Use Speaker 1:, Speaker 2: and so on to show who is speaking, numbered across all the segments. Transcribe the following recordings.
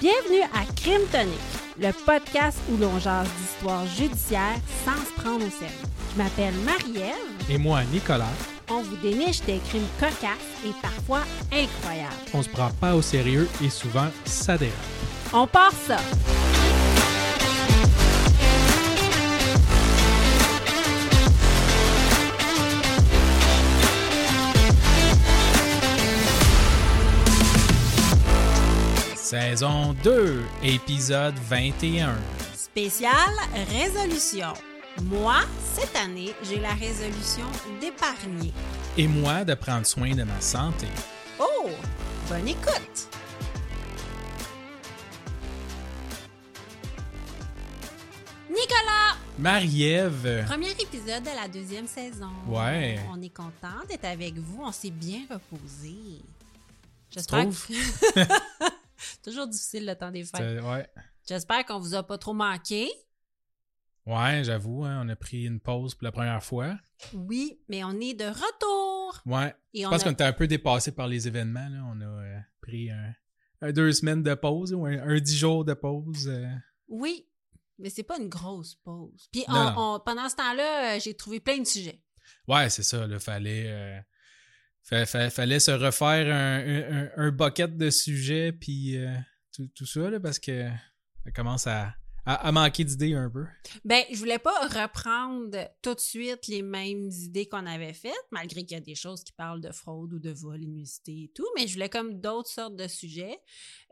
Speaker 1: Bienvenue à Crime Tonic, le podcast où l'on jase d'histoires judiciaires sans se prendre au sérieux. Je m'appelle Marie-Ève,
Speaker 2: Et moi, Nicolas,
Speaker 1: on vous déniche des crimes cocasses et parfois incroyables.
Speaker 2: on se prend pas au sérieux et souvent ça dérape.
Speaker 1: On part ça!
Speaker 2: Saison 2, épisode 21.
Speaker 1: Spécial résolution. Moi, cette année, j'ai la résolution d'épargner.
Speaker 2: Et moi, de prendre soin de ma santé.
Speaker 1: Oh, bonne écoute! Nicolas!
Speaker 2: Marie-Ève, euh,
Speaker 1: Premier épisode de la deuxième saison.
Speaker 2: Ouais.
Speaker 1: On est content d'être avec vous. On s'est bien reposé. J'espère
Speaker 2: trouves?
Speaker 1: que... Toujours difficile le temps des fêtes.
Speaker 2: t'as- euh, ouais,
Speaker 1: J'espère qu'on vous a pas trop manqué.
Speaker 2: ouais j'avoue, hein, on a pris une pause pour la première fois.
Speaker 1: Oui, mais on est de retour.
Speaker 2: Ouais,
Speaker 1: Et
Speaker 2: je
Speaker 1: on
Speaker 2: pense
Speaker 1: a-
Speaker 2: qu'on était un peu dépassé par les événements. là. On a euh, pris un, un deux semaines de pause ou un, un dix jours de pause. euh.
Speaker 1: Oui, mais c'est pas une grosse pause. Puis
Speaker 2: Non,
Speaker 1: on-
Speaker 2: non.
Speaker 1: on- pendant ce temps-là, euh, j'ai trouvé plein de sujets.
Speaker 2: Ouais, c'est ça, là, fallait... euh, fa- fa- fallait se refaire un, un, un- un bucket de sujets, puis euh, tout, tout ça, là, parce que ça commence à, à- à manquer d'idées un peu.
Speaker 1: Ben, je voulais pas reprendre tout de suite les mêmes idées qu'on avait faites, malgré qu'il y a des choses qui parlent de fraude ou de vol, immunité et tout, mais je voulais comme d'autres sortes de sujets.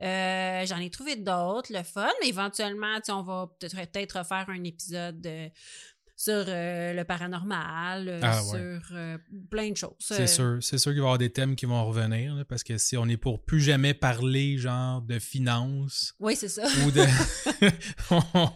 Speaker 1: Euh, J'en ai trouvé d'autres, le fun, mais éventuellement, tu sais, on va peut-être peut-être refaire un épisode euh, sur euh, le paranormal, euh,
Speaker 2: Ah,
Speaker 1: sur
Speaker 2: ouais.
Speaker 1: euh, plein de choses. Euh,
Speaker 2: C'est sûr, c'est sûr qu'il va y avoir des thèmes qui vont revenir, là, parce que si on est pour plus jamais parler, genre, de finances
Speaker 1: Oui, c'est ça.
Speaker 2: ou de...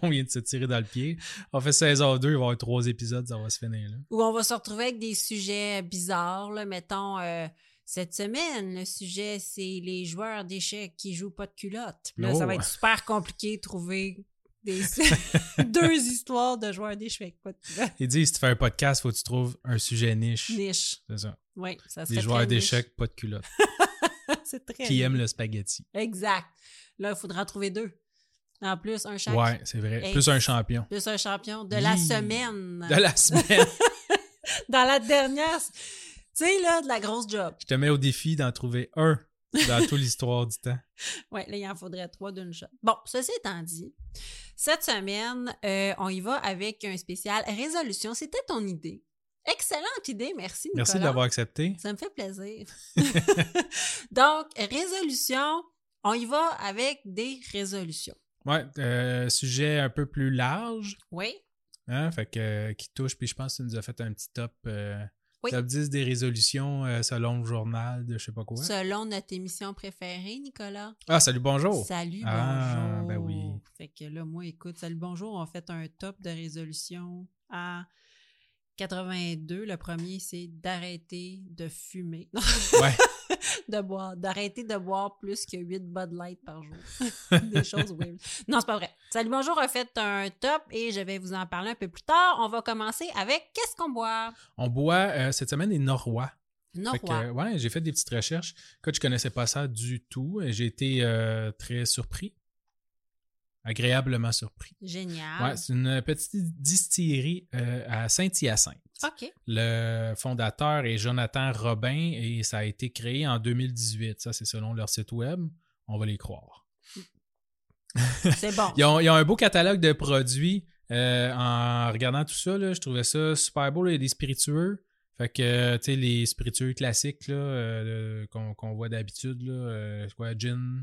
Speaker 2: on vient de se tirer dans le pied. On fait saison 2, il va y avoir trois épisodes, ça va se finir, là.
Speaker 1: Où on va se retrouver avec des sujets bizarres. là. Mettons, euh, cette semaine, le sujet, c'est les joueurs d'échecs qui jouent pas de culotte. Puis Là, ça va
Speaker 2: Oh.
Speaker 1: être super compliqué de trouver des... deux histoires de joueurs d'échecs, pas de culotte.
Speaker 2: Ils disent, si tu fais un podcast, faut que tu trouves un sujet niche.
Speaker 1: Niche.
Speaker 2: C'est ça.
Speaker 1: Oui, ça serait
Speaker 2: Des
Speaker 1: très
Speaker 2: joueurs
Speaker 1: niche.
Speaker 2: d'échecs, pas de culotte,
Speaker 1: c'est très.
Speaker 2: qui aiment
Speaker 1: niche.
Speaker 2: le spaghetti.
Speaker 1: Exact. Là, il faudra en trouver deux. En plus, un chaque.
Speaker 2: Ouais, c'est vrai.
Speaker 1: Hey.
Speaker 2: Plus un champion.
Speaker 1: Plus un champion de la
Speaker 2: Yee.
Speaker 1: semaine.
Speaker 2: De la semaine.
Speaker 1: Dans la dernière. Tu sais, là, de la grosse job.
Speaker 2: Je te mets au défi d'en trouver un dans toute l'histoire du temps.
Speaker 1: Oui, là, il en faudrait trois d'une shot. Bon, ceci étant dit, cette semaine, euh, on y va avec un spécial résolution. C'était ton idée. Excellente idée, merci Nicolas.
Speaker 2: Merci de l'avoir accepté.
Speaker 1: Ça me fait plaisir. Donc, résolution, on y va avec des résolutions.
Speaker 2: Ouais, euh, sujet un peu plus large,
Speaker 1: Oui,
Speaker 2: hein, fait que, euh, qui touche, puis je pense que tu nous as fait un petit top, euh,
Speaker 1: Oui.
Speaker 2: top 10 des résolutions euh, selon le journal de je sais pas quoi.
Speaker 1: selon notre émission préférée, Nicolas.
Speaker 2: Ah, salut, bonjour!
Speaker 1: Salut,
Speaker 2: Ah,
Speaker 1: bonjour.
Speaker 2: ben oui.
Speaker 1: Fait que là, moi, écoute, salut, bonjour, on fait un top de résolution à 82. Le premier, c'est d'arrêter de fumer. Non,
Speaker 2: Ouais,
Speaker 1: de boire. D'arrêter de boire plus que 8 Bud Light par jour. Des choses weird. Non, c'est pas vrai. Salut, bonjour, a fait un top et je vais vous en parler un peu plus tard. On va commencer avec qu'est-ce qu'on boit?
Speaker 2: on boit euh, cette semaine des Norrois. Fait que,
Speaker 1: Norrois.
Speaker 2: euh, ouais, j'ai fait des petites recherches. Écoute, je connaissais pas ça du tout. et J'ai été euh, très surpris. Agréablement surpris.
Speaker 1: Génial.
Speaker 2: Ouais, c'est une petite distillerie euh, à Saint-Hyacinthe.
Speaker 1: OK.
Speaker 2: Le fondateur est Jonathan Robin et ça a été créé en 2018. Ça, c'est selon leur site web. On va les croire.
Speaker 1: C'est bon.
Speaker 2: Ils ont, ils ont un beau catalogue de produits. Euh, en regardant tout ça, là, je trouvais ça super beau. là. Il y a des spiritueux. Fait que, euh, tu sais, les spiritueux classiques là, euh, de- qu'on qu'on voit d'habitude, là, euh, c'est quoi, gin,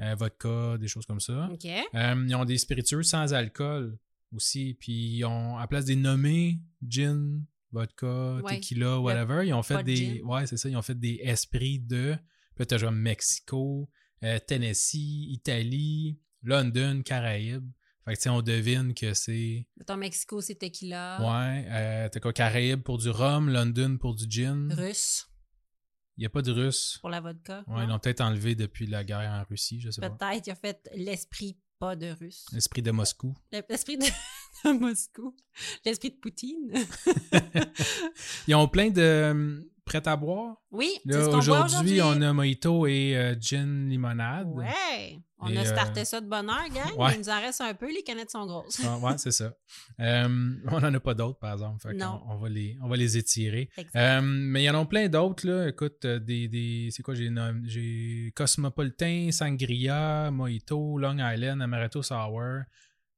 Speaker 2: euh, vodka, des choses comme ça.
Speaker 1: OK.
Speaker 2: Euh, ils ont des spiritueux sans alcool aussi. Puis ils ont, à place des nommés, gin, vodka,
Speaker 1: Ouais.
Speaker 2: tequila, whatever, ils ont fait
Speaker 1: pas de
Speaker 2: des.
Speaker 1: gin.
Speaker 2: Ouais, c'est ça. Ils ont fait des esprits de. Puis là, t'as genre Mexico, euh, Tennessee, Italie, London, Caraïbes. Fait que, tu sais, on devine que c'est.
Speaker 1: Ton Mexico, c'est tequila.
Speaker 2: Ouais. euh, t'as quoi, Caraïbes pour du rhum, London pour du gin.
Speaker 1: Russe
Speaker 2: Il n'y a pas de russe.
Speaker 1: pour la vodka.
Speaker 2: Ouais, ils l'ont peut-être enlevé depuis la guerre en Russie, je sais pas.
Speaker 1: Peut-être, il a fait l'esprit pas de russe.
Speaker 2: Esprit de Moscou.
Speaker 1: L'esprit de, de Moscou. L'esprit de Poutine.
Speaker 2: Ils ont plein de, prêt à boire.
Speaker 1: Oui,
Speaker 2: Là,
Speaker 1: c'est ce qu'on voit
Speaker 2: aujourd'hui, on a mojito et euh, gin limonade.
Speaker 1: Ouais, on
Speaker 2: Et,
Speaker 1: a
Speaker 2: euh,
Speaker 1: starté ça de bonne heure, gang.
Speaker 2: ouais.
Speaker 1: Il nous en reste un peu, les canettes sont grosses.
Speaker 2: Ah, ouais, c'est ça. Euh, on n'en a pas d'autres, par exemple. Fait qu'on-
Speaker 1: Non.
Speaker 2: On, va les, on va les étirer.
Speaker 1: Exact.
Speaker 2: Euh, mais il y en a plein d'autres, là. Écoute, euh, des, des- c'est quoi, j'ai nommé- j'ai Cosmopolitain, Sangria, Mojito, Long Island, Amaretto Sour,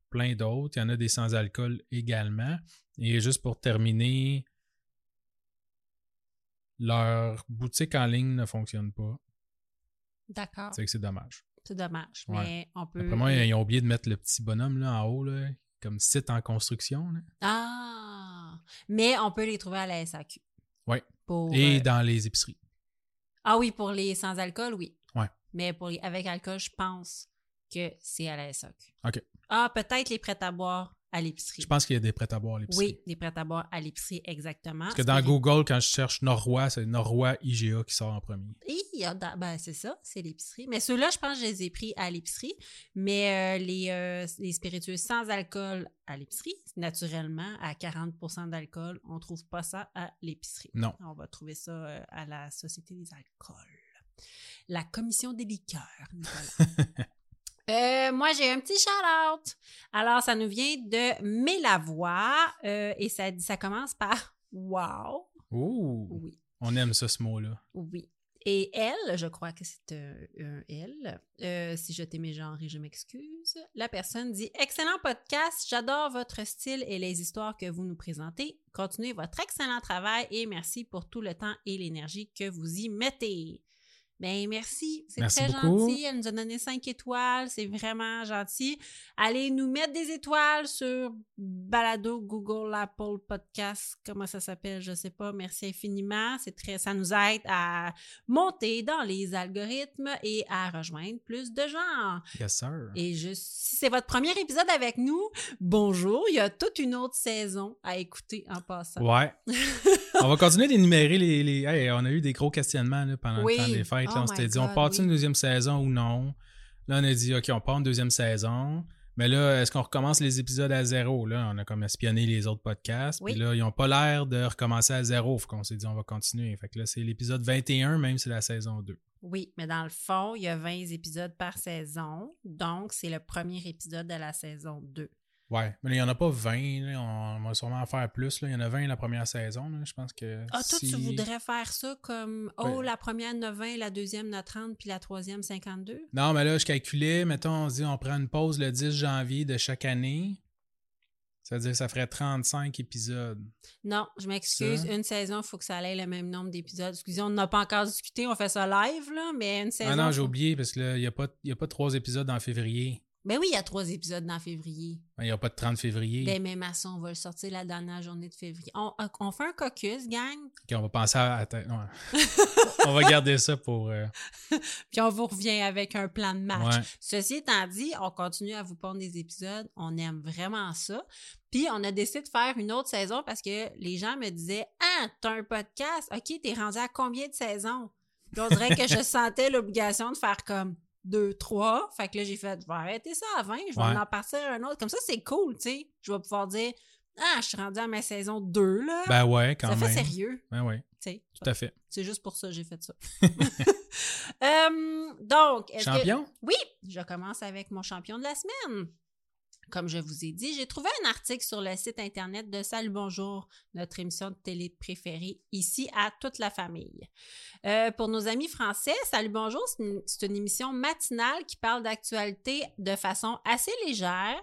Speaker 2: plein d'autres. Il y en a des sans-alcool également. Et juste pour terminer, leur boutique en ligne ne fonctionne pas.
Speaker 1: D'accord,
Speaker 2: C'est que c'est dommage.
Speaker 1: c'est dommage,
Speaker 2: Ouais.
Speaker 1: mais on peut...
Speaker 2: Après moi, ils ont oublié de mettre le petit bonhomme là, en haut, là, comme site en construction. là.
Speaker 1: Ah! Mais on peut les trouver à la SAQ.
Speaker 2: Ouais.
Speaker 1: Pour,
Speaker 2: Et
Speaker 1: euh,
Speaker 2: dans les épiceries.
Speaker 1: Ah oui, pour les sans-alcool, oui.
Speaker 2: Ouais.
Speaker 1: Mais pour les avec alcool, je pense que c'est à la SAQ.
Speaker 2: OK.
Speaker 1: Ah, peut-être les prêts à boire à l'épicerie.
Speaker 2: Je pense qu'il y a des prêts à boire à l'épicerie.
Speaker 1: Oui, Ah, les prêts à boire à l'épicerie, exactement.
Speaker 2: Parce que dans Google, quand je cherche Norrois, c'est Norrois IGA qui sort en premier.
Speaker 1: Hi, ah, da- ben, c'est ça, c'est l'épicerie. Mais ceux-là, je pense que je les ai pris à l'épicerie. Mais euh, les, euh, les spiritueux sans alcool à l'épicerie, naturellement, à 40 d'alcool, on trouve pas ça à l'épicerie.
Speaker 2: Non.
Speaker 1: On va trouver ça euh, à la Société des alcools. La commission des liqueurs, Nicolas. Euh, moi, j'ai un petit shout-out. Alors, ça nous vient de Mélavoie euh, et ça, dit- ça commence par « wow
Speaker 2: Ouh! ».
Speaker 1: Oui,
Speaker 2: On aime ça, ce mot-là.
Speaker 1: oui. Et elle, je crois que c'est un, un elle. Euh, si je t'ai mégenré, je m'excuse. La personne dit Excellent podcast, j'adore votre style et les histoires que vous nous présentez. Continuez votre excellent travail et merci pour tout le temps et l'énergie que vous y mettez. Ben merci, c'est
Speaker 2: Merci
Speaker 1: très
Speaker 2: beaucoup.
Speaker 1: gentil. Elle nous a donné cinq étoiles, c'est vraiment gentil. Allez nous mettre des étoiles sur Balado, Google, Apple Podcast, comment ça s'appelle, je sais pas. Merci infiniment, c'est très, ça nous aide à monter dans les algorithmes et à rejoindre plus de gens.
Speaker 2: Yes, sir.
Speaker 1: Et je, si c'est votre premier épisode avec nous, bonjour, il y a toute une autre saison à écouter en passant.
Speaker 2: Ouais. on va continuer d'énumérer les. les- hey, on a eu des gros questionnements là, pendant
Speaker 1: Oui.
Speaker 2: le temps des fêtes. là.
Speaker 1: Oh
Speaker 2: on
Speaker 1: my
Speaker 2: s'était dit, on
Speaker 1: God,
Speaker 2: part
Speaker 1: oui.
Speaker 2: une deuxième saison ou non? Là, on a dit, OK, on part une deuxième saison. Mais là, est-ce qu'on recommence les épisodes à zéro? Là, on a comme espionné les autres podcasts.
Speaker 1: Oui.
Speaker 2: Puis là, ils n'ont pas l'air de recommencer à zéro. Fait qu'on s'est dit, on va continuer. Fait que là, c'est l'épisode 21, même si c'est la saison 2.
Speaker 1: Oui, mais dans le fond, il y a 20 épisodes par saison, donc c'est le premier épisode de la saison 2.
Speaker 2: Ouais, mais là, il n'y en a pas 20. là. On va sûrement en faire plus. là. Il y en a 20 la première saison. là. Je pense que.
Speaker 1: Ah, toi,
Speaker 2: si-
Speaker 1: tu voudrais faire ça comme, oh,
Speaker 2: Ben-
Speaker 1: la première, 9 la deuxième, 30, puis la troisième, 52?
Speaker 2: Non, mais là, je calculais, mettons, on se dit on prend une pause le 10 janvier de chaque année. Ça veut dire que ça ferait 35 épisodes.
Speaker 1: Non, je m'excuse.
Speaker 2: Ça.
Speaker 1: Une saison, il faut que ça ait le même nombre d'épisodes. Excusez, on n'a pas encore discuté, on fait ça live, là, mais une saison.
Speaker 2: Ah non, j'ai
Speaker 1: faut-
Speaker 2: oublié parce que là, il n'y a, pas- il y a pas trois épisodes en février.
Speaker 1: Ben oui, il y a trois épisodes dans février.
Speaker 2: Ben, Il n'y a pas de 30 février.
Speaker 1: Ben, mais maçon, on va le sortir la dernière journée de février. On, on fait un caucus, gang,
Speaker 2: Ok, on va penser à. attends, ouais. on va garder ça pour. euh,
Speaker 1: puis on vous revient avec un plan de match.
Speaker 2: ouais.
Speaker 1: Ceci étant dit, on continue à vous pondre des épisodes. On aime vraiment ça. Puis, on a décidé de faire une autre saison parce que les gens me disaient Ah, t'as un podcast. OK, t'es rendu à combien de saisons? Puis, on dirait que je sentais l'obligation de faire comme deux, trois. Fait que là, j'ai fait Je vais arrêter ça à 20. Je vais
Speaker 2: Ouais.
Speaker 1: en partir un autre. Comme ça, c'est cool, tu sais. Je vais pouvoir dire Ah, je suis rendu à ma saison 2, là.
Speaker 2: Ben ouais, quand
Speaker 1: ça
Speaker 2: même.
Speaker 1: fait sérieux.
Speaker 2: Ben ouais,
Speaker 1: tu sais.
Speaker 2: tout à fait.
Speaker 1: C'est juste pour ça que j'ai fait ça. Euh, donc, est-ce que-
Speaker 2: Champion?
Speaker 1: oui, je commence avec mon champion de la semaine. Comme je vous ai dit, j'ai trouvé un article sur le site internet de Salut Bonjour, notre émission de télé préférée, ici à toute la famille. Euh, pour nos amis français, Salut Bonjour, c'est une, c'est une émission matinale qui parle d'actualité de façon assez légère,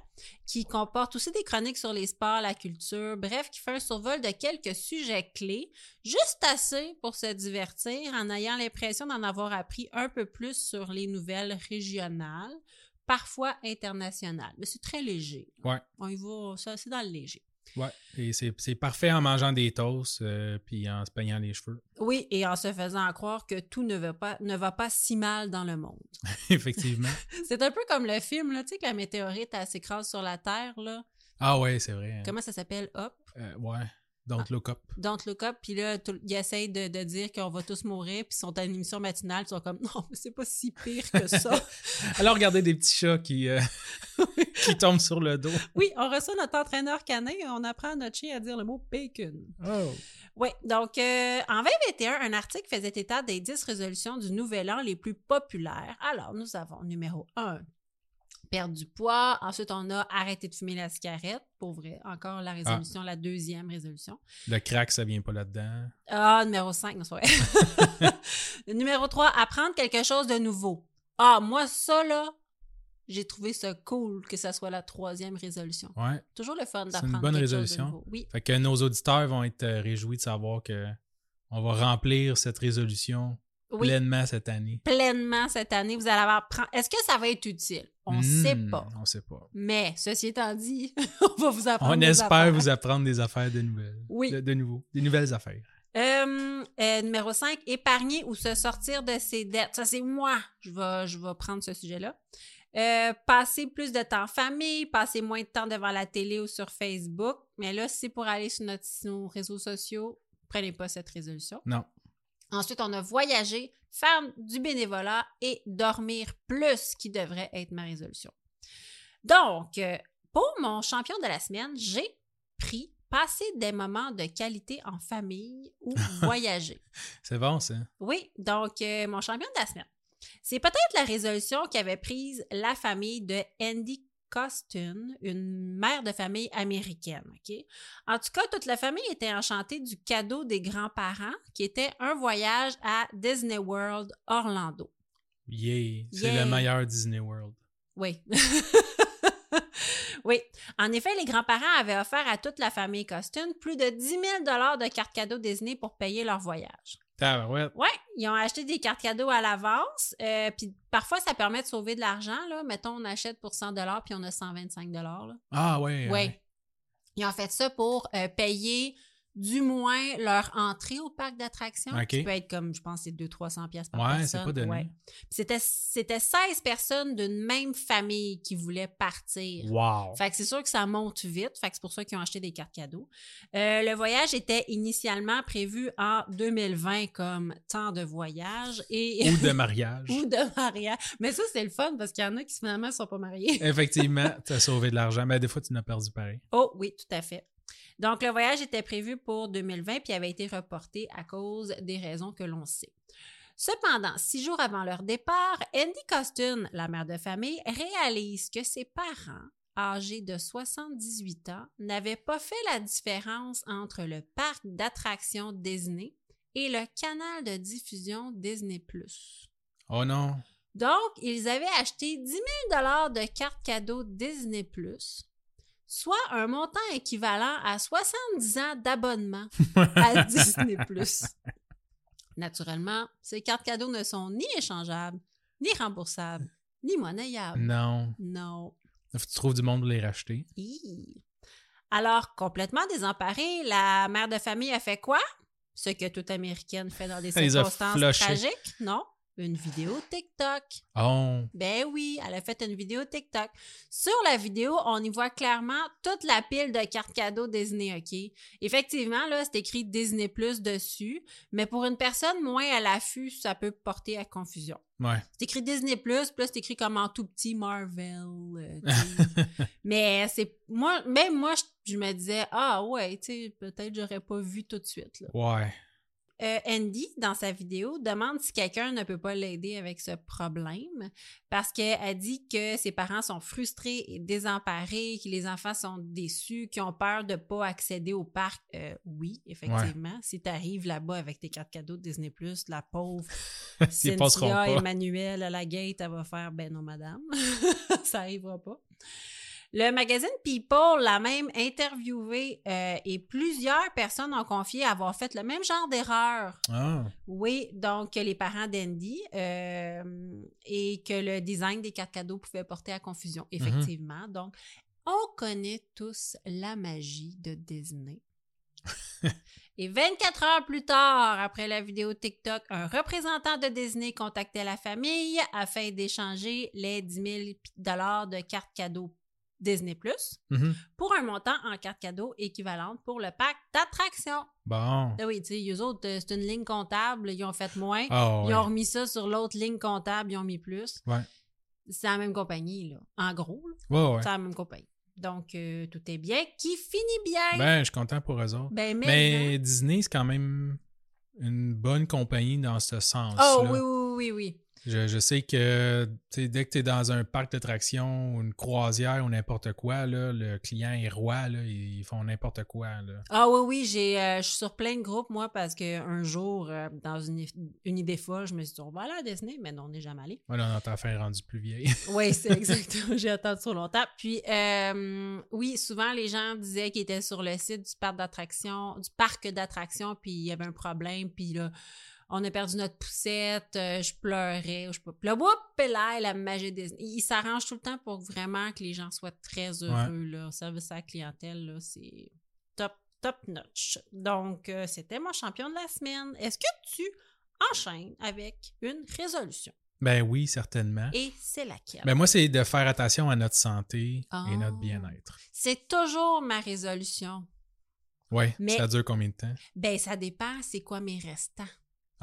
Speaker 1: qui comporte aussi des chroniques sur les sports, la culture, bref, qui fait un survol de quelques sujets clés, juste assez pour se divertir en ayant l'impression d'en avoir appris un peu plus sur les nouvelles régionales, parfois internationales. Mais c'est très léger.
Speaker 2: Ouais.
Speaker 1: On y va, ça, c'est dans le léger.
Speaker 2: Ouais. Et c'est c'est parfait en mangeant des toasts euh, puis en se peignant les cheveux.
Speaker 1: Oui, et en se faisant croire que tout ne va pas, ne va pas si mal dans le monde.
Speaker 2: Effectivement.
Speaker 1: C'est un peu comme le film, là, tu sais, que la météorite elle s'écrase sur la Terre, là.
Speaker 2: Ah ouais, c'est vrai.
Speaker 1: Comment ça s'appelle? Hop,
Speaker 2: Euh, ouais. Don't look up.
Speaker 1: Don't Look Up. Puis là, tout- ils essayent de, de dire qu'on va tous mourir, puis ils sont à une émission matinale, puis ils sont comme, non, mais c'est pas si pire que ça.
Speaker 2: Alors, regardez des petits chats qui, euh, qui tombent sur le dos.
Speaker 1: oui, on reçoit notre entraîneur canin, on apprend à notre chien à dire le mot bacon. Oui, donc euh, en 2021, un article faisait état des 10 résolutions du Nouvel An les plus populaires. Alors, nous avons numéro 1, perdre du poids. Ensuite, on a arrêter de fumer la cigarette. Pour vrai, encore la résolution, la deuxième résolution.
Speaker 2: Le crack, ça vient pas là-dedans.
Speaker 1: Ah, numéro 5, non, c'est pas vrai. numéro 3, apprendre quelque chose de nouveau. Ah, moi, ça, là, j'ai trouvé ça cool que ça soit la troisième résolution.
Speaker 2: Ouais.
Speaker 1: Toujours le fun
Speaker 2: C'est une
Speaker 1: d'apprendre quelque
Speaker 2: bonne
Speaker 1: chose de
Speaker 2: résolution.
Speaker 1: nouveau. Oui,
Speaker 2: Fait que nos auditeurs vont être euh, réjouis de savoir que on va remplir cette résolution
Speaker 1: oui.
Speaker 2: pleinement cette année.
Speaker 1: Pleinement cette année, vous allez avoir... appren- Est-ce que ça va être utile? On ne
Speaker 2: Hmm,
Speaker 1: sait pas.
Speaker 2: On sait pas.
Speaker 1: Mais, ceci étant dit, on va vous apprendre.
Speaker 2: On
Speaker 1: des
Speaker 2: espère
Speaker 1: affaires.
Speaker 2: vous apprendre des affaires de nouvelles.
Speaker 1: Oui.
Speaker 2: De, de nouveau. Des nouvelles affaires.
Speaker 1: Euh, euh, numéro 5, épargner ou se sortir de ses dettes. Ça, c'est moi. Je vais, je vais prendre ce sujet-là. Euh, passer plus de temps en famille, passer moins de temps devant la télé ou sur Facebook. Mais là, c'est pour aller sur notre- sur nos réseaux sociaux. Prenez pas cette résolution.
Speaker 2: Non.
Speaker 1: Ensuite, on a voyager, faire du bénévolat et dormir plus, qui devrait être ma résolution. Donc, euh, pour mon champion de la semaine, j'ai pris passer des moments de qualité en famille ou voyager.
Speaker 2: C'est bon, ça.
Speaker 1: Oui, donc euh, mon champion de la semaine. C'est peut-être la résolution qu'avait prise la famille de Andy Costin, une mère de famille américaine. ok? En tout cas, toute la famille était enchantée du cadeau des grands-parents, qui était un voyage à Disney World Orlando.
Speaker 2: Yay. C'est
Speaker 1: Yay.
Speaker 2: le meilleur Disney World.
Speaker 1: Oui. oui. En effet, les grands-parents avaient offert à toute la famille Costin plus de 10 000 de cartes cadeaux Disney pour payer leur voyage.
Speaker 2: Tabarouette.
Speaker 1: Oui, ils ont acheté des cartes cadeaux à l'avance. euh, puis parfois, ça permet de sauver de l'argent. Là. Mettons, on achète pour 100 puis on a 125 là.
Speaker 2: Ah ouais.
Speaker 1: Oui. Ils ont fait ça pour euh, payer du moins leur entrée au parc d'attractions,
Speaker 2: OK.
Speaker 1: qui peut être comme, je pense, c'est 200-300 pièces par
Speaker 2: Ouais,
Speaker 1: personne.
Speaker 2: c'est pas donné.
Speaker 1: Ouais. Puis C'était, c'était 16 personnes d'une même famille qui voulaient partir.
Speaker 2: Wow.
Speaker 1: Fait que c'est sûr que ça monte vite. Fait que c'est pour ça qu'ils ont acheté des cartes cadeaux. Euh, le voyage était initialement prévu en 2020 comme temps de voyage et
Speaker 2: Ou de mariage.
Speaker 1: ou de mariage. Mais ça, c'est le fun parce qu'il y en a qui finalement ne sont pas mariés.
Speaker 2: Effectivement, t'as sauvé de l'argent, mais des fois, tu n'as perdu pareil.
Speaker 1: Oh oui, tout à fait. Donc, le voyage était prévu pour 2020 puis avait été reporté à cause des raisons que l'on sait. Cependant, six jours avant leur départ, Andy Costin, la mère de famille, réalise que ses parents, âgés de 78 ans, n'avaient pas fait la différence entre le parc d'attractions Disney et le canal de diffusion Disney+.
Speaker 2: Oh non.
Speaker 1: Donc, ils avaient acheté 10 000 de cartes cadeaux Disney+, soit un montant équivalent à 70 ans d'abonnement à Disney+. Naturellement, ces cartes cadeaux ne sont ni échangeables, ni remboursables, ni monnayables.
Speaker 2: non.
Speaker 1: Non.
Speaker 2: Faut que tu trouves du monde pour les racheter.
Speaker 1: Hi. Alors, complètement désemparée, la mère de famille a fait quoi? Ce que toute Américaine fait dans des
Speaker 2: Elle les a
Speaker 1: circonstances
Speaker 2: flushés.
Speaker 1: tragiques, non? Une vidéo TikTok.
Speaker 2: Oh.
Speaker 1: Ben oui, elle a fait une vidéo TikTok. Sur la vidéo, on y voit clairement toute la pile de cartes cadeaux Disney, OK? Effectivement, là, c'est écrit Disney Plus dessus, mais pour une personne moins à l'affût, ça peut porter à confusion.
Speaker 2: Ouais.
Speaker 1: C'est écrit Disney Plus, plus c'est écrit comme en tout petit Marvel. euh, tu sais. mais c'est. Moi, même moi, je, je me disais, ah ouais, tu sais, peut-être j'aurais pas vu tout de suite, là.
Speaker 2: Ouais.
Speaker 1: Euh, Andy, dans sa vidéo, demande si quelqu'un ne peut pas l'aider avec ce problème parce qu'elle dit que ses parents sont frustrés et désemparés, que les enfants sont déçus, qu'ils ont peur de ne pas accéder au parc. Euh, oui, effectivement. Si tu arrives là-bas avec tes cartes cadeaux de Disney, la pauvre
Speaker 2: passeront
Speaker 1: Cynthia
Speaker 2: pas.
Speaker 1: Emmanuel à la gate, elle va faire ben non, madame. Ça arrivera pas. Le magazine People l'a même interviewé euh, et plusieurs personnes ont confié avoir fait le même genre d'erreur.
Speaker 2: Ah.
Speaker 1: Oui, donc que les parents d'Andy euh, et que le design des cartes cadeaux pouvait porter à confusion, effectivement. Donc, on connaît tous la magie de Disney. et 24 heures plus tard, après la vidéo TikTok, un représentant de Disney contactait la famille afin d'échanger les 10 000 de cartes cadeaux Disney Plus
Speaker 2: Mhm.
Speaker 1: pour un montant en cartes cadeaux équivalente pour le pack d'attractions.
Speaker 2: Bon.
Speaker 1: Ah oui, tu sais, eux autres, euh, c'est une ligne comptable, ils ont fait moins.
Speaker 2: Ah
Speaker 1: ils
Speaker 2: ouais.
Speaker 1: ont remis ça sur l'autre ligne comptable, ils ont mis plus.
Speaker 2: Ouais.
Speaker 1: C'est la même compagnie, là. En gros, là,
Speaker 2: Ouais, ouais.
Speaker 1: c'est la même compagnie. Donc, euh, tout est bien. Qui finit bien.
Speaker 2: Ben, je suis content pour eux autres.
Speaker 1: Ben, mais.
Speaker 2: Mais Disney, c'est quand même une bonne compagnie dans ce sens-là.
Speaker 1: Oh, oui, oui, oui, oui.
Speaker 2: Je, je sais que tu sais, dès que tu es dans un parc d'attractions ou une croisière ou n'importe quoi, là, le client est roi, là, ils font n'importe quoi. Là.
Speaker 1: Ah oui, oui, j'ai, euh, je suis sur plein de groupes, moi, parce qu'un jour, euh, dans une, une idée folle, je me suis dit, on va aller à Disney, mais non, on n'est jamais allé.
Speaker 2: Voilà, on entend fin rendu plus vieille.
Speaker 1: Oui, c'est exactement. J'ai attendu trop longtemps. Puis, euh, oui, souvent, les gens disaient qu'ils étaient sur le site du parc d'attraction, du parc d'attraction, puis il y avait un problème, puis là, on a perdu notre poussette, euh, je pleurais, ou je sais pas. Puis là, whoop, et là, la magie des... Ils s'arrangent tout le temps pour vraiment que les gens soient très heureux, là. Service à la clientèle, là, c'est top, top notch. Donc, euh, c'était mon champion de la semaine. Est-ce que tu enchaînes avec une résolution?
Speaker 2: ben oui, certainement.
Speaker 1: Et c'est laquelle?
Speaker 2: Ben moi, c'est de faire attention à notre santé
Speaker 1: Ah.
Speaker 2: et notre bien-être.
Speaker 1: C'est toujours ma résolution.
Speaker 2: Ouais,
Speaker 1: Mais-
Speaker 2: ça dure combien de temps?
Speaker 1: Ben, ça dépend, c'est quoi mes restants.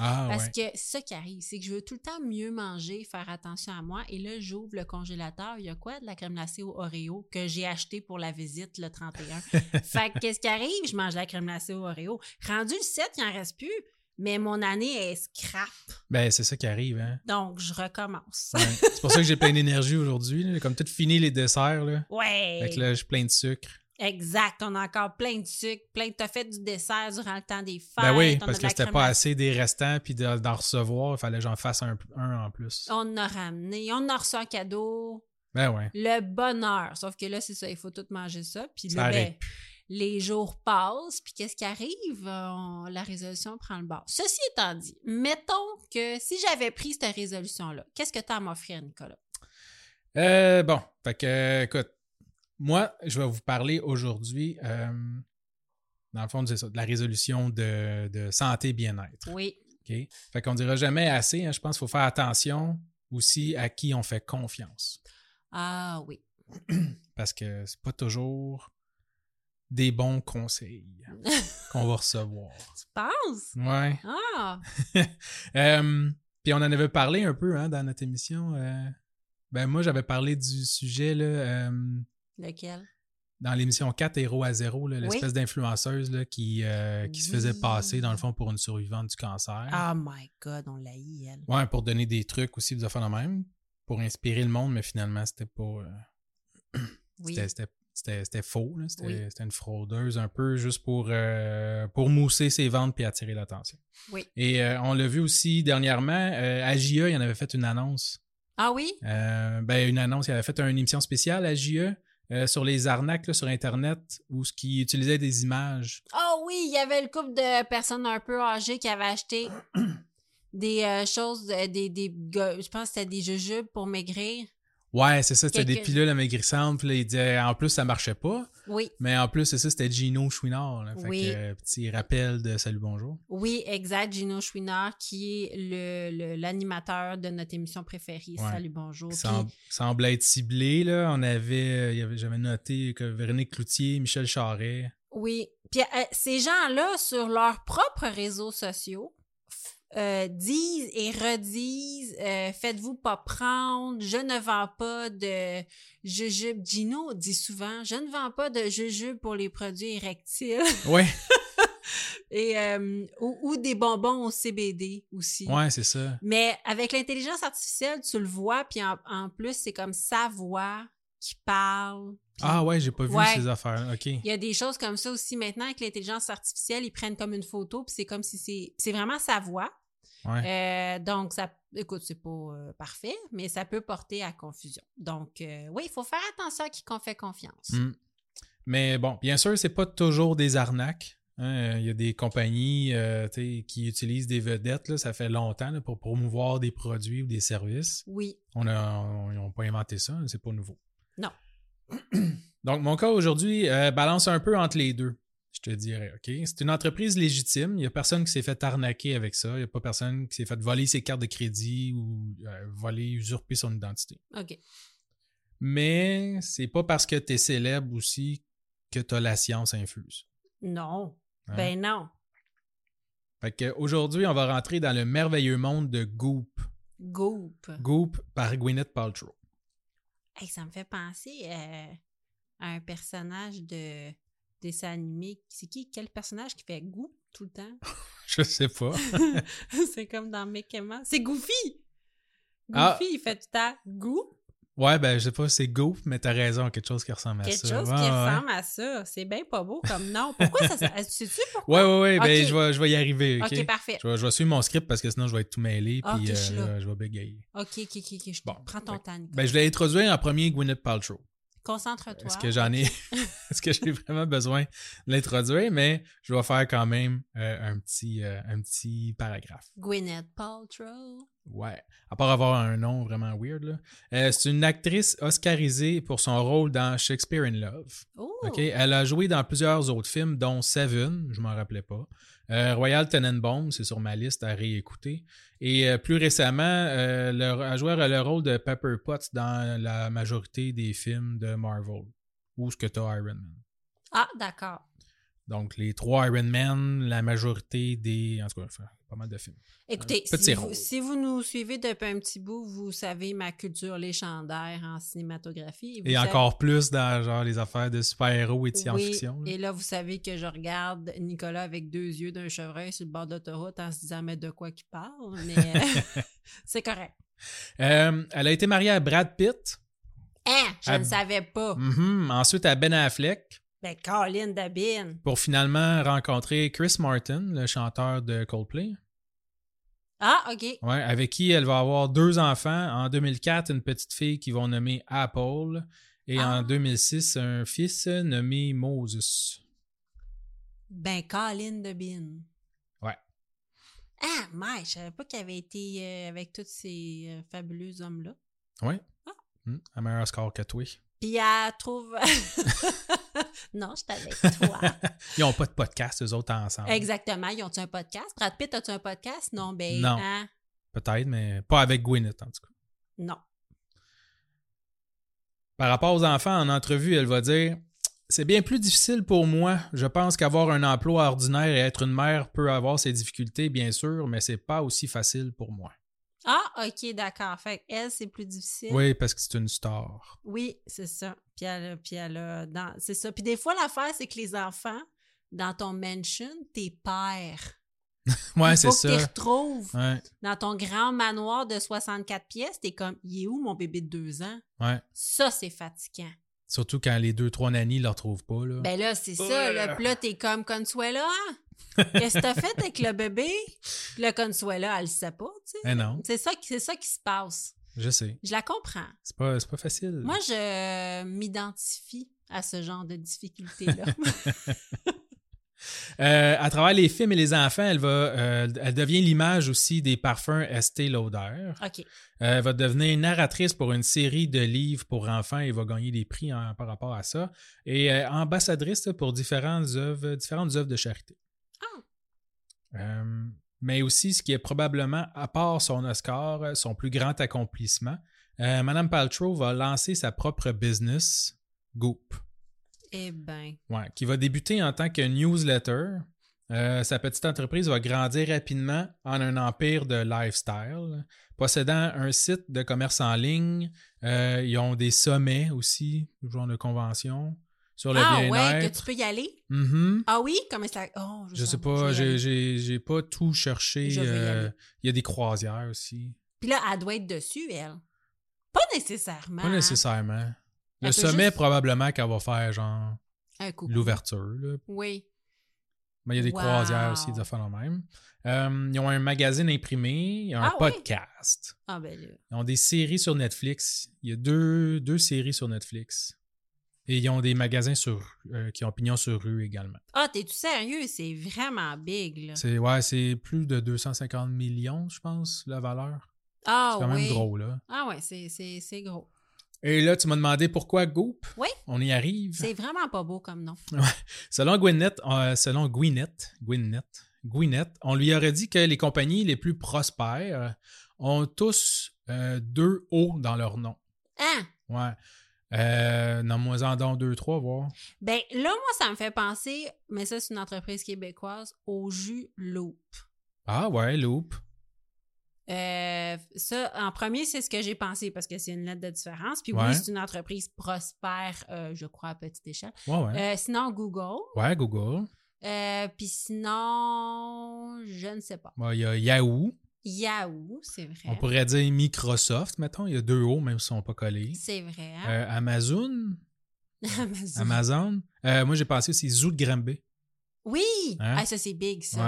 Speaker 2: Ah
Speaker 1: Parce
Speaker 2: ouais.
Speaker 1: que c'est ça qui arrive, c'est que je veux tout le temps mieux manger, faire attention à moi. Et là, j'ouvre le congélateur, il y a quoi? De la crème glacée au Oreo que j'ai acheté pour la visite le 31. fait que qu'est-ce qui arrive? Je mange de la crème glacée au Oreo. Rendu le 7, il n'en reste plus, mais mon année est scrap.
Speaker 2: Ben c'est ça qui arrive, hein.
Speaker 1: Donc, je recommence.
Speaker 2: Ouais. c'est pour ça que j'ai plein d'énergie aujourd'hui. là. J'ai comme tout fini les desserts. Là.
Speaker 1: Ouais!
Speaker 2: Fait que là, j'ai plein de sucre.
Speaker 1: Exact, on a encore plein de sucre, plein de... T'as fait du dessert durant le temps des fêtes.
Speaker 2: Ben oui,
Speaker 1: on a
Speaker 2: parce
Speaker 1: de
Speaker 2: que
Speaker 1: la
Speaker 2: c'était
Speaker 1: crème
Speaker 2: pas assez des restants, puis de- d'en recevoir, il fallait que j'en fasse un, un en plus.
Speaker 1: On en a ramené, on en a reçu un cadeau.
Speaker 2: Ben ouais.
Speaker 1: le bonheur. Sauf que là, c'est ça, il faut tout manger ça. Puis
Speaker 2: Ça
Speaker 1: là, ben,
Speaker 2: arrête
Speaker 1: les jours passent, puis qu'est-ce qui arrive? On- la résolution prend le bord. Ceci étant dit, mettons que si j'avais pris cette résolution-là, qu'est-ce que tu as à m'offrir, Nicolas?
Speaker 2: Euh, bon, fait que, euh, écoute, moi, je vais vous parler aujourd'hui, euh, dans le fond, c'est ça, de la résolution de, de santé bien-être.
Speaker 1: Oui.
Speaker 2: OK? Fait qu'on dira jamais assez, hein, je pense qu'il faut faire attention aussi à qui on fait confiance.
Speaker 1: Ah oui.
Speaker 2: Parce que c'est pas toujours des bons conseils qu'on va recevoir.
Speaker 1: Tu penses?
Speaker 2: Ouais.
Speaker 1: Ah!
Speaker 2: Euh, puis on en avait parlé un peu hein, dans notre émission. euh, ben moi, j'avais parlé du sujet là, euh,
Speaker 1: Lequel?
Speaker 2: dans l'émission 4 Héros à zéro, là,
Speaker 1: Oui.
Speaker 2: l'espèce d'influenceuse là, qui, euh, qui se faisait
Speaker 1: Oui.
Speaker 2: passer, dans le fond, pour une survivante du cancer.
Speaker 1: Oh my God, on l'a eu, elle.
Speaker 2: Ouais, pour donner des trucs aussi, des affaires de même, pour inspirer le monde, mais finalement, c'était pas. euh,
Speaker 1: Oui.
Speaker 2: c'était- c'était- C'était c'était faux, là, c'était
Speaker 1: Oui.
Speaker 2: c'était une fraudeuse un peu juste pour, euh, pour mousser ses ventes puis attirer l'attention.
Speaker 1: Oui.
Speaker 2: Et euh, on l'a vu aussi dernièrement, euh, AJE, il en avait fait une annonce
Speaker 1: Ah oui?
Speaker 2: euh, ben, une annonce, il avait fait une émission spéciale à JE euh, sur les arnaques là, sur Internet où ce qui utilisait des images.
Speaker 1: Ah oui, il y avait le couple de personnes un peu âgées qui avaient acheté des euh, choses, euh, des, des, go- je pense que c'était des jujubes pour maigrir.
Speaker 2: Ouais, c'est ça, c'était des
Speaker 1: Quelqu'un-
Speaker 2: pilules amaigrissantes. Puis là, il disait, en plus, ça marchait pas.
Speaker 1: Oui,
Speaker 2: Mais en plus, c'est ça, c'était Gino Chouinard. là. Fait
Speaker 1: Oui.
Speaker 2: que, euh, petit rappel de Salut Bonjour.
Speaker 1: oui, exact. Gino Chouinard, qui est le- le- l'animateur de notre émission préférée,
Speaker 2: Ouais.
Speaker 1: Salut Bonjour.
Speaker 2: Qui
Speaker 1: qui-
Speaker 2: sem- semblait être ciblé, là. On avait, euh, il y avait- j'avais noté que Véronique Cloutier, Michel Charret.
Speaker 1: Oui. Puis euh, ces gens-là, sur leurs propres réseaux sociaux, f- euh, disent et redisent euh, Faites-vous pas prendre, je ne vends pas de jujube. Gino dit souvent Je ne vends pas de jujube pour les produits érectiles
Speaker 2: Ouais,
Speaker 1: et, euh, ou, ou des bonbons au CBD aussi.
Speaker 2: ouais, c'est ça.
Speaker 1: Mais avec l'intelligence artificielle, tu le vois, puis en, en plus, c'est comme sa voix qui parle. puis
Speaker 2: Ah ouais, j'ai pas vu
Speaker 1: Ouais.
Speaker 2: ces affaires. OK.
Speaker 1: il y a des choses comme ça aussi maintenant avec l'intelligence artificielle, ils prennent comme une photo, puis c'est comme si c'est c'est vraiment sa voix. Euh,
Speaker 2: Ouais.
Speaker 1: donc ça écoute, c'est pas euh, parfait, mais ça peut porter à confusion. Donc euh, oui, il faut faire attention à qui qu'on fait confiance.
Speaker 2: Mm. Mais bon, bien sûr, c'est pas toujours des arnaques. hein. Il y a des compagnies euh, tu sais, qui utilisent des vedettes, là, ça fait longtemps, là, pour promouvoir des produits ou des services.
Speaker 1: Oui,
Speaker 2: On a, on- ils n'ont pas inventé ça, hein, c'est pas nouveau.
Speaker 1: Non.
Speaker 2: Donc, mon cas aujourd'hui euh, balance un peu entre les deux, je te dirais. OK? C'est une entreprise légitime. Il n'y a personne qui s'est fait arnaquer avec ça. Il n'y a pas personne qui s'est fait voler ses cartes de crédit ou euh, voler, usurper son identité.
Speaker 1: OK.
Speaker 2: Mais c'est pas parce que tu es célèbre aussi que tu as la science infuse.
Speaker 1: Non.
Speaker 2: hein.
Speaker 1: Ben non.
Speaker 2: Fait que aujourd'hui, on va rentrer dans le merveilleux monde de Goop.
Speaker 1: Goop.
Speaker 2: Goop par Gwyneth Paltrow.
Speaker 1: Hey, ça me fait penser. euh, à un personnage de dessin animé. C'est qui? Quel personnage qui fait goût tout le temps?
Speaker 2: Je sais pas.
Speaker 1: c'est comme dans Mickey Mouse. C'est Goofy! Goofy,
Speaker 2: Ah.
Speaker 1: il fait tout le temps goût.
Speaker 2: Ouais, ben, je sais pas, c'est Goop, mais t'as raison, quelque chose qui ressemble à
Speaker 1: Quelque
Speaker 2: Ah, ça.
Speaker 1: chose
Speaker 2: Ouais,
Speaker 1: qui
Speaker 2: ouais.
Speaker 1: ressemble à ça. C'est bien pas beau comme nom. Pourquoi ça... ça- Sais-tu pourquoi?
Speaker 2: Ouais, ouais, ouais, ben,
Speaker 1: Ok.
Speaker 2: je vais, je vais y arriver, ok?
Speaker 1: OK, parfait.
Speaker 2: je, vais, je vais suivre mon script parce que sinon, je vais être tout mêlé,
Speaker 1: Ah,
Speaker 2: puis
Speaker 1: ok, je suis
Speaker 2: euh,
Speaker 1: là.
Speaker 2: je vais bégayer.
Speaker 1: OK, OK, OK. ok, je te-
Speaker 2: Bon,
Speaker 1: Prends ton
Speaker 2: fait-
Speaker 1: temps, Nicolas.
Speaker 2: Ben, je vais introduire en premier Gwyneth Paltrow.
Speaker 1: Concentre-toi.
Speaker 2: Est-ce que j'en ai. Est-ce que j'ai vraiment besoin de l'introduire, mais je vais faire quand même euh, un, petit, euh, un petit paragraphe.
Speaker 1: Gwyneth Paltrow.
Speaker 2: Ouais. À part avoir un nom vraiment weird, là. Euh, c'est une actrice oscarisée pour son rôle dans Shakespeare in Love.
Speaker 1: Oh!
Speaker 2: OK? Elle a joué dans plusieurs autres films, dont Seven, je m'en rappelais pas. Euh, Royal Tenenbaum, c'est sur ma liste à réécouter. Et euh, plus récemment, euh, le- elle a joué le rôle de Pepper Potts dans la majorité des films de Marvel. Ou ce que t'as Iron Man.
Speaker 1: Ah, d'accord.
Speaker 2: Donc, les trois Iron Man, la majorité des. En tout cas, enfin, pas mal de films.
Speaker 1: Écoutez,
Speaker 2: Un petit
Speaker 1: si
Speaker 2: rôle.
Speaker 1: vous, si vous nous suivez depuis un petit bout, vous savez ma culture légendaire en cinématographie. vous
Speaker 2: Et
Speaker 1: savez-
Speaker 2: encore plus dans genre les affaires de super-héros et de science-fiction.
Speaker 1: Oui,
Speaker 2: là.
Speaker 1: et là, vous savez que je regarde Nicolas avec deux yeux d'un chevreuil sur le bord de l'autoroute en se disant, mais de quoi qu'il parle? Mais euh, c'est correct.
Speaker 2: Euh, elle a été mariée à Brad Pitt,
Speaker 1: Hein? Je
Speaker 2: Ah,
Speaker 1: ne savais pas.
Speaker 2: Mhm. ensuite à Ben Affleck,
Speaker 1: Ben, Colin Dabine.
Speaker 2: pour finalement rencontrer Chris Martin, le chanteur de Coldplay,
Speaker 1: Ah, OK.
Speaker 2: ouais, avec qui elle va avoir deux enfants. En 2004, une petite fille qu'ils vont nommer Apple. Et
Speaker 1: Ah.
Speaker 2: en 2006, un fils nommé Moses.
Speaker 1: Ben, Colin Dabine.
Speaker 2: Ouais.
Speaker 1: Ah, mais je savais pas qu'il avait été euh, avec tous ces euh, fabuleux hommes-là.
Speaker 2: Hmm, Un meilleur score que toi.
Speaker 1: Puis elle trouve. non, j'étais avec toi.
Speaker 2: Ils n'ont pas de podcast, eux autres, ensemble.
Speaker 1: Exactement. Ils ont-tu un podcast? Brad Pitt, as-tu un podcast? Non, ben.
Speaker 2: Non.
Speaker 1: hein,
Speaker 2: Peut-être, mais pas avec Gwyneth, en tout cas.
Speaker 1: non.
Speaker 2: Par rapport aux enfants, en entrevue, elle va dire C'est bien plus difficile pour moi. Je pense qu'avoir un emploi ordinaire et être une mère peut avoir ses difficultés, bien sûr, mais c'est pas aussi facile pour moi.
Speaker 1: Ah, OK, d'accord. Fait que elle, c'est plus difficile.
Speaker 2: Oui, parce que c'est une star.
Speaker 1: Oui, c'est ça. Puis elle, a- puis elle a dans- c'est ça. Puis des fois, l'affaire, c'est que les enfants, dans ton mansion, t'es pères.
Speaker 2: Ouais,
Speaker 1: Il
Speaker 2: c'est
Speaker 1: faut que tu
Speaker 2: ça.
Speaker 1: retrouves.
Speaker 2: Ouais,
Speaker 1: Dans ton grand manoir de 64 pièces, t'es comme, il est où mon bébé de deux ans?
Speaker 2: ouais.
Speaker 1: Ça, c'est fatigant.
Speaker 2: Surtout quand les deux, trois nannies ne le retrouvent pas. Là.
Speaker 1: Ben là, c'est ça.
Speaker 2: Oh là
Speaker 1: Là,
Speaker 2: là.
Speaker 1: Puis là, t'es comme Consuela. hein? Qu'est-ce que t'as fait avec le bébé? Puis le Consuela, elle le sait pas, tu sais.
Speaker 2: Eh non,
Speaker 1: C'est ça, qui- c'est ça qui se passe.
Speaker 2: je sais.
Speaker 1: Je la comprends.
Speaker 2: C'est pas, c'est pas facile.
Speaker 1: Moi, je m'identifie à ce genre de difficulté-là.
Speaker 2: Euh, à travers les films et les enfants, elle, va, euh, elle devient l'image aussi des parfums Estée Lauder.
Speaker 1: OK.
Speaker 2: Euh, Elle va devenir narratrice pour une série de livres pour enfants et va gagner des prix en- par rapport à ça. Et euh, ambassadrice là, pour différentes œuvres, différentes œuvres de charité.
Speaker 1: Ah.
Speaker 2: Euh, mais aussi, ce qui est probablement, à part son Oscar, euh, son plus grand accomplissement, euh, Madame Paltrow va lancer sa propre business, Goop,
Speaker 1: Eh bien,
Speaker 2: ouais, qui va débuter en tant que newsletter. Euh, sa petite entreprise va grandir rapidement en un empire de lifestyle, possédant un site de commerce en ligne. Euh, ils ont des sommets aussi, genre de conventions, sur le
Speaker 1: Ah ouais, que tu
Speaker 2: bien-être.
Speaker 1: peux y aller?
Speaker 2: Mhm.
Speaker 1: Ah oui? Comment ça... Oh,
Speaker 2: Je sais
Speaker 1: sens-
Speaker 2: pas,
Speaker 1: je vais y
Speaker 2: j'ai-
Speaker 1: aller.
Speaker 2: j'ai j'ai pas tout cherché.
Speaker 1: Je veux y
Speaker 2: euh,
Speaker 1: aller.
Speaker 2: il y a des croisières aussi.
Speaker 1: Puis là, elle doit être dessus, elle. Pas nécessairement.
Speaker 2: Pas
Speaker 1: hein.
Speaker 2: nécessairement. Le
Speaker 1: Elle peut
Speaker 2: sommet,
Speaker 1: juste-
Speaker 2: probablement qu'elle va faire genre
Speaker 1: hein, Un coup.
Speaker 2: l'ouverture. là.
Speaker 1: Oui.
Speaker 2: Mais Ben, il y a des
Speaker 1: Wow.
Speaker 2: croisières aussi, des affaires de même. Euh, ils ont un magazine imprimé, ils ont
Speaker 1: Ah
Speaker 2: un
Speaker 1: ouais?
Speaker 2: podcast.
Speaker 1: Ah ben là.
Speaker 2: Ils ont des séries sur Netflix. Il y a deux, deux séries sur Netflix. Et ils ont des magasins sur, euh, qui ont pignon sur rue également.
Speaker 1: Ah, t'es-tu sérieux? C'est vraiment big, là.
Speaker 2: C'est ouais, c'est plus de 250 millions, je pense, la valeur.
Speaker 1: Ah
Speaker 2: C'est quand
Speaker 1: oui.
Speaker 2: même gros, là.
Speaker 1: Ah ouais, c'est- c'est c'est gros.
Speaker 2: Et là, tu m'as demandé pourquoi Goop.
Speaker 1: Oui.
Speaker 2: On y arrive.
Speaker 1: C'est vraiment pas beau comme nom.
Speaker 2: Selon Gwyneth, euh, selon Gwyneth, Gwyneth, Gwyneth, on lui aurait dit que les compagnies les plus prospères ont tous euh, deux O dans leur nom.
Speaker 1: Hein?
Speaker 2: Ouais. Euh, Nomme-moi en donc deux, trois, voir.
Speaker 1: Ben là, moi, ça me fait penser, mais ça, c'est une entreprise québécoise, au jus Loop.
Speaker 2: Ah ouais, Loop.
Speaker 1: Euh, ça, en premier, c'est ce que j'ai pensé parce que c'est une lettre de différence. Puis
Speaker 2: Ouais.
Speaker 1: oui, c'est une entreprise prospère, euh, je crois, à petite échelle.
Speaker 2: Ouais, ouais.
Speaker 1: Euh, sinon, Google.
Speaker 2: Ouais, Google.
Speaker 1: Euh, puis sinon, je ne sais pas.
Speaker 2: Bon, Il y a Yahoo.
Speaker 1: Yahoo, c'est vrai.
Speaker 2: On pourrait dire Microsoft, mettons. Il y a deux O, même s'ils ne sont pas collés.
Speaker 1: C'est vrai. hein?
Speaker 2: Euh, Amazon.
Speaker 1: Amazon.
Speaker 2: Amazon. Euh, moi, j'ai pensé aussi Zoo de Granby.
Speaker 1: Oui!
Speaker 2: Hein?
Speaker 1: Ah, ça, c'est big, ça.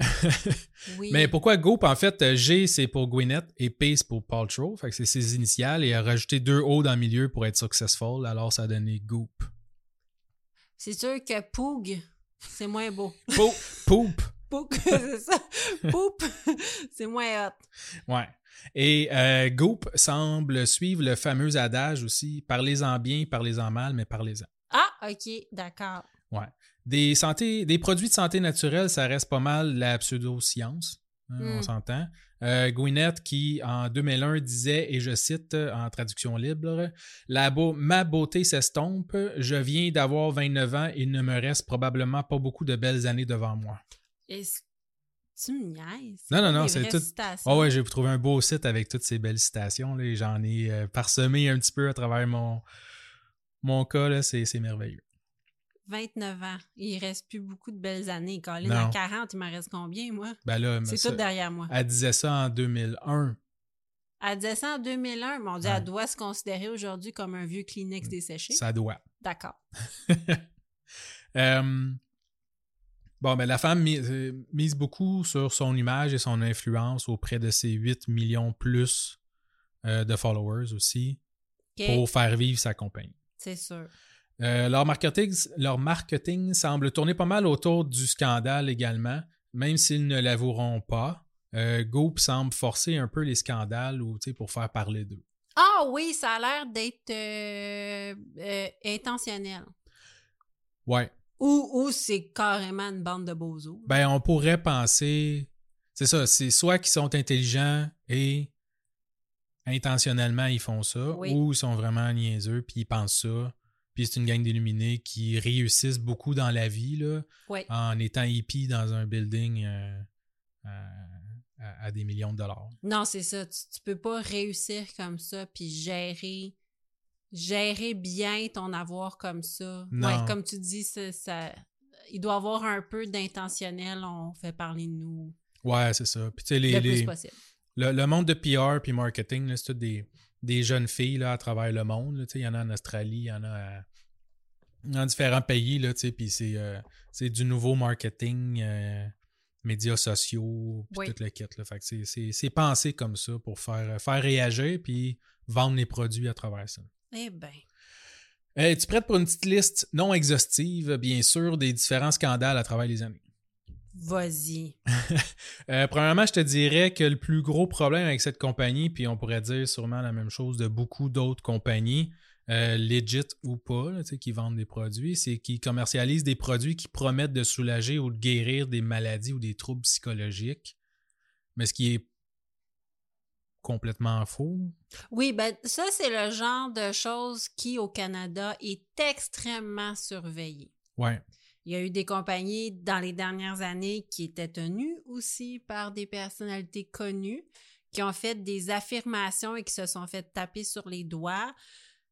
Speaker 2: Ouais.
Speaker 1: Oui.
Speaker 2: Mais pourquoi Go? Puis En fait, euh, G, c'est pour Gwyneth et P, c'est pour Paltrow. Fait que c'est ses initiales. Et elle a rajouté deux O dans le milieu pour être successful. Alors, ça a donné Goop.
Speaker 1: C'est sûr que Poog, c'est moins beau.
Speaker 2: Poop. Poop.
Speaker 1: Poog, c'est ça. Poop, c'est moins hot.
Speaker 2: Ouais. Et euh, Goop semble suivre le fameux adage aussi parlez-en bien, parlez-en mal, mais parlez-en.
Speaker 1: Ah, OK, d'accord.
Speaker 2: Des, santé, des produits de santé naturelle, ça reste pas mal la pseudo-science. hein,
Speaker 1: Mm.
Speaker 2: On s'entend. Euh, Gwyneth, qui en 2001 disait, et je cite euh, en traduction libre, La beau- Ma beauté s'estompe, je viens d'avoir 29 ans et il ne me reste probablement pas beaucoup de belles années devant moi. Ah
Speaker 1: Est-ce tu me niaises?
Speaker 2: Non,
Speaker 1: pas
Speaker 2: non, non,
Speaker 1: des
Speaker 2: c'est
Speaker 1: vraies
Speaker 2: tout-
Speaker 1: citations.
Speaker 2: Ah ouais, j'ai trouvé un beau site avec toutes ces belles citations. Là, et J'en ai euh, parsemé un petit peu à travers mon, mon cas. là, C'est c'est merveilleux.
Speaker 1: 29 ans. Il reste plus beaucoup de belles années. Colin,
Speaker 2: Non.
Speaker 1: à 40, il m'en reste combien, moi?
Speaker 2: Ben là, mais
Speaker 1: C'est
Speaker 2: ça-
Speaker 1: tout derrière moi.
Speaker 2: elle disait ça en 2001.
Speaker 1: Elle disait ça en 2001. Mon Dieu,
Speaker 2: Ouais. Mm.
Speaker 1: elle doit se considérer aujourd'hui comme un vieux Kleenex desséché.
Speaker 2: Ça doit.
Speaker 1: D'accord.
Speaker 2: Euh, bon, ben la femme mi- euh, mise beaucoup sur son image et son influence auprès de ses 8 millions plus euh, de followers aussi
Speaker 1: OK,
Speaker 2: pour faire vivre sa compagnie.
Speaker 1: c'est sûr.
Speaker 2: Euh, leur, marketing, leur marketing semble tourner pas mal autour du scandale également, même s'ils ne l'avoueront pas. Euh, Goop semble forcer un peu les scandales ou, tu sais, pour faire parler d'eux.
Speaker 1: Ah oui, ça a l'air d'être euh, euh, intentionnel.
Speaker 2: Ouais.
Speaker 1: Ou, ou c'est carrément une bande de bozos.
Speaker 2: Ben, on pourrait penser. C'est ça, c'est soit qu'ils sont intelligents et intentionnellement ils font ça,
Speaker 1: Oui.
Speaker 2: ou ils sont vraiment niaiseux puis ils pensent ça. Puis c'est une gang d'illuminés qui réussissent beaucoup dans la vie, là,
Speaker 1: Ouais.
Speaker 2: en étant hippie dans un building euh, à- à- à des millions de dollars.
Speaker 1: Non, c'est ça. Tu, tu peux pas réussir comme ça puis gérer gérer bien ton avoir comme ça.
Speaker 2: Non.
Speaker 1: Ouais, comme tu dis, ça, ça- il doit avoir un peu d'intentionnel. On fait parler de nous
Speaker 2: Ouais, c'est ça. Puis, tu sais, les-
Speaker 1: le
Speaker 2: les-
Speaker 1: plus possible.
Speaker 2: le, le monde de PR puis marketing, là, c'est toutes des, des jeunes filles là, à travers le monde. là. Tu sais, il y en a en Australie, il y en a à- dans différents pays. Là, tu sais, puis c'est, euh, c'est du nouveau marketing, euh, médias sociaux, puis
Speaker 1: Oui.
Speaker 2: tout le kit. Là. Fait que c'est, c'est, c'est pensé comme ça pour faire, euh, faire réagir puis vendre les produits à travers ça.
Speaker 1: Eh bien.
Speaker 2: Euh, Es-tu prête pour une petite liste non exhaustive, bien sûr, des différents scandales à travers les années?
Speaker 1: Vas-y.
Speaker 2: Euh, premièrement, je te dirais que le plus gros problème avec cette compagnie, puis on pourrait dire sûrement la même chose de beaucoup d'autres compagnies, euh, legit ou pas, là, tu sais, qui vendent des produits, c'est qu'ils commercialisent des produits qui promettent de soulager ou de guérir des maladies ou des troubles psychologiques. Mais ce qui est complètement faux.
Speaker 1: Oui, ben ça, c'est le genre de choses qui, au Canada, est extrêmement surveillé.
Speaker 2: Ouais.
Speaker 1: Il y a eu des compagnies dans les dernières années qui étaient tenues aussi par des personnalités connues qui ont fait des affirmations et qui se sont fait taper sur les doigts.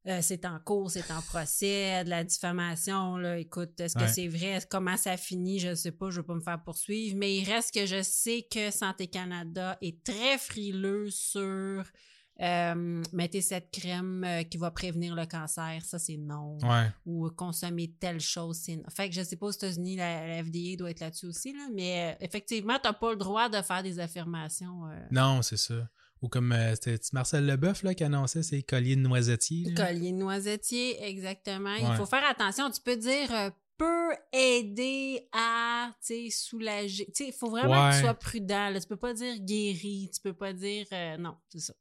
Speaker 1: Euh, c'est en cours, c'est en procès, de la diffamation, là. Écoute, est-ce que
Speaker 2: Ouais.
Speaker 1: c'est vrai? Comment ça finit? Je sais pas, je veux pas me faire poursuivre. Mais il reste que je sais que Santé Canada est très frileux sur euh, mettez cette crème euh, qui va prévenir le cancer. Ça, c'est non
Speaker 2: Ouais.
Speaker 1: ou consommer telle chose. c'est- Fait que je sais pas aux États-Unis, la, la FDA doit être là-dessus aussi, là, mais euh, effectivement, t'as pas le droit de faire des affirmations. euh,
Speaker 2: Non, c'est ça. Ou comme euh, c'était Marcel Leboeuf là, qui annonçait ses colliers de noisettiers. là.
Speaker 1: Collier noisettier, exactement.
Speaker 2: Ouais.
Speaker 1: Il faut faire attention. Tu peux dire euh, peut aider à tu sais, soulager. Tu sais, Il faut vraiment que
Speaker 2: Ouais.
Speaker 1: tu sois prudent. Là. Tu peux pas dire guéri. Tu peux pas dire euh, non, c'est ça.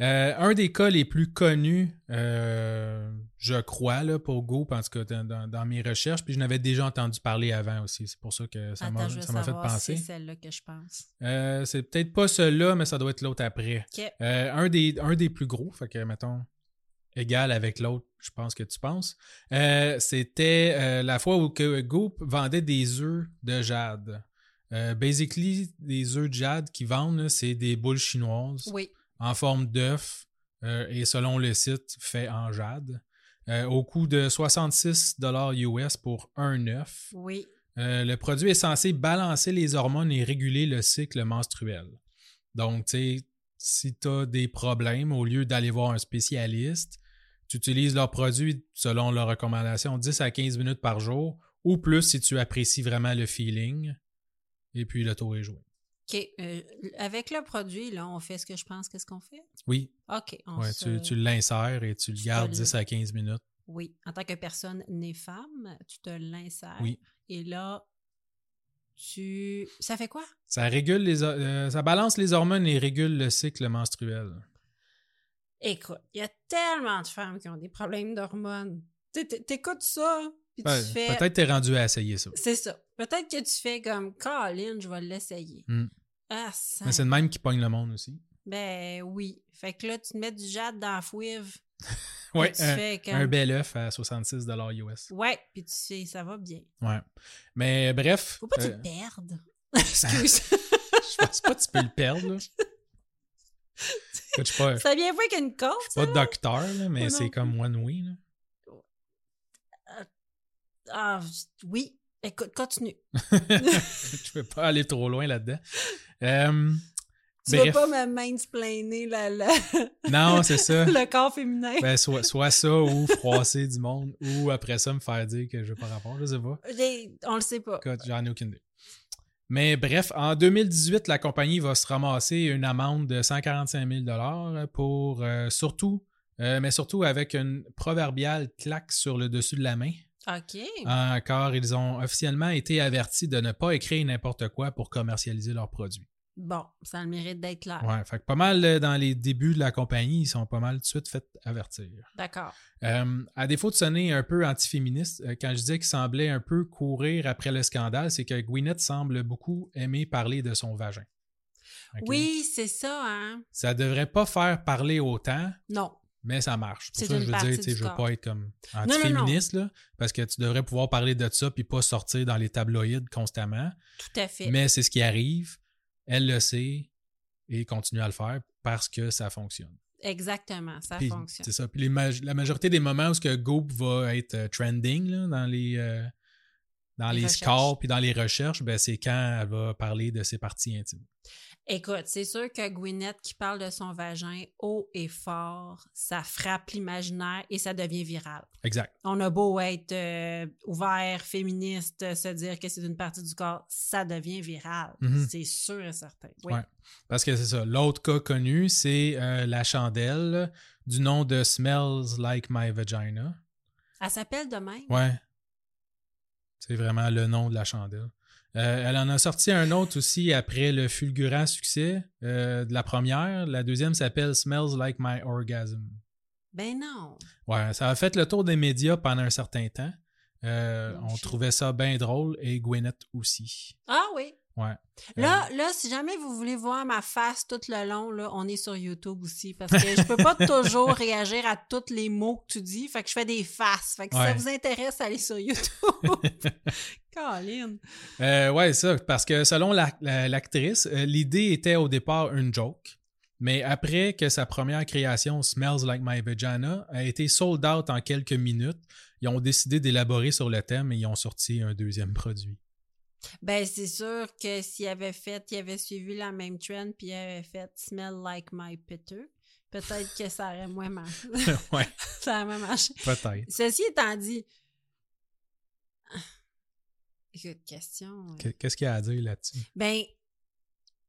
Speaker 2: Euh, un des cas les plus connus, euh, je crois, là, pour Go, en tout cas dans, dans- dans mes recherches, puis je n'avais déjà entendu parler avant aussi. C'est pour ça que ça m'a
Speaker 1: Attends, je veux
Speaker 2: ça m'a fait
Speaker 1: savoir si
Speaker 2: penser.
Speaker 1: c'est celle-là que je pense.
Speaker 2: Euh, c'est peut-être pas celui-là, mais ça doit être l'autre après.
Speaker 1: Ok.
Speaker 2: Euh, un, des, un des plus gros, fait que, mettons, égal avec l'autre, je pense que tu penses, euh, c'était euh, la fois où que Goop vendait des œufs de jade. Euh, basically, les œufs de jade qu'ils vendent, là, c'est des boules chinoises
Speaker 1: Oui.
Speaker 2: en forme d'œuf euh, et selon le site, fait en jade. euh, au coût de 66 US pour un œuf.
Speaker 1: Oui.
Speaker 2: Euh, le produit est censé balancer les hormones et réguler le cycle menstruel. Donc, tu sais, si tu as des problèmes, au lieu d'aller voir un spécialiste, tu utilises leur produit selon leurs recommandations 10 à 15 minutes par jour ou plus si tu apprécies vraiment le feeling. Et puis, le tour est joué.
Speaker 1: OK. Euh, avec le produit, là, on fait ce que je pense qu'est-ce qu'on fait.
Speaker 2: Oui,
Speaker 1: OK. On
Speaker 2: ouais,
Speaker 1: se-
Speaker 2: tu, tu l'insères et tu le
Speaker 1: Je
Speaker 2: gardes
Speaker 1: te
Speaker 2: 10 à 15 minutes.
Speaker 1: Oui. En tant que personne née femme, tu te l'insères.
Speaker 2: Oui.
Speaker 1: Et là, tu. Ça fait quoi?
Speaker 2: Ça régule les, ho- euh, ça balance les hormones et régule le cycle menstruel.
Speaker 1: Écoute, il y a tellement de femmes qui ont des problèmes d'hormones. Tu sais, t'é- T'écoutes ça, puis
Speaker 2: Ouais,
Speaker 1: tu fais.
Speaker 2: Ben, Peut-être t'es rendu à essayer ça.
Speaker 1: C'est ça. Peut-être que tu fais comme Colin, je vais l'essayer.
Speaker 2: Mm.
Speaker 1: Ah, ça.
Speaker 2: Mais c'est le même qui pogne le monde aussi.
Speaker 1: Ben oui. Fait que là, tu te mets du jade dans la fouive.
Speaker 2: Ouais,
Speaker 1: tu
Speaker 2: un,
Speaker 1: fais comme-
Speaker 2: un bel œuf à 66 US.
Speaker 1: Ouais, puis tu sais, ça va bien.
Speaker 2: Ouais. Mais bref.
Speaker 1: Faut pas que tu
Speaker 2: euh,
Speaker 1: te perdes.
Speaker 2: je pense pas que tu peux le perdre. là. Écoute, Je suis pas, je suis
Speaker 1: Ça vient pas qu'une course.
Speaker 2: pas docteur, là, mais
Speaker 1: Moi non
Speaker 2: c'est comme one way. là.
Speaker 1: Ah, oui. Écoute, continue.
Speaker 2: je peux pas aller trop loin là-dedans. Euh,
Speaker 1: Tu
Speaker 2: Bref.
Speaker 1: vas pas me mansplainer la- la-
Speaker 2: non, c'est ça.
Speaker 1: le corps féminin.
Speaker 2: Ben, soit, soit ça ou froisser du monde ou après ça me faire dire que je veux pas rapport, je sais pas.
Speaker 1: J'ai- On le sait pas.
Speaker 2: Écoute, j'en ai aucune idée. Mais bref, en 2018, la compagnie va se ramasser une amende de 145 000 pour euh, surtout, euh, mais surtout avec une proverbiale claque sur le dessus de la main,
Speaker 1: OK.
Speaker 2: euh, car ils ont officiellement été avertis de ne pas écrire n'importe quoi pour commercialiser leurs produits.
Speaker 1: Bon, ça a le mérite d'être clair.
Speaker 2: Ouais, fait que pas mal euh, dans les débuts de la compagnie, ils sont pas mal tout de suite fait avertir.
Speaker 1: D'accord.
Speaker 2: Euh, à défaut de sonner un peu antiféministe, euh, quand je disais qu'il semblait un peu courir après le scandale, c'est que Gwyneth semble beaucoup aimer parler de son vagin. OK?
Speaker 1: Oui, c'est ça, hein?
Speaker 2: Ça devrait pas faire parler autant,
Speaker 1: Non.
Speaker 2: mais ça marche. C'est
Speaker 1: C'est
Speaker 2: pour ça
Speaker 1: une
Speaker 2: que je veux
Speaker 1: partie
Speaker 2: dire, tu sais,
Speaker 1: du
Speaker 2: je veux
Speaker 1: corps.
Speaker 2: pas être comme
Speaker 1: non, non.
Speaker 2: antiféministe, là, parce que tu devrais pouvoir parler de ça puis pas sortir dans les tabloïdes constamment.
Speaker 1: Tout à fait.
Speaker 2: Mais c'est ce qui arrive. Elle le sait et continue à le faire parce que ça fonctionne.
Speaker 1: Exactement, ça
Speaker 2: Puis,
Speaker 1: fonctionne.
Speaker 2: C'est ça. Puis les maj- la majorité des moments où ce que Goop va être euh, trending là, dans les, euh, dans
Speaker 1: Les
Speaker 2: les,
Speaker 1: recherches.
Speaker 2: scores puis dans les recherches, ben, c'est quand elle va parler de ses parties intimes.
Speaker 1: Écoute, c'est sûr que Gwyneth qui parle de son vagin haut et fort, ça frappe l'imaginaire et ça devient viral.
Speaker 2: Exact.
Speaker 1: On a beau être euh, ouvert, féministe, euh, se dire que c'est une partie du corps, ça devient viral.
Speaker 2: Mhm.
Speaker 1: C'est sûr et certain. Oui.
Speaker 2: Ouais. Parce que c'est ça. L'autre cas connu, c'est euh, la chandelle là, du nom de Smells Like My Vagina.
Speaker 1: Elle s'appelle de même.
Speaker 2: Ouais. C'est vraiment le nom de la chandelle. Euh, elle en a sorti un autre aussi après le fulgurant succès euh, de la première. La deuxième s'appelle Smells Like My Orgasm.
Speaker 1: Ben non.
Speaker 2: Ouais, ça a fait le tour des médias pendant un certain temps. Euh,
Speaker 1: Oh,
Speaker 2: on
Speaker 1: shit.
Speaker 2: trouvait ça bien drôle et Gwyneth aussi.
Speaker 1: Ah oui.
Speaker 2: Ouais. Euh.
Speaker 1: Là, là, si jamais vous voulez voir ma face tout le long, là, on est sur YouTube aussi parce que je peux pas toujours réagir à tous les mots que tu dis. Fait que je fais des faces. Fait que si ça
Speaker 2: Ouais.
Speaker 1: vous intéresse, allez sur YouTube. Colin.
Speaker 2: Euh, ouais, c'est ça, parce que selon la- la- l'actrice, euh, l'idée était au départ une joke, mais après que sa première création, Smells Like My Vagina, a été sold out en quelques minutes, ils ont décidé d'élaborer sur le thème et ils ont sorti un deuxième produit.
Speaker 1: Ben, c'est sûr que s'il avait fait, il avait suivi la même trend puis il avait fait Smell Like My Pitter, peut-être que ça aurait moins marché.
Speaker 2: ouais,
Speaker 1: ça aurait moins marché.
Speaker 2: peut-être.
Speaker 1: Ceci étant dit, Écoute, question. euh,
Speaker 2: Que- Qu'est-ce qu'il y a à dire là-dessus?
Speaker 1: Ben,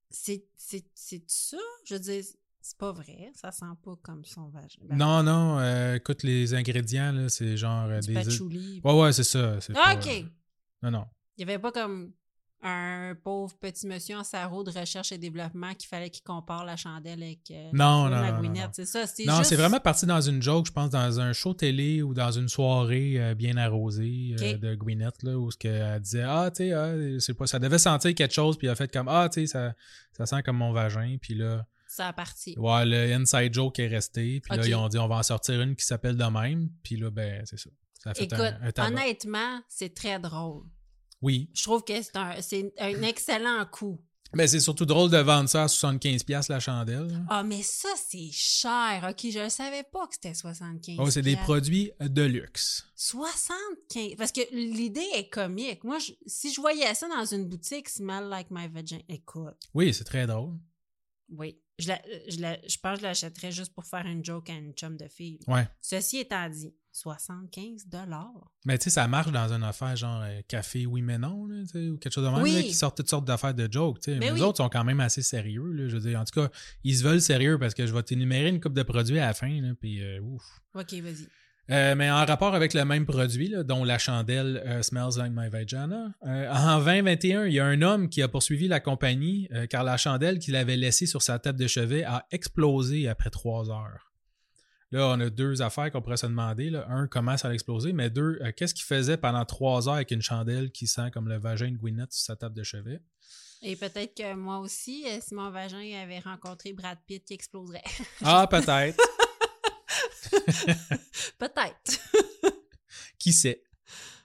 Speaker 1: c'est c'est- c'est ça? Je veux dire, c'est pas vrai, ça sent pas comme son vagin. Ben,
Speaker 2: Non, non, euh, écoute, les ingrédients, là, c'est genre euh,
Speaker 1: du
Speaker 2: des...
Speaker 1: patchouli.
Speaker 2: Ouais, ouais, c'est ça. c'est
Speaker 1: Ah,
Speaker 2: pas- euh,
Speaker 1: OK!
Speaker 2: Non, non.
Speaker 1: Il y avait pas comme un pauvre petit monsieur en sarreau de recherche et développement qu'il fallait qu'il compare la chandelle avec euh,
Speaker 2: Non,
Speaker 1: la
Speaker 2: non,
Speaker 1: Gwyneth.
Speaker 2: non, non, non.
Speaker 1: C'est ça, c'est
Speaker 2: Non,
Speaker 1: juste-
Speaker 2: c'est vraiment parti dans une joke, je pense, dans un show télé ou dans une soirée euh, bien arrosée euh,
Speaker 1: Ok.
Speaker 2: de Gwyneth, là, où ce qu'elle disait Ah, tu sais, ah, c'est pas, ça devait sentir quelque chose, puis elle a fait comme Ah, tu sais, ça, ça sent comme mon vagin, puis là,
Speaker 1: Ça a parti.
Speaker 2: ouais, le inside joke est resté, puis
Speaker 1: Ok.
Speaker 2: là, ils ont dit On va en sortir une qui s'appelle de même, puis là, ben, c'est ça. Ça a fait
Speaker 1: Écoute,
Speaker 2: un, un tabac.
Speaker 1: honnêtement, c'est très drôle.
Speaker 2: Oui.
Speaker 1: Je trouve que c'est un, c'est un excellent coup.
Speaker 2: Mais c'est surtout drôle de vendre ça à 75$ la chandelle.
Speaker 1: Ah, mais ça, c'est cher. OK, je ne savais pas que c'était 75
Speaker 2: Oh, c'est des
Speaker 1: piastres.
Speaker 2: produits de luxe.
Speaker 1: 75 Parce que l'idée est comique. Moi, je- si je voyais ça dans une boutique, smell like my vagin. Écoute,
Speaker 2: Oui, c'est très drôle.
Speaker 1: oui. Je, la- je, la- je pense que je l'achèterais juste pour faire une joke à une chum de fille.
Speaker 2: Ouais.
Speaker 1: Ceci étant dit, 75 dollars.
Speaker 2: Mais tu sais, ça marche dans une affaire genre euh, café oui mais non, là, tu sais, ou quelque chose de même,
Speaker 1: Oui.
Speaker 2: là, qui sort toutes sortes d'affaires de jokes. tu sais.
Speaker 1: Ben
Speaker 2: Mais
Speaker 1: oui.
Speaker 2: les autres sont quand même assez sérieux. Là, je veux dire, en tout cas, ils se veulent sérieux parce que je vais t'énumérer une coupe de produits à la fin, là, puis euh, ouf.
Speaker 1: OK, vas-y.
Speaker 2: Euh, mais en rapport avec le même produit, là, dont la chandelle euh, Smells Like My Vagina, euh, en 2021, il y a un homme qui a poursuivi la compagnie euh, car la chandelle qu'il avait laissée sur sa table de chevet a explosé après trois heures. Là, on a deux affaires qu'on pourrait se demander. là. Un, comment ça a explosé, mais deux, euh, qu'est-ce qu'il faisait pendant trois heures avec une chandelle qui sent comme le vagin de Gwyneth sur sa table de chevet?
Speaker 1: Et peut-être que moi aussi, euh, si mon vagin avait rencontré Brad Pitt, qui exploserait.
Speaker 2: Ah, peut-être.
Speaker 1: peut-être.
Speaker 2: qui sait?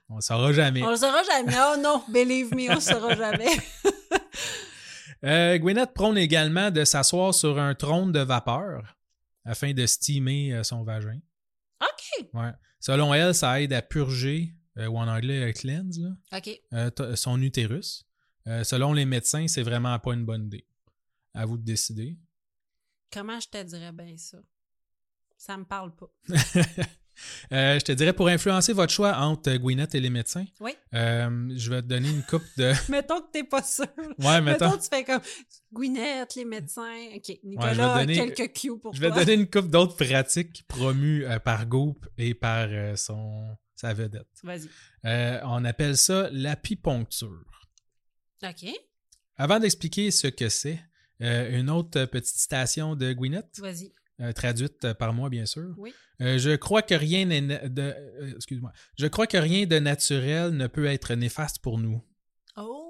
Speaker 2: On ne saura jamais.
Speaker 1: On le saura jamais. Oh non, believe me, on le saura jamais.
Speaker 2: Euh, Gwyneth prône également de s'asseoir sur un trône de vapeur afin de steamer euh, son vagin.
Speaker 1: OK.
Speaker 2: Ouais. Selon elle, ça aide à purger, euh, ou en anglais, euh, cleanse, là,
Speaker 1: OK.
Speaker 2: euh, t- son utérus. Euh, selon les médecins, c'est vraiment pas une bonne idée. À vous de décider.
Speaker 1: Comment je te dirais bien ça? Ça me parle pas.
Speaker 2: Euh, je te dirais, pour influencer votre choix entre euh, Gwyneth et les médecins,
Speaker 1: Oui.
Speaker 2: euh, je vais te donner une coupe de...
Speaker 1: Mettons que t'es pas sûr.
Speaker 2: Ouais,
Speaker 1: Mettons,
Speaker 2: mettons.
Speaker 1: que tu fais comme Gwyneth, les médecins. OK,
Speaker 2: je
Speaker 1: Nicolas,
Speaker 2: vais donner-
Speaker 1: quelques cues pour
Speaker 2: Je vais te
Speaker 1: toi.
Speaker 2: donner une coupe d'autres pratiques promues euh, par Goop et par euh, son, sa vedette.
Speaker 1: Vas-y.
Speaker 2: Euh, on appelle ça l'apipuncture.
Speaker 1: OK,
Speaker 2: Avant d'expliquer ce que c'est, euh, une autre petite citation de Gwyneth,
Speaker 1: vas-y.
Speaker 2: euh, traduite par moi bien sûr.
Speaker 1: Oui.
Speaker 2: Euh, je crois que rien n'est na- de euh, excuse-moi. Je crois que rien de naturel ne peut être néfaste pour nous.
Speaker 1: Oh!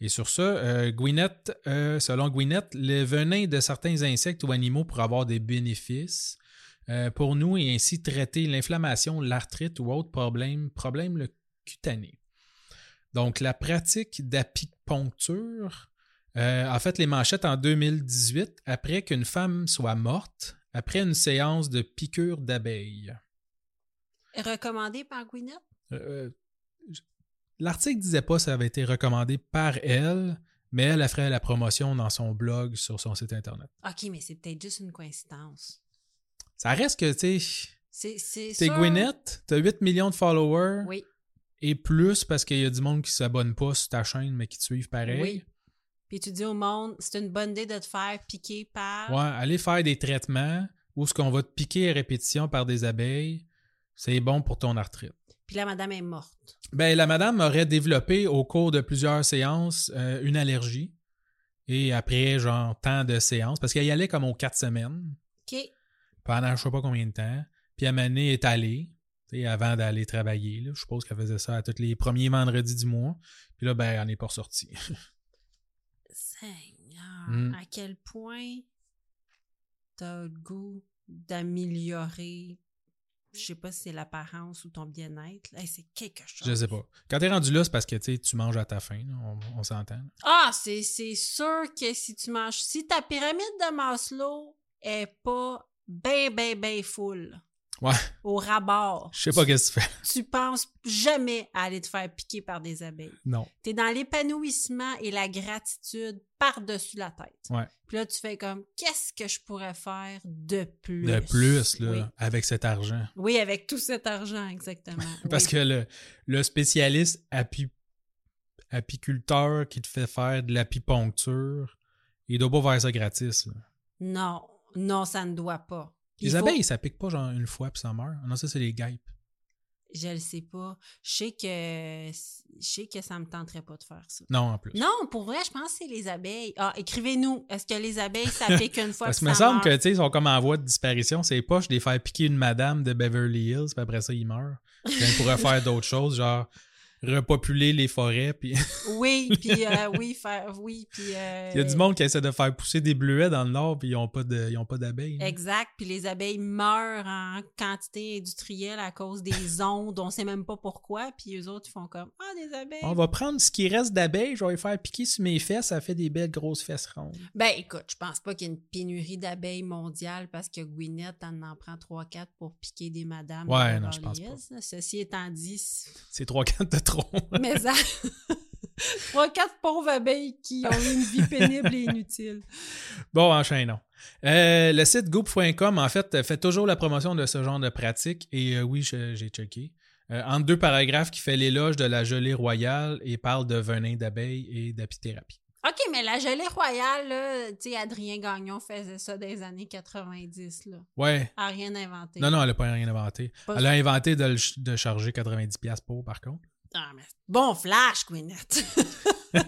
Speaker 2: Et sur ce, euh, Gwyneth, euh, selon Gwyneth, le venin de certains insectes ou animaux pour avoir des bénéfices euh, pour nous et ainsi traiter l'inflammation, l'arthrite ou autres problèmes, problèmes le cutané. Donc, la pratique d'apipuncture, euh, en fait, les manchettes en 2018, après qu'une femme soit morte, après une séance de piqûre d'abeilles.
Speaker 1: Recommandé par Gwyneth?
Speaker 2: Euh, je- L'article disait pas que ça avait été recommandé par elle, mais elle a fait la promotion dans son blog sur son site internet.
Speaker 1: OK, mais c'est peut-être juste une coïncidence.
Speaker 2: Ça reste que, tu sais,
Speaker 1: C'est c'est
Speaker 2: t'es
Speaker 1: sûr-
Speaker 2: Gwyneth, t'as 8 millions de followers
Speaker 1: Oui,
Speaker 2: et plus parce qu'il y a du monde qui s'abonne pas sur ta chaîne mais qui te suivent pareil.
Speaker 1: oui. Puis tu dis au monde, c'est une bonne idée de te faire piquer par...
Speaker 2: Ouais, aller faire des traitements où ce qu'on va te piquer à répétition par des abeilles, c'est bon pour ton arthrite.
Speaker 1: Puis la madame est morte.
Speaker 2: Ben, la madame aurait développé au cours de plusieurs séances euh, une allergie. Et après, genre, tant de séances, parce qu'elle y allait comme aux quatre semaines,
Speaker 1: OK,
Speaker 2: pendant je sais pas combien de temps. Puis Amané est allée, tu sais, avant d'aller travailler. là. Je suppose qu'elle faisait ça à tous les premiers vendredis du mois. Puis là, ben, elle n'est pas ressortie.
Speaker 1: Seigneur,
Speaker 2: Mm.
Speaker 1: à quel point t'as le goût d'améliorer, je sais pas si c'est l'apparence ou ton bien-être. là. Hey, c'est quelque chose.
Speaker 2: Je sais pas. Quand t'es rendu là, c'est parce que tu sais, tu manges à ta faim, là. on, on s'entend. là.
Speaker 1: Ah, c'est, c'est sûr que si tu manges, si ta pyramide de Maslow est pas ben, ben, ben full.
Speaker 2: Ouais.
Speaker 1: Au rabord.
Speaker 2: Je sais pas qu'est-ce que tu fais.
Speaker 1: Tu penses jamais à aller te faire piquer par des abeilles.
Speaker 2: Non.
Speaker 1: T'es dans l'épanouissement et la gratitude par-dessus la tête.
Speaker 2: Ouais.
Speaker 1: Puis là, tu fais comme, qu'est-ce que je pourrais faire de plus?
Speaker 2: De plus, là,
Speaker 1: Oui,
Speaker 2: avec cet argent.
Speaker 1: Oui, avec tout cet argent, exactement.
Speaker 2: Parce
Speaker 1: Oui.
Speaker 2: que le, le spécialiste api- apiculteur qui te fait faire de l'apipuncture, il doit pas faire ça gratis. là.
Speaker 1: Non, non, ça ne doit pas.
Speaker 2: Les
Speaker 1: Il faut-
Speaker 2: abeilles, ça pique pas genre une fois puis ça meurt. Ah Non, ça, c'est les guêpes.
Speaker 1: Je le sais pas. Je sais que, je sais que ça me tenterait pas de faire ça.
Speaker 2: Non, en plus.
Speaker 1: Non, pour vrai, je pense que c'est les abeilles. Ah, écrivez-nous. Est-ce que les abeilles, ça pique une fois
Speaker 2: Parce que
Speaker 1: puis
Speaker 2: me
Speaker 1: ça
Speaker 2: semble
Speaker 1: meurt?
Speaker 2: que, tu sais, ils sont comme en voie de disparition. C'est poche de les faire piquer une madame de Beverly Hills, puis après ça, ils meurent. Puis on pourrait faire d'autres choses, genre repopuler les forêts. Puis
Speaker 1: Oui, puis euh, oui, faire, oui, puis... euh,
Speaker 2: il y a du monde qui essaie de faire pousser des bleuets dans le nord, puis ils n'ont pas de- ils ont pas d'abeilles. là.
Speaker 1: Exact, puis les abeilles meurent en quantité industrielle à cause des ondes, on sait même pas pourquoi, puis eux autres, ils font comme « Ah, des abeilles!
Speaker 2: On va prendre ce qui reste d'abeilles, je vais les faire piquer sur mes fesses, ça fait des belles grosses fesses rondes.
Speaker 1: Ben écoute, je pense pas qu'il y ait une pénurie d'abeilles mondiale parce que Gwyneth en en prend 3-4 pour piquer des madames. à
Speaker 2: Ouais, non,
Speaker 1: Beverly
Speaker 2: je pense pas.
Speaker 1: Hills, là. Ceci étant dit, c'est-
Speaker 2: C'est trois cantes de tronc.
Speaker 1: mais ça... 3-4 pauvres abeilles qui ont eu une vie pénible et inutile.
Speaker 2: Bon, enchaînons. Euh, le site goop.com, en fait, fait toujours la promotion de ce genre de pratique. Et euh, oui, je- j'ai checké. Euh, entre deux paragraphes qui fait l'éloge de la gelée royale et parle de venin d'abeilles et d'apithérapie.
Speaker 1: OK, mais la gelée royale, là, tu sais, Adrien Gagnon faisait ça des années 90, là.
Speaker 2: Ouais.
Speaker 1: A rien inventé.
Speaker 2: Non, non, elle n'a pas rien inventé.
Speaker 1: Pas-
Speaker 2: Elle a inventé de, le ch- de charger 90$ pour, par contre.
Speaker 1: Ah, mais Bon flash, Gwyneth!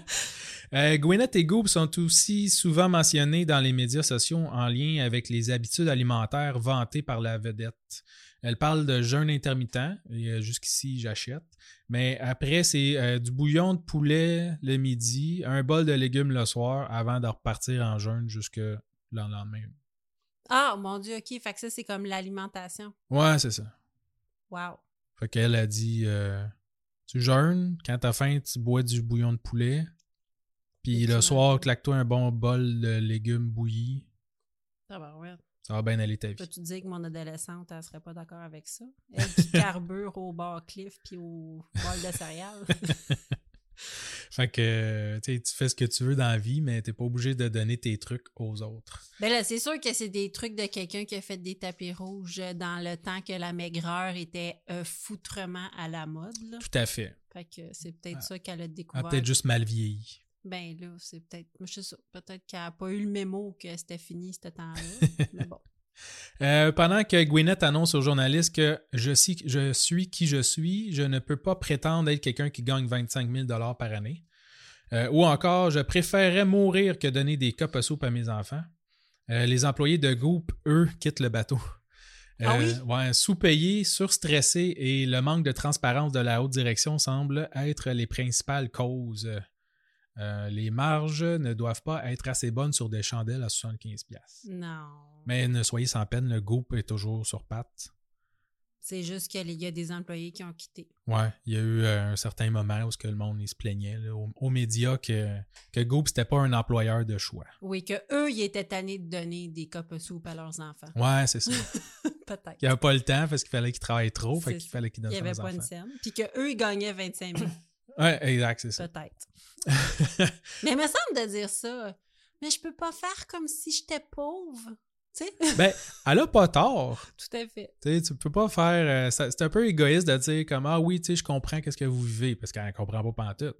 Speaker 2: Euh, Gwyneth et Goop sont aussi souvent mentionnés dans les médias sociaux en lien avec les habitudes alimentaires vantées par la vedette. Elle parle de jeûne intermittent, et euh, jusqu'ici j'achète, mais après c'est euh, du bouillon de poulet le midi, un bol de légumes le soir avant de repartir en jeûne jusque le lendemain.
Speaker 1: Ah, mon Dieu, OK, fait que ça, c'est comme l'alimentation.
Speaker 2: Ouais, c'est ça.
Speaker 1: Wow.
Speaker 2: Fait qu'elle a dit euh, tu jeûnes, quand t'as faim, tu bois du bouillon de poulet,
Speaker 1: Et
Speaker 2: puis
Speaker 1: tu
Speaker 2: le
Speaker 1: manges.
Speaker 2: soir, claque-toi un bon bol de légumes bouillis.
Speaker 1: Ah, ben ouais.
Speaker 2: Ça va bien aller ta vie.
Speaker 1: Peux-tu dire que mon adolescente, elle serait pas d'accord avec ça? Elle qui carbure au bar cliff puis au bol de céréales.
Speaker 2: Fait que euh, tu sais, tu fais ce que tu veux dans la vie, mais t'es pas obligé de donner tes trucs aux autres.
Speaker 1: ben là, c'est sûr que c'est des trucs de quelqu'un qui a fait des tapis rouges dans le temps que la maigreur était euh, foutrement à la mode, là.
Speaker 2: Tout à fait.
Speaker 1: Fait que c'est peut-être
Speaker 2: Ah.
Speaker 1: ça qu'elle a découvert.
Speaker 2: Ah, peut-être juste mal vieilli.
Speaker 1: Ben là, c'est peut-être... Je sais ça, peut-être qu'elle n'a pas eu le mémo que c'était fini, ce temps-là. mais bon.
Speaker 2: Euh, pendant que Gwyneth annonce aux journalistes que je suis, je suis qui je suis, je ne peux pas prétendre être quelqu'un qui gagne 25 000 par année. Euh, ou encore, je préférerais mourir que donner des copes à soupe à mes enfants. Euh, les employés de Goop, eux, quittent le bateau. Euh,
Speaker 1: Ah oui?
Speaker 2: ouais, sous-payés, surstressés et le manque de transparence de la haute direction semblent être les principales causes. Euh, les marges ne doivent pas être assez bonnes sur des chandelles à 75
Speaker 1: Non.
Speaker 2: mais ne soyez sans peine, le groupe est toujours sur pattes.
Speaker 1: C'est juste qu'il y a des employés qui ont quitté.
Speaker 2: Ouais, il y a eu euh, un certain moment où ce que le monde il se plaignait là, aux, aux médias que, que Goop, c'était pas un employeur de choix.
Speaker 1: Oui, que eux, ils étaient tannés de donner des copes à soupe à leurs enfants.
Speaker 2: Ouais, c'est ça.
Speaker 1: Peut-être.
Speaker 2: Il avait pas le temps parce qu'il fallait qu'il travaille trop, fait
Speaker 1: C'est
Speaker 2: qu'il
Speaker 1: ça.
Speaker 2: fallait qu'il donne
Speaker 1: Il n'y
Speaker 2: ça aux
Speaker 1: avait pas
Speaker 2: enfants.
Speaker 1: une scène. Puis qu'eux, ils gagnaient 25 000,
Speaker 2: Ouais, exact, c'est ça.
Speaker 1: peut-être. Mais il me semble de dire ça. Mais je peux pas faire comme si j'étais pauvre. Tu sais?
Speaker 2: Elle a pas tort.
Speaker 1: Tout à fait.
Speaker 2: Tu sais, tu peux pas faire. euh, ça- c'est un peu égoïste de dire comme Ah oui, tu sais, je comprends qu'est-ce que vous vivez parce qu'elle comprend pas pantoute.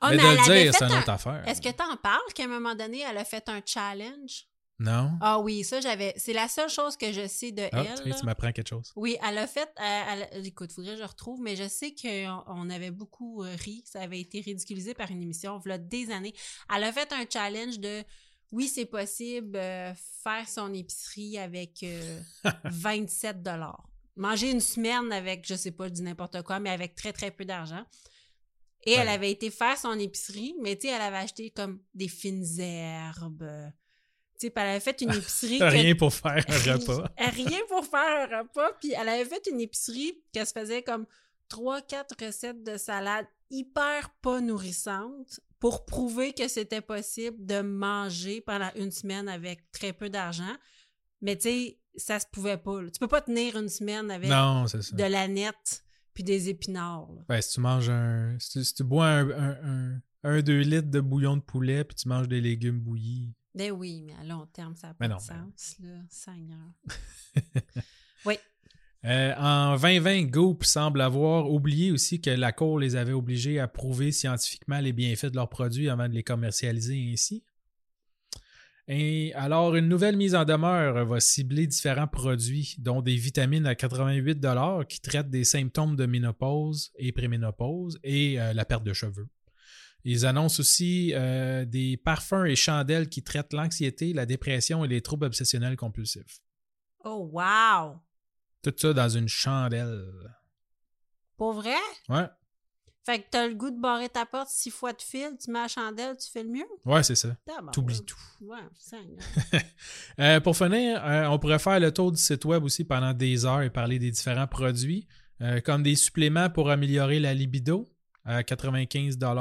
Speaker 1: Ah,
Speaker 2: mais,
Speaker 1: elle
Speaker 2: de
Speaker 1: avait
Speaker 2: le dire,
Speaker 1: fait
Speaker 2: c'est une
Speaker 1: un-
Speaker 2: autre affaire.
Speaker 1: Est-ce que t'en parles qu'à un moment donné, elle a fait un challenge?
Speaker 2: Non.
Speaker 1: Ah oui, ça, j'avais. C'est la seule chose que je sais de
Speaker 2: Ah,
Speaker 1: elle.
Speaker 2: tu sais,
Speaker 1: là.
Speaker 2: tu m'apprends quelque chose.
Speaker 1: Oui, elle a fait. Elle, elle- écoute, faudrait que je retrouve, mais je sais qu'on on avait beaucoup euh, ri. Ça avait été ridiculisé par une émission, voilà des années. Elle a fait un challenge de oui, c'est possible, euh, faire son épicerie avec euh, 27 dollars. Manger une semaine avec, je sais pas, je dis n'importe quoi, mais avec très, très peu d'argent. Et elle
Speaker 2: Ouais.
Speaker 1: avait été faire son épicerie, mais tu sais, elle avait acheté comme des fines herbes. euh, Tu sais, puis elle avait fait une épicerie. que-
Speaker 2: Rien pour faire un repas.
Speaker 1: rien pour faire un repas. Puis elle avait fait une épicerie qu'elle se faisait comme 3-4 recettes de salade hyper pas nourrissantes pour prouver que c'était possible de manger pendant une semaine avec très peu d'argent. Mais tu sais, ça se pouvait pas. là. Tu peux pas tenir une semaine avec
Speaker 2: Non, c'est ça.
Speaker 1: de la nette puis des épinards. là.
Speaker 2: Ben, si tu manges un. Si tu, si tu bois un, un, un, un, deux litres de bouillon de poulet, puis tu manges des légumes bouillis.
Speaker 1: Ben oui, mais à long terme, ça n'a pas
Speaker 2: Mais
Speaker 1: de
Speaker 2: non, ben-
Speaker 1: sens, là. Seigneur.
Speaker 2: Euh, en 2020, Goop semble avoir oublié aussi que la Cour les avait obligés à prouver scientifiquement les bienfaits de leurs produits avant de les commercialiser ainsi. Et alors, une nouvelle mise en demeure va cibler différents produits, dont des vitamines à 88 qui traitent des symptômes de ménopause et préménopause et euh, la perte de cheveux. Ils annoncent aussi euh, des parfums et chandelles qui traitent l'anxiété, la dépression et les troubles obsessionnels compulsifs.
Speaker 1: Oh, wow!
Speaker 2: Tout ça dans une chandelle.
Speaker 1: Pour vrai?
Speaker 2: Ouais.
Speaker 1: Fait que t'as le goût de barrer ta porte six fois de fil, tu mets la chandelle, tu fais le mieux.
Speaker 2: Ouais, c'est ça.
Speaker 1: Tabarouette.
Speaker 2: T'oublies tout.
Speaker 1: Ah, Ouais, Seigneur.
Speaker 2: Euh, pour finir, euh, on pourrait faire le tour du site web aussi pendant des heures et parler des différents produits, euh, comme des suppléments pour améliorer la libido à 95
Speaker 1: Un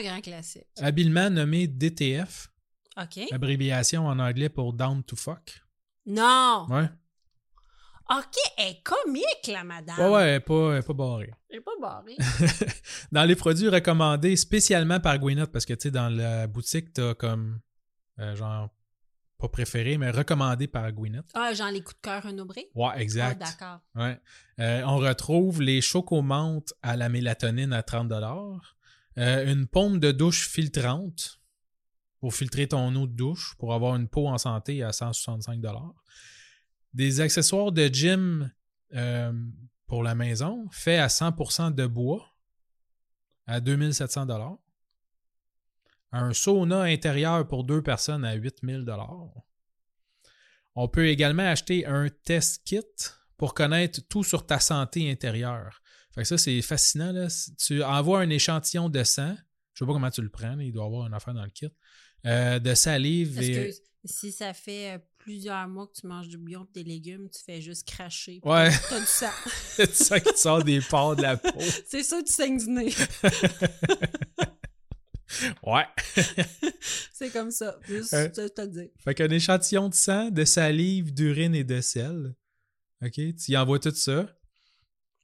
Speaker 1: grand classique.
Speaker 2: habilement nommé DTF,
Speaker 1: OK.
Speaker 2: abréviation en anglais pour Down to Fuck.
Speaker 1: Non!
Speaker 2: Ouais,
Speaker 1: OK, elle est comique, la madame.
Speaker 2: ouais, ouais elle est pas, elle est pas barrée.
Speaker 1: Elle est pas barrée.
Speaker 2: dans les produits recommandés spécialement par Gwyneth, parce que tu sais, dans la boutique, t'as comme euh, genre pas préféré, mais recommandé par Gwyneth.
Speaker 1: ah, genre les coups de cœur renobrés?
Speaker 2: Ouais, exact.
Speaker 1: Ah, d'accord.
Speaker 2: Ouais. Euh, on retrouve les chocomantes à la mélatonine à 30 euh, une pompe de douche filtrante pour filtrer ton eau de douche pour avoir une peau en santé à 165 des accessoires de gym euh, pour la maison faits à 100 de bois à 2700 un sauna intérieur pour deux personnes à 8000 on peut également acheter un test kit pour connaître tout sur ta santé intérieure. Fait que ça, c'est fascinant. là. Si Tu envoies un échantillon de sang. Je sais pas comment tu le prends. là, Il doit y avoir une affaire dans le kit. euh, de salive. et-
Speaker 1: Excuse. Si ça fait euh, plusieurs mois que tu manges du bouillon et des légumes, tu fais juste cracher. puis
Speaker 2: Ouais,
Speaker 1: T'as du sang.
Speaker 2: c'est ça qui te sort des pores de la peau.
Speaker 1: C'est ça, tu saignes du nez.
Speaker 2: Ouais.
Speaker 1: C'est comme ça. Juste
Speaker 2: Euh.
Speaker 1: te, te le dire.
Speaker 2: Fait qu'un échantillon de sang, de salive, d'urine et de sel. OK? Tu y envoies tout ça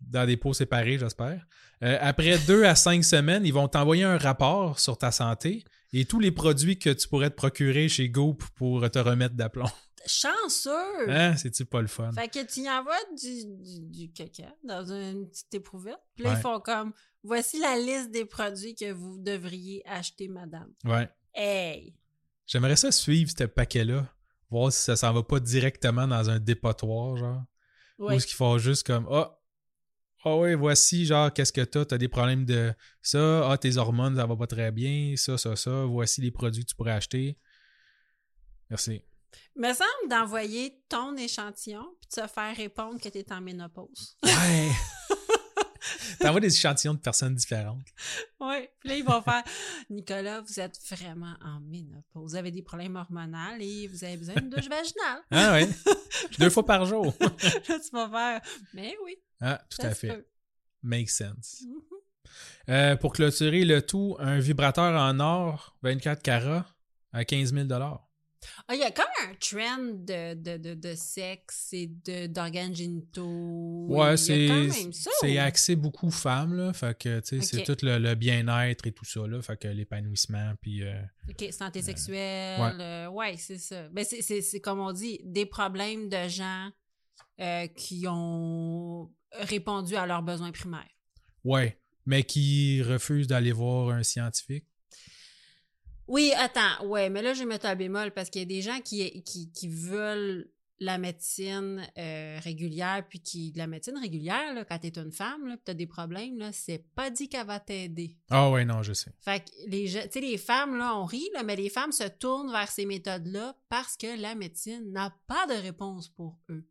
Speaker 2: dans des pots séparés, j'espère. Euh, après deux à cinq semaines, ils vont t'envoyer un rapport sur ta santé et tous les produits que tu pourrais te procurer chez Goop pour te remettre d'aplomb.
Speaker 1: Chanceux!
Speaker 2: Hein? C'est-tu pas le fun?
Speaker 1: Fait que tu y envoies du, du, du caca dans une petite éprouvette. Puis là,
Speaker 2: Ouais.
Speaker 1: ils font comme voici la liste des produits que vous devriez acheter, madame.
Speaker 2: Ouais.
Speaker 1: Hey!
Speaker 2: J'aimerais ça suivre ce paquet-là. Voir si ça s'en va pas directement dans un dépotoir, genre.
Speaker 1: Ouais.
Speaker 2: Ou ce qu'ils font juste comme Ah, ah ouais, voici, genre, qu'est-ce que t'as? T'as des problèmes de ça, ah, tes hormones, ça va pas très bien, ça, ça, ça, voici les produits que tu pourrais acheter. Merci.
Speaker 1: Me semble d'envoyer ton échantillon puis de se faire répondre que tu es en ménopause.
Speaker 2: Ouais! T'envoies des échantillons de personnes différentes.
Speaker 1: Oui. Puis là, ils vont faire Nicolas, vous êtes vraiment en ménopause. Vous avez des problèmes hormonaux et vous avez besoin d'une douche vaginale.
Speaker 2: Hein, ouais? Deux fois par jour.
Speaker 1: Là, tu vas faire Mais oui,
Speaker 2: Ah, tout
Speaker 1: ça
Speaker 2: à
Speaker 1: se
Speaker 2: fait.
Speaker 1: peut.
Speaker 2: Make sense.
Speaker 1: Mhm.
Speaker 2: Euh, pour clôturer le tout, un vibrateur en or 24 carats à 15 000
Speaker 1: Ah, il y a comme un trend de, de, de, de sexe et de- d'organes génitaux. Il y
Speaker 2: Ouais,
Speaker 1: a
Speaker 2: c'est
Speaker 1: quand même ça,
Speaker 2: c'est
Speaker 1: ou-
Speaker 2: axé beaucoup femmes là, fait que tu sais c'est
Speaker 1: Ok.
Speaker 2: tout le, le bien-être et tout ça là, fait que l'épanouissement puis euh,
Speaker 1: OK, santé sexuelle. euh, ouais, c'est ça. Ben, c'est- c'est c'est comme on dit, des problèmes de gens euh, qui ont répondu à leurs besoins primaires.
Speaker 2: ouais, mais qui refusent d'aller voir un scientifique.
Speaker 1: Oui, attends, ouais, mais là, je vais mettre un bémol parce qu'il y a des gens qui, qui, qui veulent la médecine euh, régulière, puis qui. La médecine régulière, là, quand t'es une femme, là, tu as des problèmes, là, c'est pas dit qu'elle va t'aider.
Speaker 2: Ah ouais, non, je sais.
Speaker 1: Fait que les, gens- tu sais, les femmes, là, on rit, là, mais les femmes se tournent vers ces méthodes-là parce que la médecine n'a pas de réponse pour eux.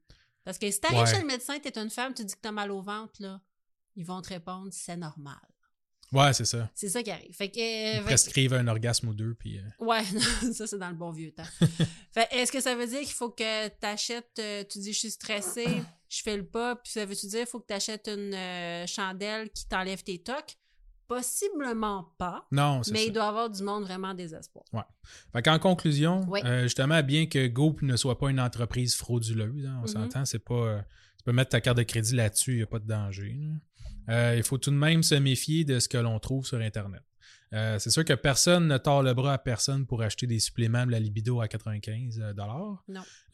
Speaker 1: Parce que si t'arrives
Speaker 2: Ouais.
Speaker 1: chez le médecin, t'es une femme, tu dis que t'as mal au ventre, là, ils vont te répondre c'est normal.
Speaker 2: Ouais, c'est ça.
Speaker 1: C'est ça qui arrive. Fait que.
Speaker 2: Ils
Speaker 1: euh, fait-
Speaker 2: prescrivent un orgasme ou deux puis euh,
Speaker 1: ouais, non, ça, c'est dans le bon vieux temps. fait est-ce que ça veut dire qu'il faut que t'achètes, euh, tu dis je suis stressée, je fais le pas, puis ça veut-tu dire qu'il faut que t'achètes une euh, chandelle qui t'enlève tes tocs? Possiblement pas.
Speaker 2: non, c'est
Speaker 1: Mais
Speaker 2: ça.
Speaker 1: il doit y avoir du monde vraiment désespoir.
Speaker 2: Fait qu'en conclusion,
Speaker 1: Ouais.
Speaker 2: euh, justement bien que Goop ne soit pas une entreprise frauduleuse, hein, on
Speaker 1: Mhm.
Speaker 2: s'entend, c'est pas euh, tu peux mettre ta carte de crédit là-dessus, il n'y a pas de danger. là. Euh, il faut tout de même se méfier de ce que l'on trouve sur Internet. Euh, c'est sûr que personne ne tord le bras à personne pour acheter des suppléments de la libido à 95 dollars.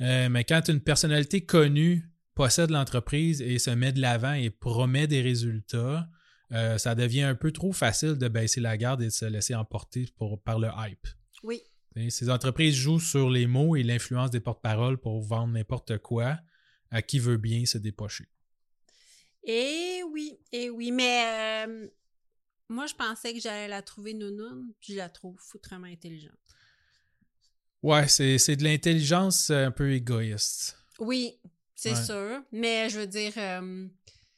Speaker 2: Euh,
Speaker 1: Non.
Speaker 2: mais quand une personnalité connue possède l'entreprise et se met de l'avant et promet des résultats, euh, ça devient un peu trop facile de baisser la garde et de se laisser emporter pour, par le hype.
Speaker 1: Oui.
Speaker 2: Et ces entreprises jouent sur les mots et l'influence des porte-paroles pour vendre n'importe quoi à qui veut bien se dépocher.
Speaker 1: Et Eh oui, et oui, mais euh, moi, je pensais que j'allais la trouver nounoun, puis je la trouve foutrement intelligente.
Speaker 2: Ouais, c'est c'est de l'intelligence euh, un peu égoïste.
Speaker 1: Oui, c'est
Speaker 2: Ouais.
Speaker 1: sûr, mais je veux dire, euh,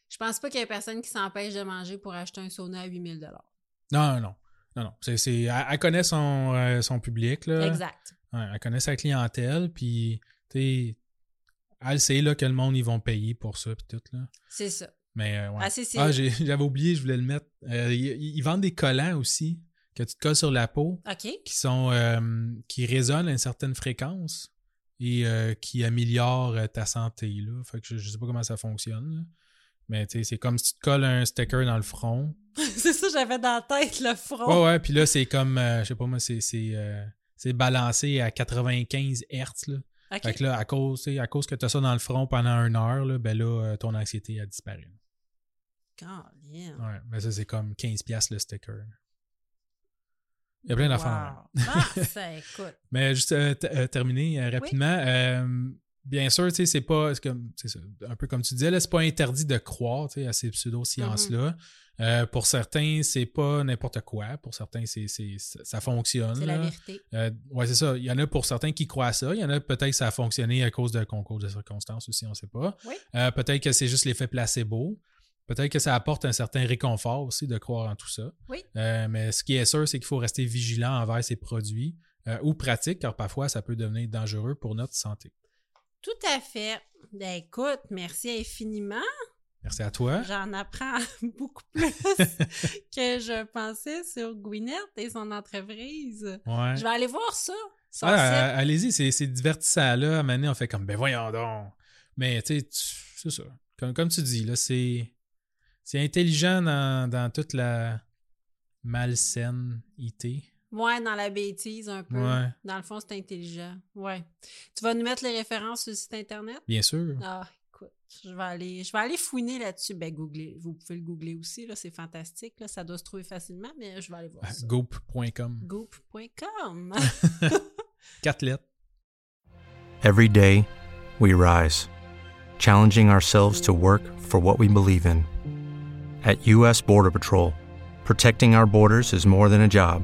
Speaker 1: Je pense pas qu'il y ait personne qui s'empêche de manger pour acheter un sauna à 8000
Speaker 2: Non, non. Non, non. C'est, c'est- elle, elle connaît son, euh, son public. Là.
Speaker 1: Exact.
Speaker 2: Ouais, elle connaît sa clientèle. Puis, tu sais, elle sait là, que le monde, ils vont payer pour ça. Puis tout. Là.
Speaker 1: C'est ça.
Speaker 2: Mais, euh, ouais.
Speaker 1: Ah, c'est c'est-
Speaker 2: Ah, j'ai- j'avais oublié, je voulais le mettre. Euh, ils, ils vendent des collants aussi que tu te colles sur la peau
Speaker 1: OK.
Speaker 2: qui sont euh, qui résonnent à une certaine fréquence et euh, qui améliorent euh, ta santé. Là. Fait que je, je sais pas comment ça fonctionne. là. Mais tu sais, c'est comme si tu te colles un sticker dans le front.
Speaker 1: c'est ça, j'avais dans la tête le front.
Speaker 2: Ouais, ouais, puis là, c'est comme euh, je sais pas moi, c'est c'est, euh, c'est balancé à 95 Hertz. Là.
Speaker 1: OK.
Speaker 2: Fait que là, à cause, tu sais, à cause que tu as ça dans le front pendant une heure, là, ben là, euh, ton anxiété a disparu.
Speaker 1: Colin.
Speaker 2: Ouais, mais ça, c'est comme 15$ piastres le sticker. Il y a plein d'affaires. de même.
Speaker 1: Wow. Ah, ça écoute.
Speaker 2: Mais juste euh, t- euh, terminer euh, rapidement. euh, bien sûr, tu sais, c'est pas. c'est comme- c'est ça, un peu comme tu disais, là, c'est pas interdit de croire tu sais, à ces pseudo-sciences-là.
Speaker 1: Mm-hmm.
Speaker 2: Euh, pour certains, c'est pas n'importe quoi. Pour certains, c'est, c'est- ça ça fonctionne.
Speaker 1: C'est la
Speaker 2: là.
Speaker 1: vérité.
Speaker 2: Euh, ouais, c'est ça. Il y en a pour certains qui croient à ça. Il y en a peut-être que ça a fonctionné à cause de concours de circonstances aussi, on ne sait pas.
Speaker 1: Oui.
Speaker 2: Euh, peut-être que c'est juste l'effet placebo. Peut-être que ça apporte un certain réconfort aussi de croire en tout ça.
Speaker 1: Oui.
Speaker 2: Euh, mais ce qui est sûr, c'est qu'il faut rester vigilant envers ces produits euh, ou pratiques, car parfois ça peut devenir dangereux pour notre santé.
Speaker 1: Tout à fait. Ben, écoute, merci infiniment.
Speaker 2: Merci à toi.
Speaker 1: J'en apprends beaucoup plus que je pensais sur Gwyneth et son entreprise.
Speaker 2: Ouais.
Speaker 1: Je vais aller voir ça. son
Speaker 2: Ah,
Speaker 1: site.
Speaker 2: euh, Allez-y, c'est c'est divertissant. Là, à un moment donné, on fait comme, ben voyons donc. Mais tu sais, tu- c'est ça. Comme, comme tu dis, là, c'est c'est intelligent dans, dans toute la malsaine-ité.
Speaker 1: Ouais, dans la bêtise un peu.
Speaker 2: Ouais.
Speaker 1: Dans le fond, c'est intelligent. Ouais. Tu vas nous mettre les références sur le site internet?
Speaker 2: Bien sûr.
Speaker 1: Ah, écoute, je vais aller, je vais aller fouiner là-dessus. Ben, googler. Vous pouvez le googler aussi, là, c'est fantastique. Là, ça doit se trouver facilement, mais je vais aller voir
Speaker 2: Ben,
Speaker 1: ça. Mmh.
Speaker 2: Goop.com.
Speaker 1: Goop.com.
Speaker 2: Quatre lettres.
Speaker 3: Every day, we rise, challenging ourselves to work for what we believe in. At U.S. Border Patrol, protecting our borders is more than a job,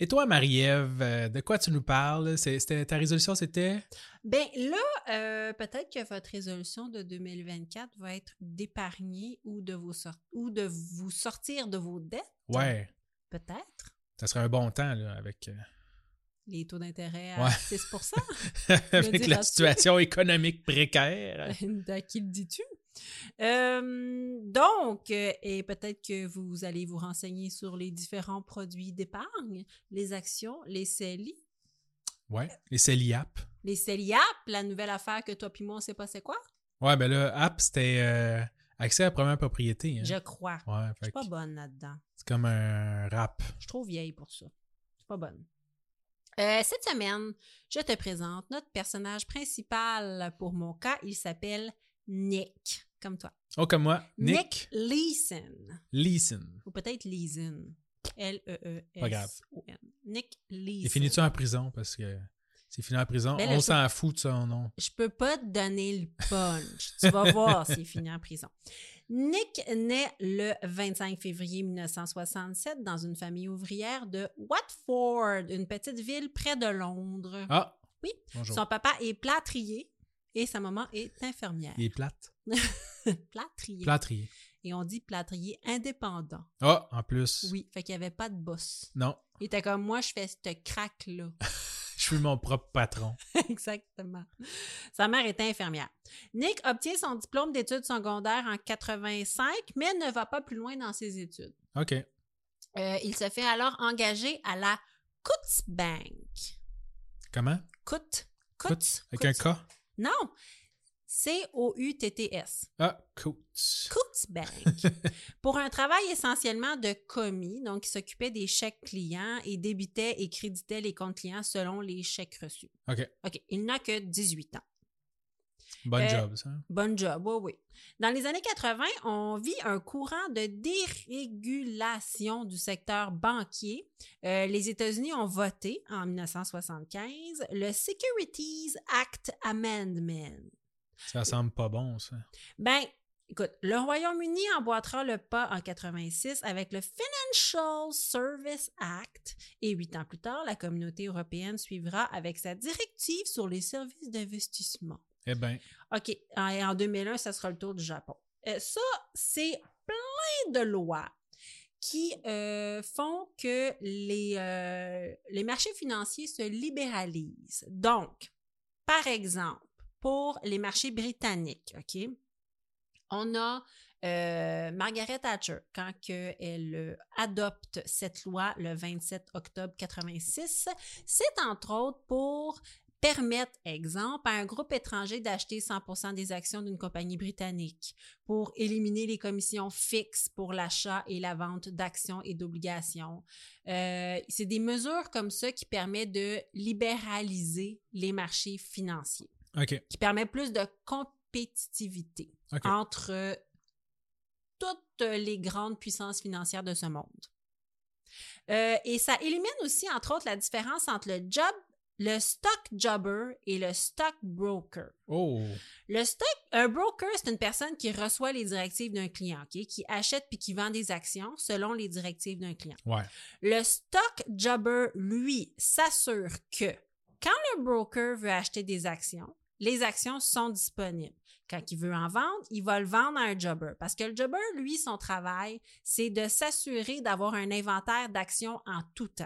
Speaker 2: Et toi, Marie-Ève, euh, de quoi tu nous parles? C'est- c'était- ta résolution, c'était?
Speaker 1: ben là, euh, peut-être que votre résolution de 2024 va être d'épargner ou de vous sor- ou de vous sortir de vos dettes,
Speaker 2: Ouais.
Speaker 1: peut-être.
Speaker 2: Ça serait un bon temps, là, avec, euh,
Speaker 1: Les taux d'intérêt à
Speaker 2: Ouais.
Speaker 1: 6
Speaker 2: avec
Speaker 1: dire
Speaker 2: la
Speaker 1: là-dessus.
Speaker 2: situation économique précaire.
Speaker 1: À qui le dis-tu? Euh, donc, euh, et peut-être que vous allez vous renseigner sur les différents produits d'épargne, les actions, les CELI,
Speaker 2: Ouais. Et c'est l'IAP.
Speaker 1: les CELIAP, la nouvelle affaire que toi puis moi, on sait pas c'est quoi,
Speaker 2: Ouais, ben là, app, c'était euh, accès à la première propriété. hein.
Speaker 1: je crois.
Speaker 2: Ouais,
Speaker 1: Je
Speaker 2: fait
Speaker 1: suis pas
Speaker 2: que
Speaker 1: bonne là-dedans.
Speaker 2: c'est comme un rap.
Speaker 1: Je suis trop vieille pour ça. Je suis pas bonne. Euh, cette semaine, je te présente notre personnage principal pour mon cas. Il s'appelle Nick, comme toi.
Speaker 2: Oh, comme moi, Nick,
Speaker 1: Leeson.
Speaker 2: Leeson.
Speaker 1: Ou peut-être Leeson. E L-E-E-S.
Speaker 2: Pas grave.
Speaker 1: Nick Leeson.
Speaker 2: Et finis-tu en prison parce que c'est fini en prison.
Speaker 1: Ben là,
Speaker 2: On
Speaker 1: je-
Speaker 2: s'en fout de son nom.
Speaker 1: Je peux pas te donner le punch. tu vas voir s'il finit en prison. Nick naît le 25 février 1967 dans une famille ouvrière de Watford, une petite ville près de Londres.
Speaker 2: Ah!
Speaker 1: Oui.
Speaker 2: Bonjour.
Speaker 1: Son papa est plâtrier et sa maman est infirmière.
Speaker 2: Il est plate.
Speaker 1: plâtrier.
Speaker 2: Plâtrier.
Speaker 1: Et on dit plâtrier indépendant.
Speaker 2: Ah, en plus.
Speaker 1: Oui, fait qu'il n'y avait pas de boss.
Speaker 2: Non,
Speaker 1: Il était comme moi, je fais ce crack-là.
Speaker 2: je suis mon propre patron.
Speaker 1: Exactement. Sa mère était infirmière. Nick obtient son diplôme d'études secondaires en 85, mais ne va pas plus loin dans ses études.
Speaker 2: OK.
Speaker 1: Euh, il se fait alors engager à la Cootsbank.
Speaker 2: Comment?
Speaker 1: Coot.
Speaker 2: Coots,
Speaker 1: Coots.
Speaker 2: Avec
Speaker 1: Coots.
Speaker 2: un K?
Speaker 1: Non. C-O-U-T-T-S.
Speaker 2: Ah, Coots.
Speaker 1: Cootsbank. pour un travail essentiellement de commis, donc qui s'occupait des chèques clients et débitait et créditait les comptes clients selon les chèques reçus.
Speaker 2: OK.
Speaker 1: OK. Il n'a que 18 ans.
Speaker 2: Bon
Speaker 1: Euh,
Speaker 2: job, ça.
Speaker 1: Bonne job, oui, oui. Dans les années 80, on vit un courant de dérégulation du secteur banquier. Euh, les États-Unis ont voté en 1975 le Securities Act Amendment. euh,
Speaker 2: Ça semble pas bon, ça.
Speaker 1: Ben, écoute, le Royaume-Uni emboîtera le pas en 86 avec le Financial Service Act et huit ans plus tard, la communauté européenne suivra avec sa directive sur les services d'investissement.
Speaker 2: Eh bien,
Speaker 1: OK. En, en 2001, ça sera le tour du Japon. Euh, ça, c'est plein de lois qui euh, font que les, euh, les marchés financiers se libéralisent. Donc, par exemple, pour les marchés britanniques, OK, on a euh, Margaret Thatcher quand que elle euh, adopte cette loi le 27 octobre 86. C'est entre autres pour permettre, exemple, à un groupe étranger d'acheter 100 des actions d'une compagnie britannique pour éliminer les commissions fixes pour l'achat et la vente d'actions et d'obligations. Euh, C'est des mesures comme ça qui permettent de libéraliser les marchés financiers,
Speaker 2: OK.
Speaker 1: qui permettent plus de compétitivité
Speaker 2: OK.
Speaker 1: entre toutes les grandes puissances financières de ce monde. Euh, et ça élimine aussi, entre autres, la différence entre le job, le stock jobber et le stock broker.
Speaker 2: Oh,
Speaker 1: Le stock, un broker, c'est une personne qui reçoit les directives d'un client, ok, qui achète puis qui vend des actions selon les directives d'un client.
Speaker 2: ouais.
Speaker 1: Le stock jobber, lui, s'assure que quand le broker veut acheter des actions, les actions sont disponibles. Quand il veut en vendre, il va le vendre à un jobber parce que le jobber, lui, son travail, c'est de s'assurer d'avoir un inventaire d'actions en tout temps.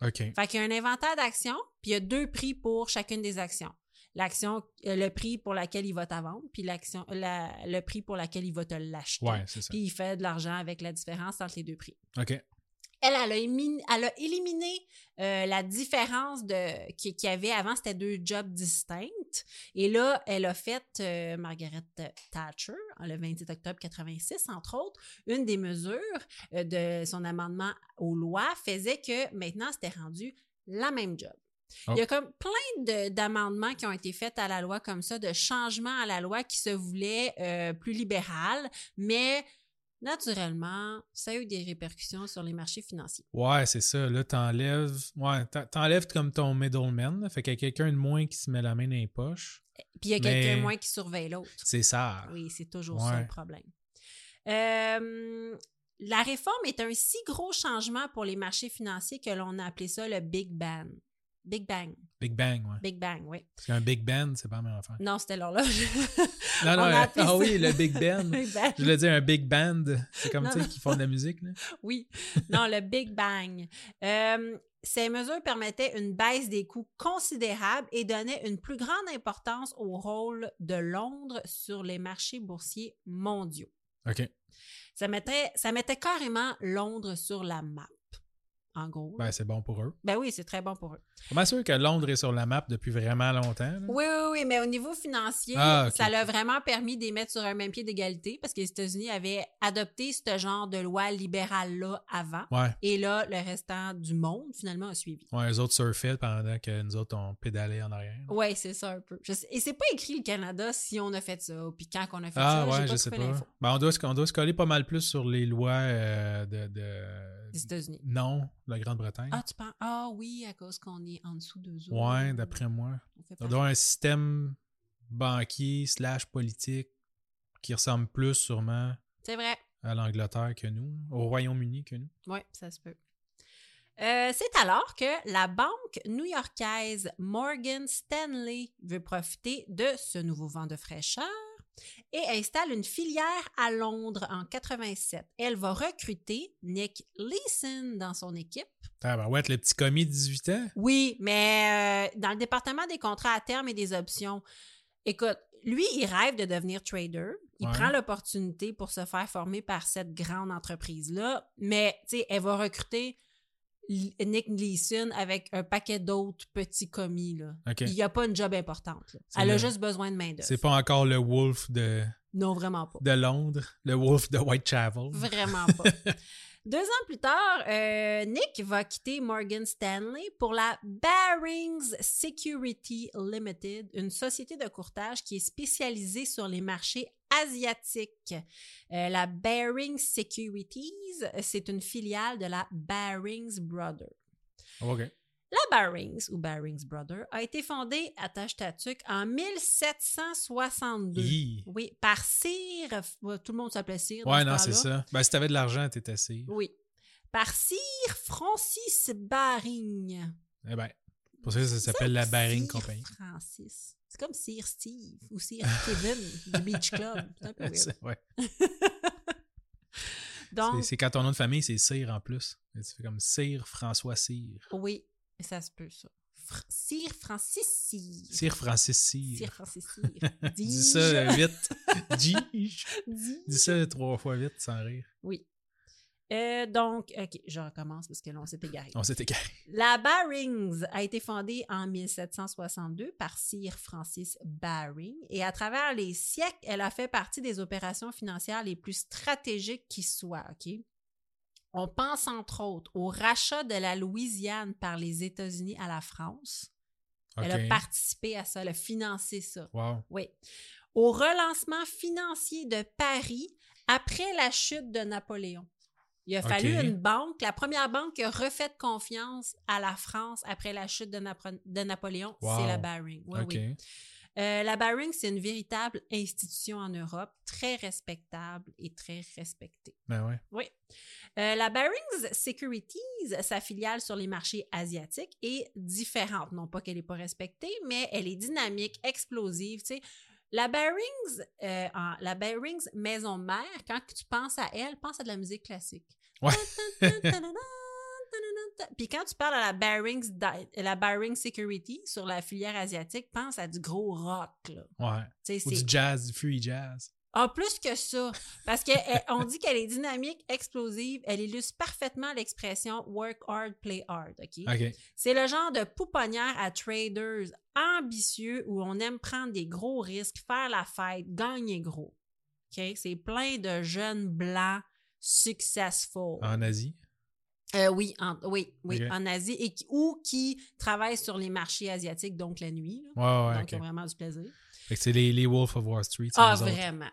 Speaker 2: OK.
Speaker 1: Fait qu'il y a un inventaire d'actions, puis il y a deux prix pour chacune des actions. L'action, euh, le prix pour laquelle il va te vendre, puis l'action, la- le prix pour laquelle il va te l'acheter.
Speaker 2: Ouais, c'est ça.
Speaker 1: Puis il fait de l'argent avec la différence entre les deux prix.
Speaker 2: OK.
Speaker 1: Elle, elle a, émin- elle a éliminé euh, la différence de, qui- qu'il y avait avant, c'était deux jobs distincts. Et là, elle a fait, euh, Margaret Thatcher, le 27 octobre 86, entre autres, une des mesures euh, de son amendement aux lois faisait que maintenant, c'était rendu la même job.
Speaker 2: Oh.
Speaker 1: Il y a comme plein de- d'amendements qui ont été faits à la loi comme ça, de changements à la loi qui se voulaient euh, plus libérales, mais Naturellement, ça a eu des répercussions sur les marchés financiers.
Speaker 2: Ouais, c'est ça. Là, t'enlèves. Ouais, t'en- t'enlèves comme ton middleman. là. Fait qu'il y a quelqu'un de moins qui se met la main dans les poches.
Speaker 1: Puis il y a
Speaker 2: Mais-
Speaker 1: quelqu'un moins qui surveille l'autre.
Speaker 2: C'est ça.
Speaker 1: Oui, c'est toujours ça
Speaker 2: Ouais.
Speaker 1: le problème. Euh, la réforme est un si gros changement pour les marchés financiers que l'on a appelé ça le Big Bang. Big Bang.
Speaker 2: Big Bang, ouais.
Speaker 1: Big Bang, oui.
Speaker 2: Parce qu'un Big Ben, c'est pas la même affaire.
Speaker 1: Non, c'était l'horloge.
Speaker 2: Non,
Speaker 1: On
Speaker 2: non,
Speaker 1: a
Speaker 2: euh,
Speaker 1: appelé ça-
Speaker 2: ah oui, le Big Ben.
Speaker 1: Big Bang.
Speaker 2: Je voulais dire un Big Band. C'est comme,
Speaker 1: Non,
Speaker 2: tu
Speaker 1: non.
Speaker 2: sais, qui font de la musique, là.
Speaker 1: Oui, non, le Big Bang. Euh, ces mesures permettaient une baisse des coûts considérable et donnaient une plus grande importance au rôle de Londres sur les marchés boursiers mondiaux.
Speaker 2: OK.
Speaker 1: Ça mettait, ça mettait carrément Londres sur la map, en gros.
Speaker 2: Ben, c'est bon pour eux.
Speaker 1: Ben oui, c'est très bon pour eux.
Speaker 2: Je suis pas sûr que Londres est sur la map depuis vraiment longtemps. là.
Speaker 1: Oui, oui, oui, mais au niveau financier,
Speaker 2: Ah, ok.
Speaker 1: ça l'a vraiment permis de les mettre sur un même pied d'égalité parce que les États-Unis avaient adopté ce genre de loi libérale-là avant.
Speaker 2: Ouais.
Speaker 1: Et là, le restant du monde, finalement, a suivi.
Speaker 2: Ouais, eux autres surfaient pendant que nous autres, on pédalait en arrière. là.
Speaker 1: Ouais, c'est ça un peu. Je sais- Et c'est pas écrit le Canada si on a fait ça, puis quand qu'on a fait ça,
Speaker 2: Ah
Speaker 1: j'ai
Speaker 2: ouais,
Speaker 1: pas
Speaker 2: je sais
Speaker 1: trouvé
Speaker 2: pas.
Speaker 1: l'info.
Speaker 2: Ben, on, doit, se- on doit se coller pas mal plus sur les lois euh, de, de-
Speaker 1: Des États-Unis.
Speaker 2: Non, la Grande-Bretagne.
Speaker 1: Ah, tu penses? Ah oui, à cause qu'on est en dessous de eux.
Speaker 2: ouais, d'après moi.
Speaker 1: On fait
Speaker 2: On
Speaker 1: pas-
Speaker 2: doit avoir un système banquier slash politique qui ressemble plus sûrement
Speaker 1: C'est vrai.
Speaker 2: à l'Angleterre que nous, là, au Royaume-Uni que nous.
Speaker 1: Oui, ça se peut. Euh, c'est alors que la banque new-yorkaise Morgan Stanley veut profiter de ce nouveau vent de fraîcheur et installe une filière à Londres en 87. Elle va recruter Nick Leeson dans son équipe.
Speaker 2: Ah ben ouais, le petit commis de 18 ans.
Speaker 1: Oui, mais euh, dans le département des contrats à terme et des options, écoute, lui, il rêve de devenir trader. Il
Speaker 2: Ouais.
Speaker 1: prend l'opportunité pour se faire former par cette grande entreprise-là, mais tu sais, elle va recruter L- Nick Gleason avec un paquet d'autres petits commis. Là.
Speaker 2: OK.
Speaker 1: Il n'y a pas une job importante. là.
Speaker 2: C'est
Speaker 1: Elle a
Speaker 2: le-
Speaker 1: juste besoin de main-d'œuvre.
Speaker 2: C'est pas encore le wolf de,
Speaker 1: Non, vraiment pas.
Speaker 2: de Londres, le Wolf de Whitechapel.
Speaker 1: Vraiment pas. Deux ans plus tard, euh, Nick va quitter Morgan Stanley pour la Barings Security Limited, une société de courtage qui est spécialisée sur les marchés asiatiques. Euh, la Barings Securities, c'est une filiale de la Barings Brothers.
Speaker 2: Ah, OK.
Speaker 1: La Barings, ou Barings Brothers, a été fondée à Tashtatuc en 1762.
Speaker 2: Hi.
Speaker 1: Oui, par Sir, euh, tout le monde s'appelait Sir. dans
Speaker 2: Ouais,
Speaker 1: ce
Speaker 2: non, c'est
Speaker 1: temps-là.
Speaker 2: ça. Ben, si t'avais de l'argent, t'étais assis.
Speaker 1: Oui. Par Sir Francis Baring.
Speaker 2: Eh ben, pour ça, ça s'appelle la Baring
Speaker 1: Sir
Speaker 2: Company.
Speaker 1: Francis. C'est comme Sir Steve ou Sir Kevin du Beach Club. C'est un peu weird.
Speaker 2: C'est- ouais. C'est-
Speaker 1: Donc,
Speaker 2: C'est quand ton nom de famille, c'est Cyr en plus. Tu fais comme Cyr François Cyr.
Speaker 1: oui, ça se peut, ça. Fr- Sir Francis Sir.
Speaker 2: Cyr Francis
Speaker 1: Sir
Speaker 2: Cyr.
Speaker 1: Francis Sir.
Speaker 2: Dis
Speaker 1: Dis-je.
Speaker 2: ça euh, vite. Dis.
Speaker 1: Dis-
Speaker 2: Dis ça trois fois vite sans rire.
Speaker 1: Oui. Euh, donc, OK, je recommence parce que là, on s'est égaré.
Speaker 2: On s'est égaré.
Speaker 1: La Barings a été fondée en 1762 par Sir Francis Baring et à travers les siècles, elle a fait partie des opérations financières les plus stratégiques qui soient. OK? On pense entre autres au rachat de la Louisiane par les États-Unis à la France. Elle a
Speaker 2: OK.
Speaker 1: participé à ça, elle a financé ça.
Speaker 2: Wow.
Speaker 1: Oui. Au relancement financier de Paris après la chute de Napoléon. Il a
Speaker 2: OK.
Speaker 1: fallu une banque, la première banque qui a refait confiance à la France après la chute de, Napro- de Napoléon,
Speaker 2: Wow.
Speaker 1: c'est la Baring. Oui,
Speaker 2: OK.
Speaker 1: oui. Euh, la Baring, c'est une véritable institution en Europe, très respectable et très respectée.
Speaker 2: Ben ouais.
Speaker 1: Oui. Euh, la Barings Securities, sa filiale sur les marchés asiatiques, est différente. Non pas qu'elle n'est pas respectée, mais elle est dynamique, explosive. tu sais. La Barings, euh, en- la Barings maison mère, quand tu penses à elle, pense à de la musique classique.
Speaker 2: Ouais.
Speaker 1: Puis quand tu parles à la Barings, Di- la Barings Security sur la filière asiatique, pense à du gros rock. Là.
Speaker 2: Ouais.
Speaker 1: Tu sais,
Speaker 2: Ou
Speaker 1: c'est-
Speaker 2: du jazz, du free jazz.
Speaker 1: ah, plus que ça. Parce qu'on dit qu'elle est dynamique, explosive. Elle illustre parfaitement l'expression work hard, play hard. OK?
Speaker 2: OK.
Speaker 1: C'est le genre de pouponnière à traders ambitieux où on aime prendre des gros risques, faire la fête, gagner gros. OK? C'est plein de jeunes blancs successful.
Speaker 2: En Asie.
Speaker 1: Euh, oui, en, oui, oui,
Speaker 2: Ah. Ok.
Speaker 1: en Asie et qui- ou qui travaillent sur les marchés asiatiques, donc la nuit. là.
Speaker 2: Ouais, ouais,
Speaker 1: donc,
Speaker 2: OK.
Speaker 1: ils ont vraiment du plaisir.
Speaker 2: Fait que c'est les, les Wolf of Wall Street. c'est
Speaker 1: Ah,
Speaker 2: eux autres.
Speaker 1: vraiment.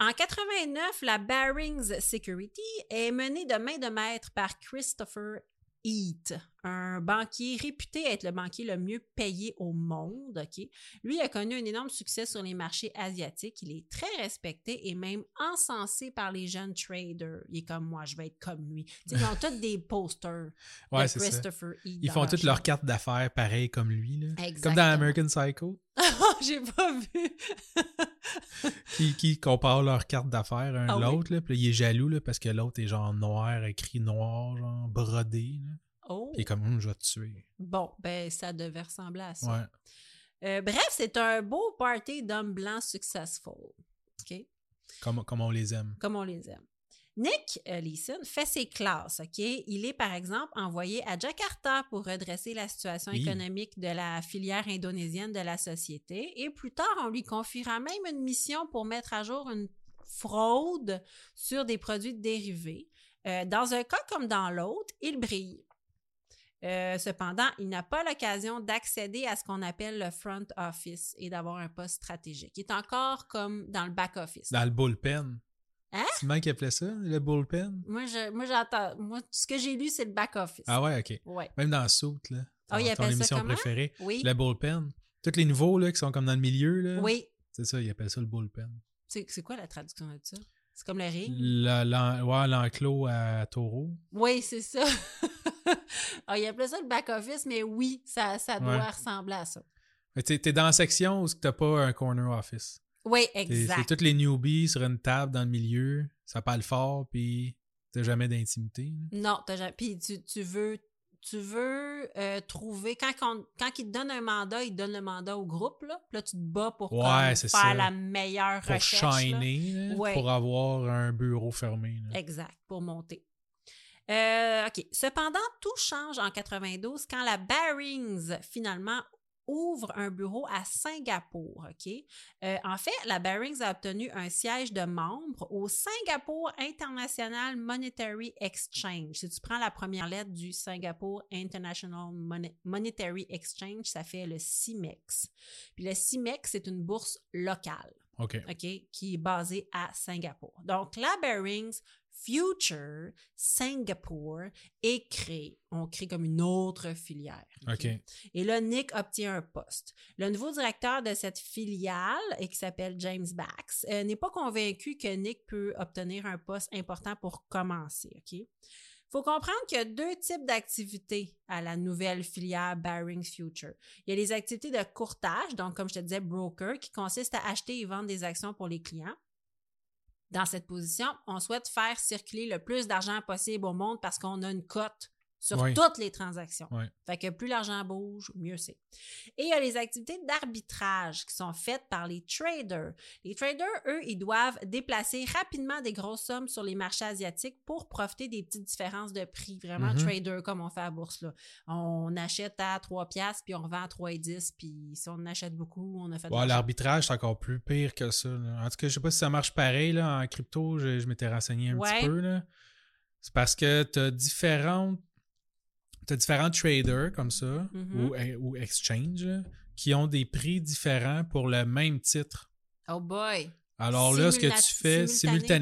Speaker 1: En 89, la Barings Security est menée de main de maître par Christopher Heath, un banquier réputé être le banquier le mieux payé au monde. OK? Lui a connu un énorme succès sur les marchés asiatiques. Il est très respecté et même encensé par les jeunes traders. Il est comme moi, je vais être comme lui. Tu sais, ils ont tous des posters
Speaker 2: Ouais,
Speaker 1: de
Speaker 2: c'est ça.
Speaker 1: Christopher Heath.
Speaker 2: Ils
Speaker 1: dans
Speaker 2: font toutes leurs
Speaker 1: chambre.
Speaker 2: cartes d'affaires pareilles comme lui. Là. Comme dans
Speaker 1: Exactement.
Speaker 2: American Psycho,
Speaker 1: Ah, J'ai pas vu.
Speaker 2: qui, qui comparent leurs cartes d'affaires un
Speaker 1: Ah
Speaker 2: à
Speaker 1: oui.
Speaker 2: l'autre. là. Puis là, il est jaloux là, parce que l'autre est genre noir, écrit noir, genre brodé. là.
Speaker 1: oh.
Speaker 2: Puis il est comme, Hum, je vais te tuer.
Speaker 1: Bon, ben ça devait ressembler à ça.
Speaker 2: Ouais.
Speaker 1: Euh, bref, c'est un beau party d'hommes blancs successful. OK?
Speaker 2: Comme, comme on les aime.
Speaker 1: Comme on les aime. Nick euh, Leeson fait ses classes, OK? Il est, par exemple, envoyé à Jakarta pour redresser la situation
Speaker 2: Hi.
Speaker 1: économique de la filière indonésienne de la société. Et plus tard, on lui confiera même une mission pour mettre à jour une fraude sur des produits dérivés. Euh, dans un cas comme dans l'autre, il brille. Euh, cependant, il n'a pas l'occasion d'accéder à ce qu'on appelle le front office et d'avoir un poste stratégique. Il est encore comme dans le back office.
Speaker 2: Dans le bullpen.
Speaker 1: Hein?
Speaker 2: C'est le mec qui appelait ça, le bullpen?
Speaker 1: Moi, je, moi, j'entends. Moi, ce que j'ai lu, c'est le back office.
Speaker 2: Ah ouais, OK.
Speaker 1: Ouais.
Speaker 2: Même dans Soute, là.
Speaker 1: Ah, il
Speaker 2: ton- ton
Speaker 1: appelle ça
Speaker 2: émission
Speaker 1: comment?
Speaker 2: préférée.
Speaker 1: Oui.
Speaker 2: Le bullpen. Tous les nouveaux là, qui sont comme dans le milieu, là.
Speaker 1: Oui.
Speaker 2: C'est ça, ils appellent ça le bullpen.
Speaker 1: C'est, c'est quoi la traduction de ça? C'est comme le ring?
Speaker 2: La- l'en- ouais, l'enclos à taureau.
Speaker 1: Oui, c'est ça. ah, il appelait ça le back office, mais oui, ça, ça doit
Speaker 2: Ouais.
Speaker 1: ressembler à ça.
Speaker 2: Mais t'es t'es dans la section où t'as pas un corner office.
Speaker 1: Oui,
Speaker 2: C'est c'est
Speaker 1: exact.
Speaker 2: toutes les newbies sur une table dans le milieu, ça parle fort, puis t'as jamais d'intimité. là.
Speaker 1: Non, t'as jamais. Puis tu, tu veux, tu veux euh, trouver. Quand, qu'on- quand ils te donnent un mandat, ils donnent le mandat au groupe, là. Puis là, tu te bats pour
Speaker 2: Ouais,
Speaker 1: comme,
Speaker 2: c'est
Speaker 1: faire
Speaker 2: ça.
Speaker 1: la meilleure
Speaker 2: Pour
Speaker 1: recherche. là.
Speaker 2: shiner, là,
Speaker 1: Ouais.
Speaker 2: pour avoir un bureau fermé. là.
Speaker 1: Exact, pour monter. Euh, OK. Cependant, tout change en 92 quand la Barings, finalement, ouvre un bureau à Singapour. OK? Euh, en fait, la Barings a obtenu un siège de membre au Singapore International Monetary Exchange. Si tu prends la première lettre du Singapore International Mon- Monetary Exchange, ça fait le CIMEX. Puis le CIMEX, c'est une bourse locale.
Speaker 2: OK.
Speaker 1: OK, qui est basé à Singapour. Donc, la Barings Future Singapour est créée. On crée comme une autre filière.
Speaker 2: OK.
Speaker 1: Et là, Nick obtient un poste. Le nouveau directeur de cette filiale, et qui s'appelle James Bax, euh, n'est pas convaincu que Nick peut obtenir un poste important pour commencer. OK? faut comprendre qu'il y a deux types d'activités à la nouvelle filière Barings Future. Il y a les activités de courtage, donc comme je te disais, broker, qui consiste à acheter et vendre des actions pour les clients. Dans cette position, on souhaite faire circuler le plus d'argent possible au monde parce qu'on a une cote sur
Speaker 2: Oui.
Speaker 1: toutes les transactions.
Speaker 2: Oui.
Speaker 1: Fait que plus l'argent bouge, mieux c'est. Et il y a les activités d'arbitrage qui sont faites par les traders. Les traders, eux, ils doivent déplacer rapidement des grosses sommes sur les marchés asiatiques pour profiter des petites différences de prix. Vraiment,
Speaker 2: Mhm.
Speaker 1: trader, comme on fait à la bourse, là. On achète à 3 piastres, puis on vend à 3,10, puis si on en achète beaucoup, on a fait de
Speaker 2: Ouais,
Speaker 1: l'argent.
Speaker 2: L'arbitrage, c'est encore plus pire que ça. là. En tout cas, je sais pas si ça marche pareil. Là. En crypto, je, je m'étais renseigné un
Speaker 1: Ouais.
Speaker 2: petit peu. là. C'est parce que tu as différentes. t'as différents traders comme ça,
Speaker 1: Mhm.
Speaker 2: ou, eh, ou exchange, là, qui ont des prix différents pour le même titre.
Speaker 1: Oh boy!
Speaker 2: Alors là, ce que
Speaker 1: Simulati-
Speaker 2: tu fais
Speaker 1: simultané.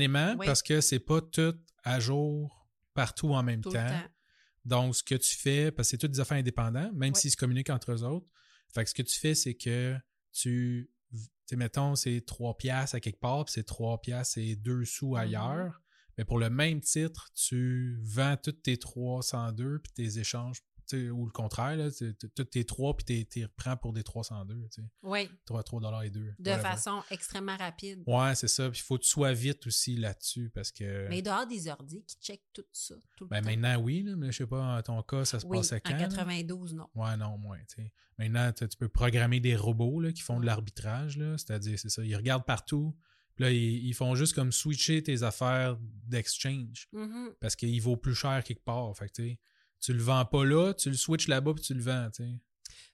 Speaker 2: simultanément,
Speaker 1: Oui.
Speaker 2: parce que c'est pas tout à jour partout en même
Speaker 1: Tout
Speaker 2: temps.
Speaker 1: le temps.
Speaker 2: Donc, ce que tu fais, parce que c'est toutes des affaires indépendantes, même
Speaker 1: Oui.
Speaker 2: s'ils se communiquent entre eux autres. Fait que ce que tu fais, c'est que tu, tu sais, mettons, c'est 3 piastres à quelque part, puis c'est 3 piastres et 2 sous
Speaker 1: Mm-hmm.
Speaker 2: ailleurs. Mais pour le même titre, tu vends toutes tes 302 puis tes échanges, tu sais, ou le contraire, là, tu- tu- toutes tes 3 puis t'es- t'es reprends pour des 302, tu sais,
Speaker 1: Oui,
Speaker 2: 3, 3 dollars et 2.
Speaker 1: de façon extrêmement rapide.
Speaker 2: Ouais, c'est ça. Puis il faut que tu sois vite aussi là-dessus parce que.
Speaker 1: Mais il doit y avoir des ordi qui checkent tout ça. Tout le
Speaker 2: Ben,
Speaker 1: temps.
Speaker 2: maintenant, oui, là, mais je sais pas, en ton cas, ça se
Speaker 1: oui,
Speaker 2: passait quand?
Speaker 1: en
Speaker 2: là?
Speaker 1: 92, non.
Speaker 2: Ouais, non, moins. tu sais. Maintenant, tu tu peux programmer des robots là, qui font de l'arbitrage. là. C'est-à-dire, c'est ça. Ils regardent partout. Puis là, ils, ils font juste comme switcher tes affaires d'exchange
Speaker 1: Mhm.
Speaker 2: parce qu'il vaut plus cher quelque part. Fait que, tu sais, tu le vends pas là, tu le switches là-bas puis tu le vends. tu sais.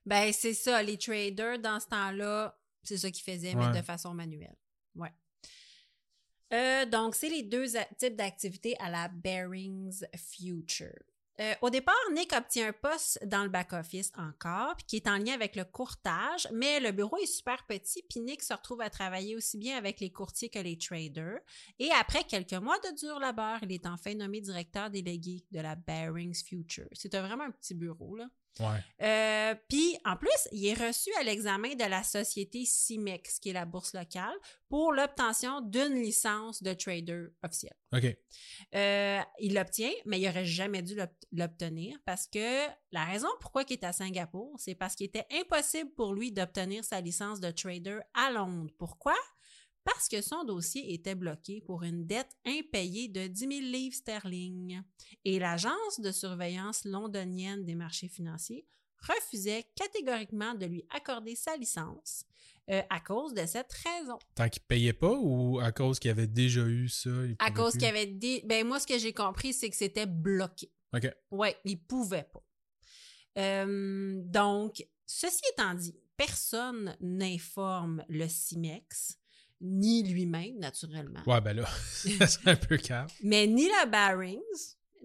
Speaker 1: Ben, c'est ça. Les traders, dans ce temps-là, c'est ça qu'ils faisaient, mais
Speaker 2: Ouais.
Speaker 1: de façon manuelle. Ouais. Euh, donc, c'est les deux a- types d'activités à la Bearings Future. Euh, au départ, Nick obtient un poste dans le back-office encore, puis qui est en lien avec le courtage, mais le bureau est super petit, puis Nick se retrouve à travailler aussi bien avec les courtiers que les traders. Et après quelques mois de dur labeur, il est enfin nommé directeur délégué de la Bearings Future. C'est un- vraiment un petit bureau, là.
Speaker 2: Ouais.
Speaker 1: Euh, Puis, en plus, il est reçu à l'examen de la société CIMEX, qui est la bourse locale, pour l'obtention d'une licence de trader officielle.
Speaker 2: OK.
Speaker 1: Euh, il l'obtient, mais il aurait jamais dû l'ob- l'obtenir parce que la raison pourquoi il est à Singapour, c'est parce qu'il était impossible pour lui d'obtenir sa licence de trader à Londres. Pourquoi? Parce que son dossier était bloqué pour une dette impayée de 10 000 livres sterling. Et l'agence de surveillance londonienne des marchés financiers refusait catégoriquement de lui accorder sa licence euh, à cause de cette raison.
Speaker 2: Tant qu'ils payaient pas ou à cause qu'il y avait déjà eu ça? ils
Speaker 1: À
Speaker 2: pouvaient
Speaker 1: cause
Speaker 2: plus?
Speaker 1: qu'il avait dit, ben moi ce que j'ai compris, c'est que c'était bloqué.
Speaker 2: OK.
Speaker 1: Oui, il pouvait pas. Euh, donc, ceci étant dit, personne n'informe le CIMEX, ni lui-même, naturellement,
Speaker 2: Ouais, ben là, ça serait un peu calme.
Speaker 1: mais ni la Barings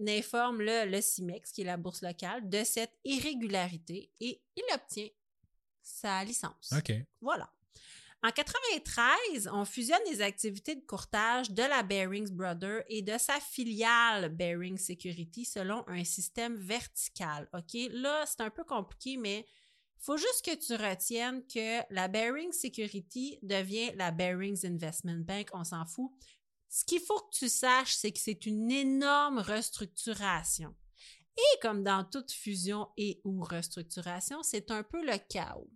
Speaker 1: n'informe le, le CIMEX, qui est la bourse locale, de cette irrégularité et il obtient sa licence.
Speaker 2: OK.
Speaker 1: Voilà. En 93, on fusionne les activités de courtage de la Barings Brothers et de sa filiale Barings Security selon un système vertical. OK? Là, c'est un peu compliqué, mais faut juste que tu retiennes que la Barings Security devient la Barings Investment Bank. On s'en fout. Ce qu'il faut que tu saches, c'est que c'est une énorme restructuration. Et comme dans toute fusion et ou restructuration, c'est un peu le chaos.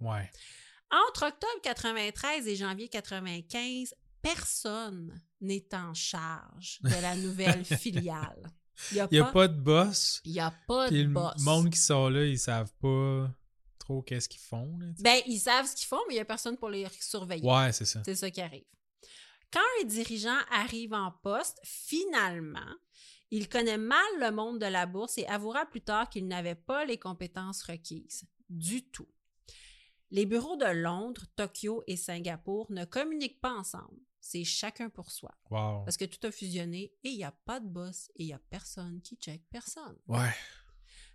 Speaker 2: Ouais.
Speaker 1: Entre octobre 93 et janvier 95, personne n'est en charge de la nouvelle filiale. Il n'y a,
Speaker 2: Il n'y a
Speaker 1: pas,
Speaker 2: pas de boss.
Speaker 1: il y a pas
Speaker 2: Puis
Speaker 1: de
Speaker 2: le
Speaker 1: boss.
Speaker 2: monde qui sort là, ils savent pas trop qu'est-ce qu'ils font. là, tu sais.
Speaker 1: Ben, ils savent ce qu'ils font, mais il n'y a personne pour les surveiller.
Speaker 2: ouais, c'est ça.
Speaker 1: C'est ça qui arrive. Quand un dirigeant arrive en poste, finalement, il connaît mal le monde de la bourse et avouera plus tard qu'il n'avait pas les compétences requises. Du tout. Les bureaux de Londres, Tokyo et Singapour ne communiquent pas ensemble. C'est chacun pour soi.
Speaker 2: Wow.
Speaker 1: Parce que tout a fusionné et il n'y a pas de boss et il n'y a personne qui check personne.
Speaker 2: Ouais.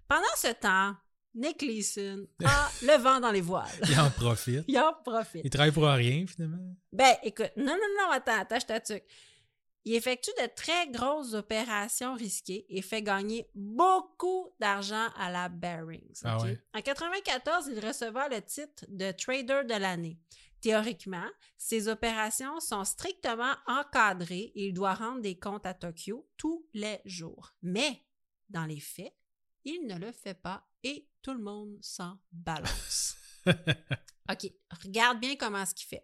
Speaker 1: Pendant ce temps, Nick Leeson a le vent dans les voiles.
Speaker 2: Il en profite.
Speaker 1: Il en profite.
Speaker 2: Il travaille pour rien, finalement.
Speaker 1: Ben, écoute, non, non, non, attends, attache ta tuque. Il effectue de très grosses opérations risquées et fait gagner beaucoup d'argent à la Barings.
Speaker 2: Ah
Speaker 1: ok?
Speaker 2: ouais.
Speaker 1: En 1994, il recevait le titre de trader de l'année. Théoriquement, ses opérations sont strictement encadrées et il doit rendre des comptes à Tokyo tous les jours. Mais, dans les faits, il ne le fait pas et tout le monde s'en balance. OK, regarde bien comment ce qu'il fait.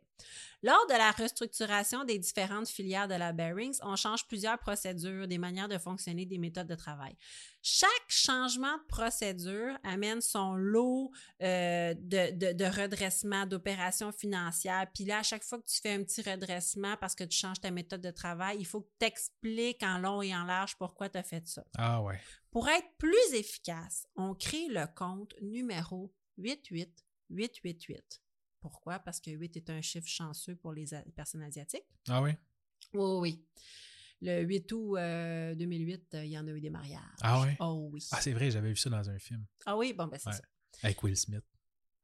Speaker 1: Lors de la restructuration des différentes filières de la Bearings, on change plusieurs procédures, des manières de fonctionner, des méthodes de travail. Chaque changement de procédure amène son lot euh, de, de- de redressement, d'opérations financières. Puis là, à chaque fois que tu fais un petit redressement parce que tu changes ta méthode de travail, il faut que tu expliques en long et en large pourquoi tu as fait ça.
Speaker 2: ah ouais.
Speaker 1: Pour être plus efficace, on crée le compte numéro 88888. Pourquoi? Parce que 8 est un chiffre chanceux pour les a- personnes asiatiques.
Speaker 2: Ah ouais.
Speaker 1: Oui, oui, oui. Le 8 août euh, 2008, euh, il y en a eu des mariages.
Speaker 2: Ah ouais?
Speaker 1: Oh oui.
Speaker 2: Ah, c'est vrai, j'avais vu ça dans un film.
Speaker 1: Ah oui, bon, ben c'est
Speaker 2: Ouais.
Speaker 1: ça.
Speaker 2: Avec Will Smith.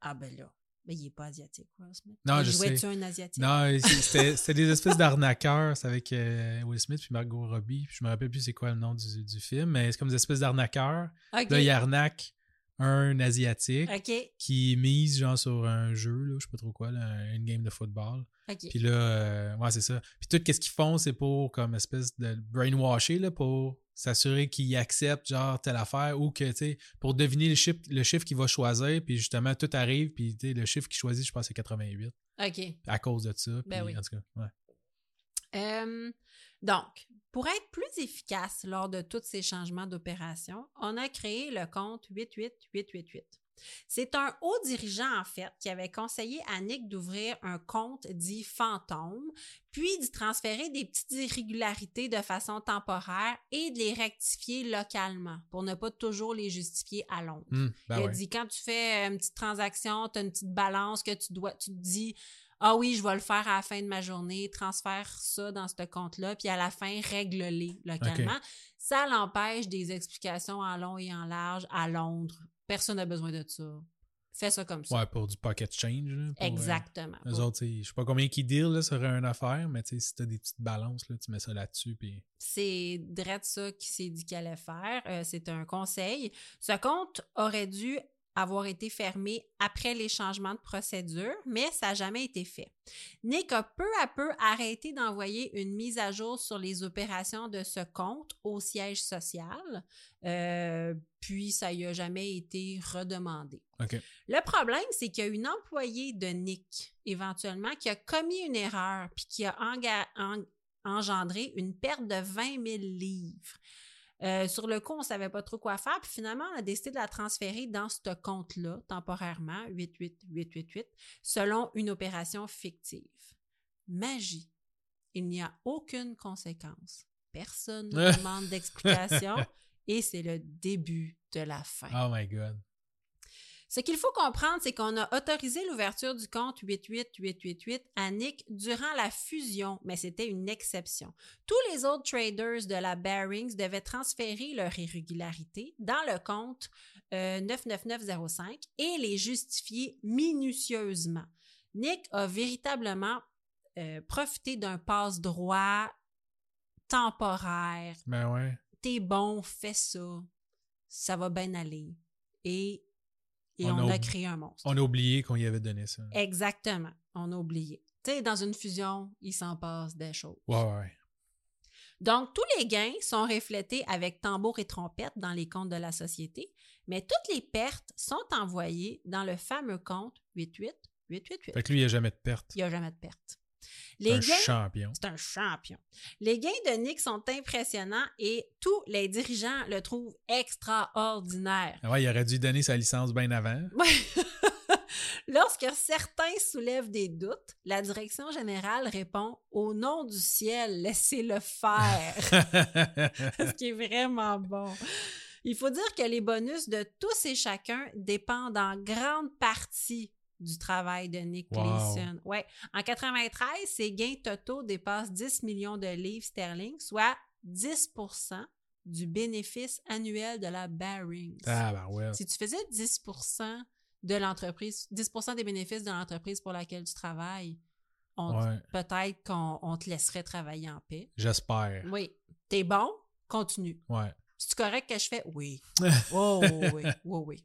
Speaker 1: Ah ben là, ben, il n'est pas asiatique, Will Smith.
Speaker 2: Non,
Speaker 1: Il
Speaker 2: je
Speaker 1: jouait-tu
Speaker 2: sais.
Speaker 1: un asiatique?
Speaker 2: Non, euh, c'est- c'était c'était des espèces d'arnaqueurs c'est avec euh, Will Smith puis Margot Robbie. puis Je me rappelle plus c'est quoi le nom du, du film, mais c'est comme des espèces d'arnaqueurs.
Speaker 1: OK.
Speaker 2: Là, il arnaque un Asiatique
Speaker 1: OK,
Speaker 2: qui mise genre sur un jeu, là, je sais pas trop quoi, là, une game de football.
Speaker 1: OK.
Speaker 2: Puis là, euh, ouais, c'est ça. Puis tout qu'est-ce qu'ils font, c'est pour comme espèce de brainwasher, là, pour s'assurer qu'ils acceptent genre telle affaire ou que, tu sais, pour deviner le chiffre, le chiffre qu'il va choisir. Puis justement, tout arrive. Puis, tu sais, le chiffre qu'il choisit, je pense, c'est 88
Speaker 1: OK.
Speaker 2: à cause de ça.
Speaker 1: Ben
Speaker 2: puis,
Speaker 1: oui.
Speaker 2: En tout cas, ouais.
Speaker 1: Euh, donc, pour être plus efficace lors de tous ces changements d'opération, on a créé le compte 88888. C'est un haut dirigeant, en fait, qui avait conseillé à Nick d'ouvrir un compte dit fantôme, puis d'y transférer des petites irrégularités de façon temporaire et de les rectifier localement pour ne pas toujours les justifier à Londres.
Speaker 2: Hum, ben
Speaker 1: Il a
Speaker 2: ouais.
Speaker 1: dit quand tu fais euh, une petite transaction, tu as une petite balance que tu dois, tu te dis Ah oui, je vais le faire à la fin de ma journée, transfère ça dans ce compte-là, puis à la fin, règle-les localement. Ça l'empêche des explications en long et en large à Londres. Personne n'a besoin de ça. Fais ça comme ça.
Speaker 2: Ouais, pour du pocket change. là, pour, euh,
Speaker 1: Exactement.
Speaker 2: eux autres, tu sais, je sais pas combien qu'ils deal là, sur une affaire, mais tu sais, si t'as des petites balances, là, tu mets ça là-dessus. Puis...
Speaker 1: C'est Dredd ça qui s'est dit qu'elle allait faire. Euh, c'est un conseil. Ce compte aurait dû avoir été fermé après les changements de procédure, mais ça n'a jamais été fait. Nick a peu à peu arrêté d'envoyer une mise à jour sur les opérations de ce compte au siège social, euh, puis ça n'y a jamais été redemandé.
Speaker 2: OK.
Speaker 1: Le problème, c'est qu'il y a une employée de Nick, éventuellement, qui a commis une erreur puis qui a enga- en- engendré une perte de 20 000 livres. Euh, sur le coup, on ne savait pas trop quoi faire, puis finalement, on a décidé de la transférer dans ce compte-là, temporairement, 88888, selon une opération fictive. Magie. Il n'y a aucune conséquence. Personne ne demande d'explication et c'est le début de la fin.
Speaker 2: Oh my God.
Speaker 1: Ce qu'il faut comprendre, c'est qu'on a autorisé l'ouverture du compte 88888 à Nick durant la fusion, mais c'était une exception. Tous les autres traders de la Bearings devaient transférer leur irrégularité dans le compte euh, 99905 et les justifier minutieusement. Nick a véritablement euh, profité d'un passe-droit temporaire
Speaker 2: Ben ouais.
Speaker 1: t'es bon, fais ça, ça va bien aller. Et, et
Speaker 2: On
Speaker 1: on,
Speaker 2: a
Speaker 1: a
Speaker 2: oubli-
Speaker 1: créé un monstre.
Speaker 2: On a oublié qu'on y avait donné ça.
Speaker 1: Eh. Exactement, on a oublié. Tu sais, dans une fusion, il s'en passe des choses.
Speaker 2: Ouais, ouais, ouais.
Speaker 1: Donc, tous les gains sont reflétés avec tambour et trompette dans les comptes de la société, mais toutes les pertes sont envoyées dans le fameux compte 88888.
Speaker 2: Fait que lui, il n'y a jamais de perte.
Speaker 1: Il n'y a jamais de perte.
Speaker 2: C'est
Speaker 1: Les
Speaker 2: un
Speaker 1: gains
Speaker 2: champion.
Speaker 1: C'est un champion. Les gains de Nick sont impressionnants et tous les dirigeants le trouvent extraordinaire.
Speaker 2: Ah Ouais, il aurait dû donner sa licence bien avant.
Speaker 1: Lorsque certains soulèvent des doutes, la direction générale répond Au nom du ciel, laissez-le faire. ce qui est vraiment bon. Il faut dire que les bonus de tous et chacun dépendent en grande partie du travail de Nick
Speaker 2: Wow.
Speaker 1: Gleason. Ouais. En 93, ses gains totaux dépassent 10 millions de livres sterling, soit 10 du bénéfice annuel de la Barings.
Speaker 2: Ah, bah ouais.
Speaker 1: Si tu faisais 10 de l'entreprise, 10 des bénéfices de l'entreprise pour laquelle tu travailles, on-
Speaker 2: Ouais.
Speaker 1: peut-être qu'on on te laisserait travailler en paix.
Speaker 2: J'espère.
Speaker 1: Oui. T'es bon? Continue.
Speaker 2: Ouais.
Speaker 1: C'est correct que je fais? Oui. Oh oui, oui, oui.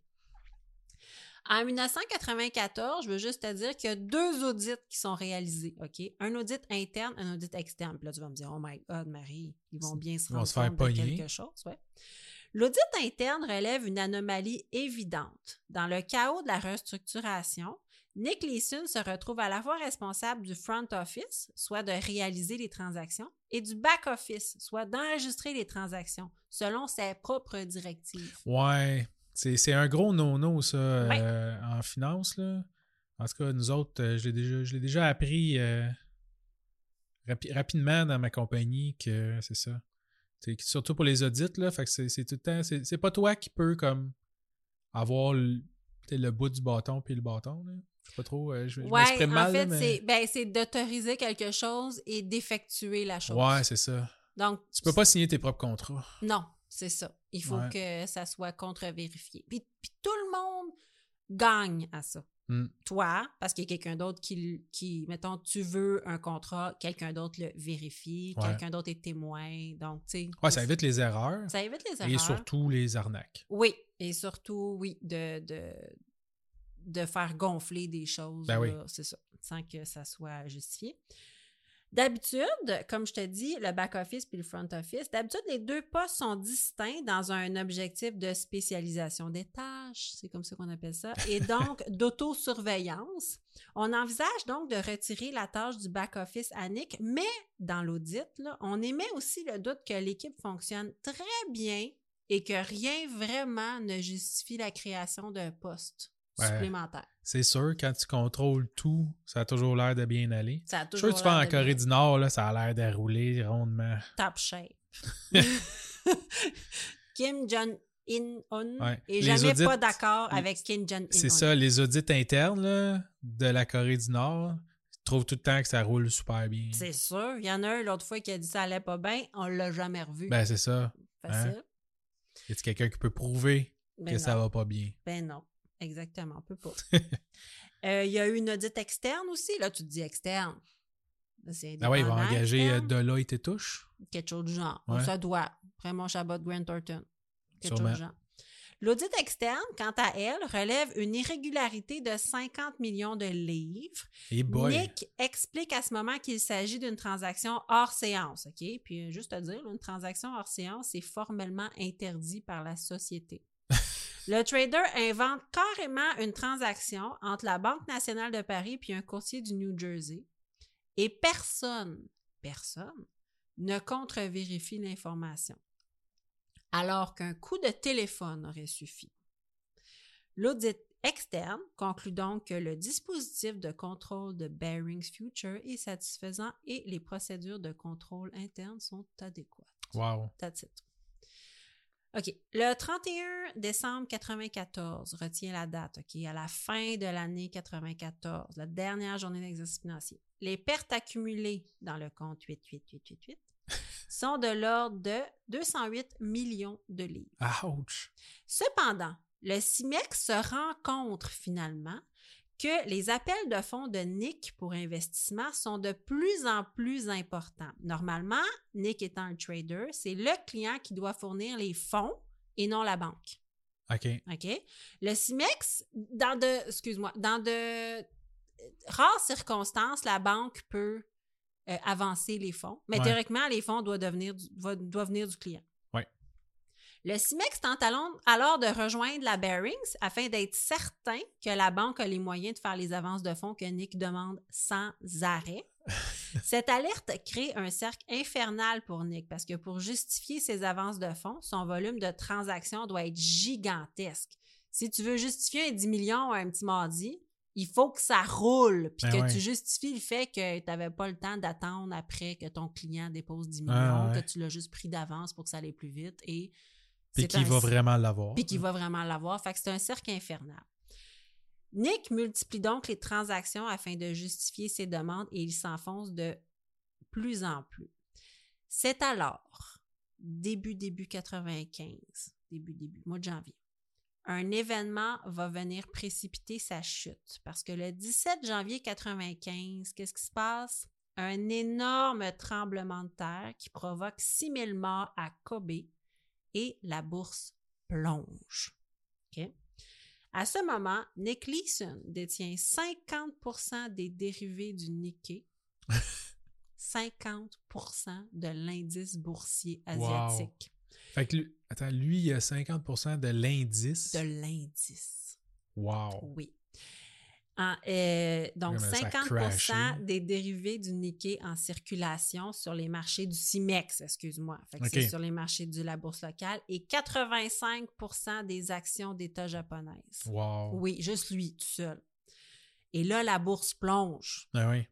Speaker 1: En 1994, je veux juste te dire qu'il y a deux audits qui sont réalisés, OK? Un audit interne, un audit externe. Puis là, tu vas me dire, oh my God, Marie, ils vont bien se
Speaker 2: Ils vont
Speaker 1: rendre
Speaker 2: se faire
Speaker 1: compte
Speaker 2: pogner.
Speaker 1: de quelque chose. Ouais. L'audit interne relève une anomalie évidente. Dans le chaos de la restructuration, Nick Leeson se retrouve à la fois responsable du front office, soit de réaliser les transactions, et du back office, soit d'enregistrer les transactions, selon ses propres directives.
Speaker 2: Ouais. C'est c'est un gros no-no, ça,
Speaker 1: Ouais.
Speaker 2: euh, en finance, là. En tout cas, nous autres, euh, je l'ai déjà, je l'ai déjà appris euh, rapi- rapidement dans ma compagnie que c'est ça. C'est que surtout pour les audits, là. Fait que c'est c'est tout le temps. C'est c'est pas toi qui peux, comme, avoir le, t'sais, le bout du bâton puis le bâton, là. Je sais pas trop. euh, je je
Speaker 1: Ouais,
Speaker 2: m'exprime
Speaker 1: en
Speaker 2: mal, là,
Speaker 1: fait,
Speaker 2: mais-
Speaker 1: c'est ben, c'est d'autoriser quelque chose et d'effectuer la chose.
Speaker 2: Ouais, c'est ça.
Speaker 1: Donc,
Speaker 2: Tu peux pas signer tes propres contrats.
Speaker 1: Non, c'est ça. Il faut que ça soit contre-vérifié. Puis, puis tout le monde gagne à ça.
Speaker 2: Mm.
Speaker 1: Toi, parce qu'il y a quelqu'un d'autre qui, l- qui, mettons, tu veux un contrat, quelqu'un d'autre le vérifie,
Speaker 2: Ouais.
Speaker 1: quelqu'un d'autre est témoin. Donc, tu sais.
Speaker 2: Ouais, ça évite les erreurs
Speaker 1: ça évite les
Speaker 2: et
Speaker 1: erreurs.
Speaker 2: surtout les arnaques.
Speaker 1: Oui, et surtout, oui, de, de, de faire gonfler des choses.
Speaker 2: Ben oui.
Speaker 1: là, C'est ça, sans que ça soit justifié. D'habitude, comme je te dis, le back-office puis le front-office, d'habitude, les deux postes sont distincts dans un objectif de spécialisation des tâches, c'est comme ça qu'on appelle ça, et donc d'autosurveillance. On envisage donc de retirer la tâche du back-office à Nick, mais dans l'audit, là, on émet aussi le doute que l'équipe fonctionne très bien et que rien vraiment ne justifie la création d'un poste
Speaker 2: Ouais.
Speaker 1: supplémentaire.
Speaker 2: C'est sûr, quand tu contrôles tout, ça a toujours l'air de bien aller.
Speaker 1: Ça a
Speaker 2: Je suis sûr
Speaker 1: toujours
Speaker 2: que tu vas
Speaker 1: l'air
Speaker 2: en
Speaker 1: de
Speaker 2: Corée
Speaker 1: bien.
Speaker 2: du Nord, là, ça a l'air de rouler rondement.
Speaker 1: top shape. Kim Jong-un
Speaker 2: Ouais.
Speaker 1: est
Speaker 2: Les
Speaker 1: jamais
Speaker 2: audits-
Speaker 1: pas d'accord avec Kim Jong-un.
Speaker 2: C'est ça, les audits internes là, de la Corée du Nord, tu trouves tout le temps que ça roule super bien.
Speaker 1: C'est sûr. Il y en a un l'autre fois qui a dit ça allait pas bien, on l'a jamais revu.
Speaker 2: Ben, c'est ça.
Speaker 1: Facile.
Speaker 2: Y a quelqu'un qui peut prouver
Speaker 1: Ben
Speaker 2: que ça
Speaker 1: non.
Speaker 2: va pas bien?
Speaker 1: Ben non, exactement, on peut pas.
Speaker 2: Ben
Speaker 1: Euh, Il y a eu une audite externe aussi. Là, tu te dis externe. Là, C'est
Speaker 2: Ah ouais, ils vont
Speaker 1: indépendant,
Speaker 2: engager euh,
Speaker 1: externe.
Speaker 2: Deloitte et Tétouche.
Speaker 1: quelque chose du genre.
Speaker 2: Ouais.
Speaker 1: Ça doit. Raymond Chabot, Grant Thornton. Quelque
Speaker 2: Sûrement.
Speaker 1: chose du genre. L'audit externe, quant à elle, relève une irrégularité de 50 millions de livres.
Speaker 2: Et boy!
Speaker 1: Nick explique à ce moment qu'il s'agit d'une transaction hors séance, OK? Puis euh, juste à dire, là, une transaction hors séance est formellement interdit par la société. Le trader invente carrément une transaction entre la Banque nationale de Paris puis un courtier du New Jersey et personne, personne ne contre-vérifie l'information, alors qu'un coup de téléphone aurait suffi. L'audit externe conclut donc que le dispositif de contrôle de Bearings Future est satisfaisant et les procédures de contrôle interne sont adéquates.
Speaker 2: Wow!
Speaker 1: That's it. OK. Le 31 décembre 94, retiens la date, OK, à la fin de l'année 94, la dernière journée d'exercice financier. Les pertes accumulées dans le compte 88888 sont de l'ordre de 208 millions de livres.
Speaker 2: Ouch!
Speaker 1: Cependant, le CIMEX se rend compte finalement que les appels de fonds de Nick pour investissement sont de plus en plus importants. Normalement, Nick étant un trader, c'est le client qui doit fournir les fonds et non la banque.
Speaker 2: OK.
Speaker 1: OK? Le CIMEX, dans de, excuse-moi, dans de euh, rares circonstances, la banque peut euh, avancer les fonds. Mais
Speaker 2: Ouais.
Speaker 1: théoriquement, les fonds doivent, devenir du, doivent- doivent venir du client.
Speaker 2: Ouais.
Speaker 1: Le CIMEX tente alon- alors de rejoindre la Bearings afin d'être certain que la banque a les moyens de faire les avances de fonds que Nick demande sans arrêt. Cette alerte crée un cercle infernal pour Nick parce que pour justifier ses avances de fonds, son volume de transactions doit être gigantesque. Si tu veux justifier un 10 millions à un petit mardi, il faut que ça roule puis
Speaker 2: Ben
Speaker 1: que
Speaker 2: ouais.
Speaker 1: tu justifies le fait que tu n'avais pas le temps d'attendre après que ton client dépose 10 millions,
Speaker 2: Ah ouais.
Speaker 1: que tu l'as juste pris d'avance pour que ça allait plus vite et
Speaker 2: Puis
Speaker 1: c'est
Speaker 2: qui
Speaker 1: un
Speaker 2: va
Speaker 1: cy-
Speaker 2: vraiment l'avoir.
Speaker 1: puis qui va vraiment l'avoir. Fait que c'est un cercle infernal. Nick multiplie donc les transactions afin de justifier ses demandes et il s'enfonce de plus en plus. C'est alors, début, début 95, début, début, mois de janvier, un événement va venir précipiter sa chute. Parce que le 17 janvier 95, qu'est-ce qui se passe? Un énorme tremblement de terre qui provoque 6000 morts à Kobe et la bourse plonge. OK? À ce moment, Nick Leeson détient 50 des dérivés du Nikkei, 50 de l'indice boursier
Speaker 2: Wow.
Speaker 1: asiatique.
Speaker 2: Fait que lui, attends, lui, il a 50% de l'indice.
Speaker 1: De l'indice.
Speaker 2: Wow.
Speaker 1: Oui. En- euh, donc,
Speaker 2: Comment Oh. ça a
Speaker 1: 50
Speaker 2: crashé?
Speaker 1: des dérivés du Nikkei en circulation sur les marchés du CIMEX, excuse-moi. Fait que
Speaker 2: OK.
Speaker 1: C'est sur les marchés de la bourse locale et 85 des actions d'État japonaises.
Speaker 2: Wow.
Speaker 1: Oui, juste lui, tout seul. Et là, la bourse plonge.
Speaker 2: Ah oui.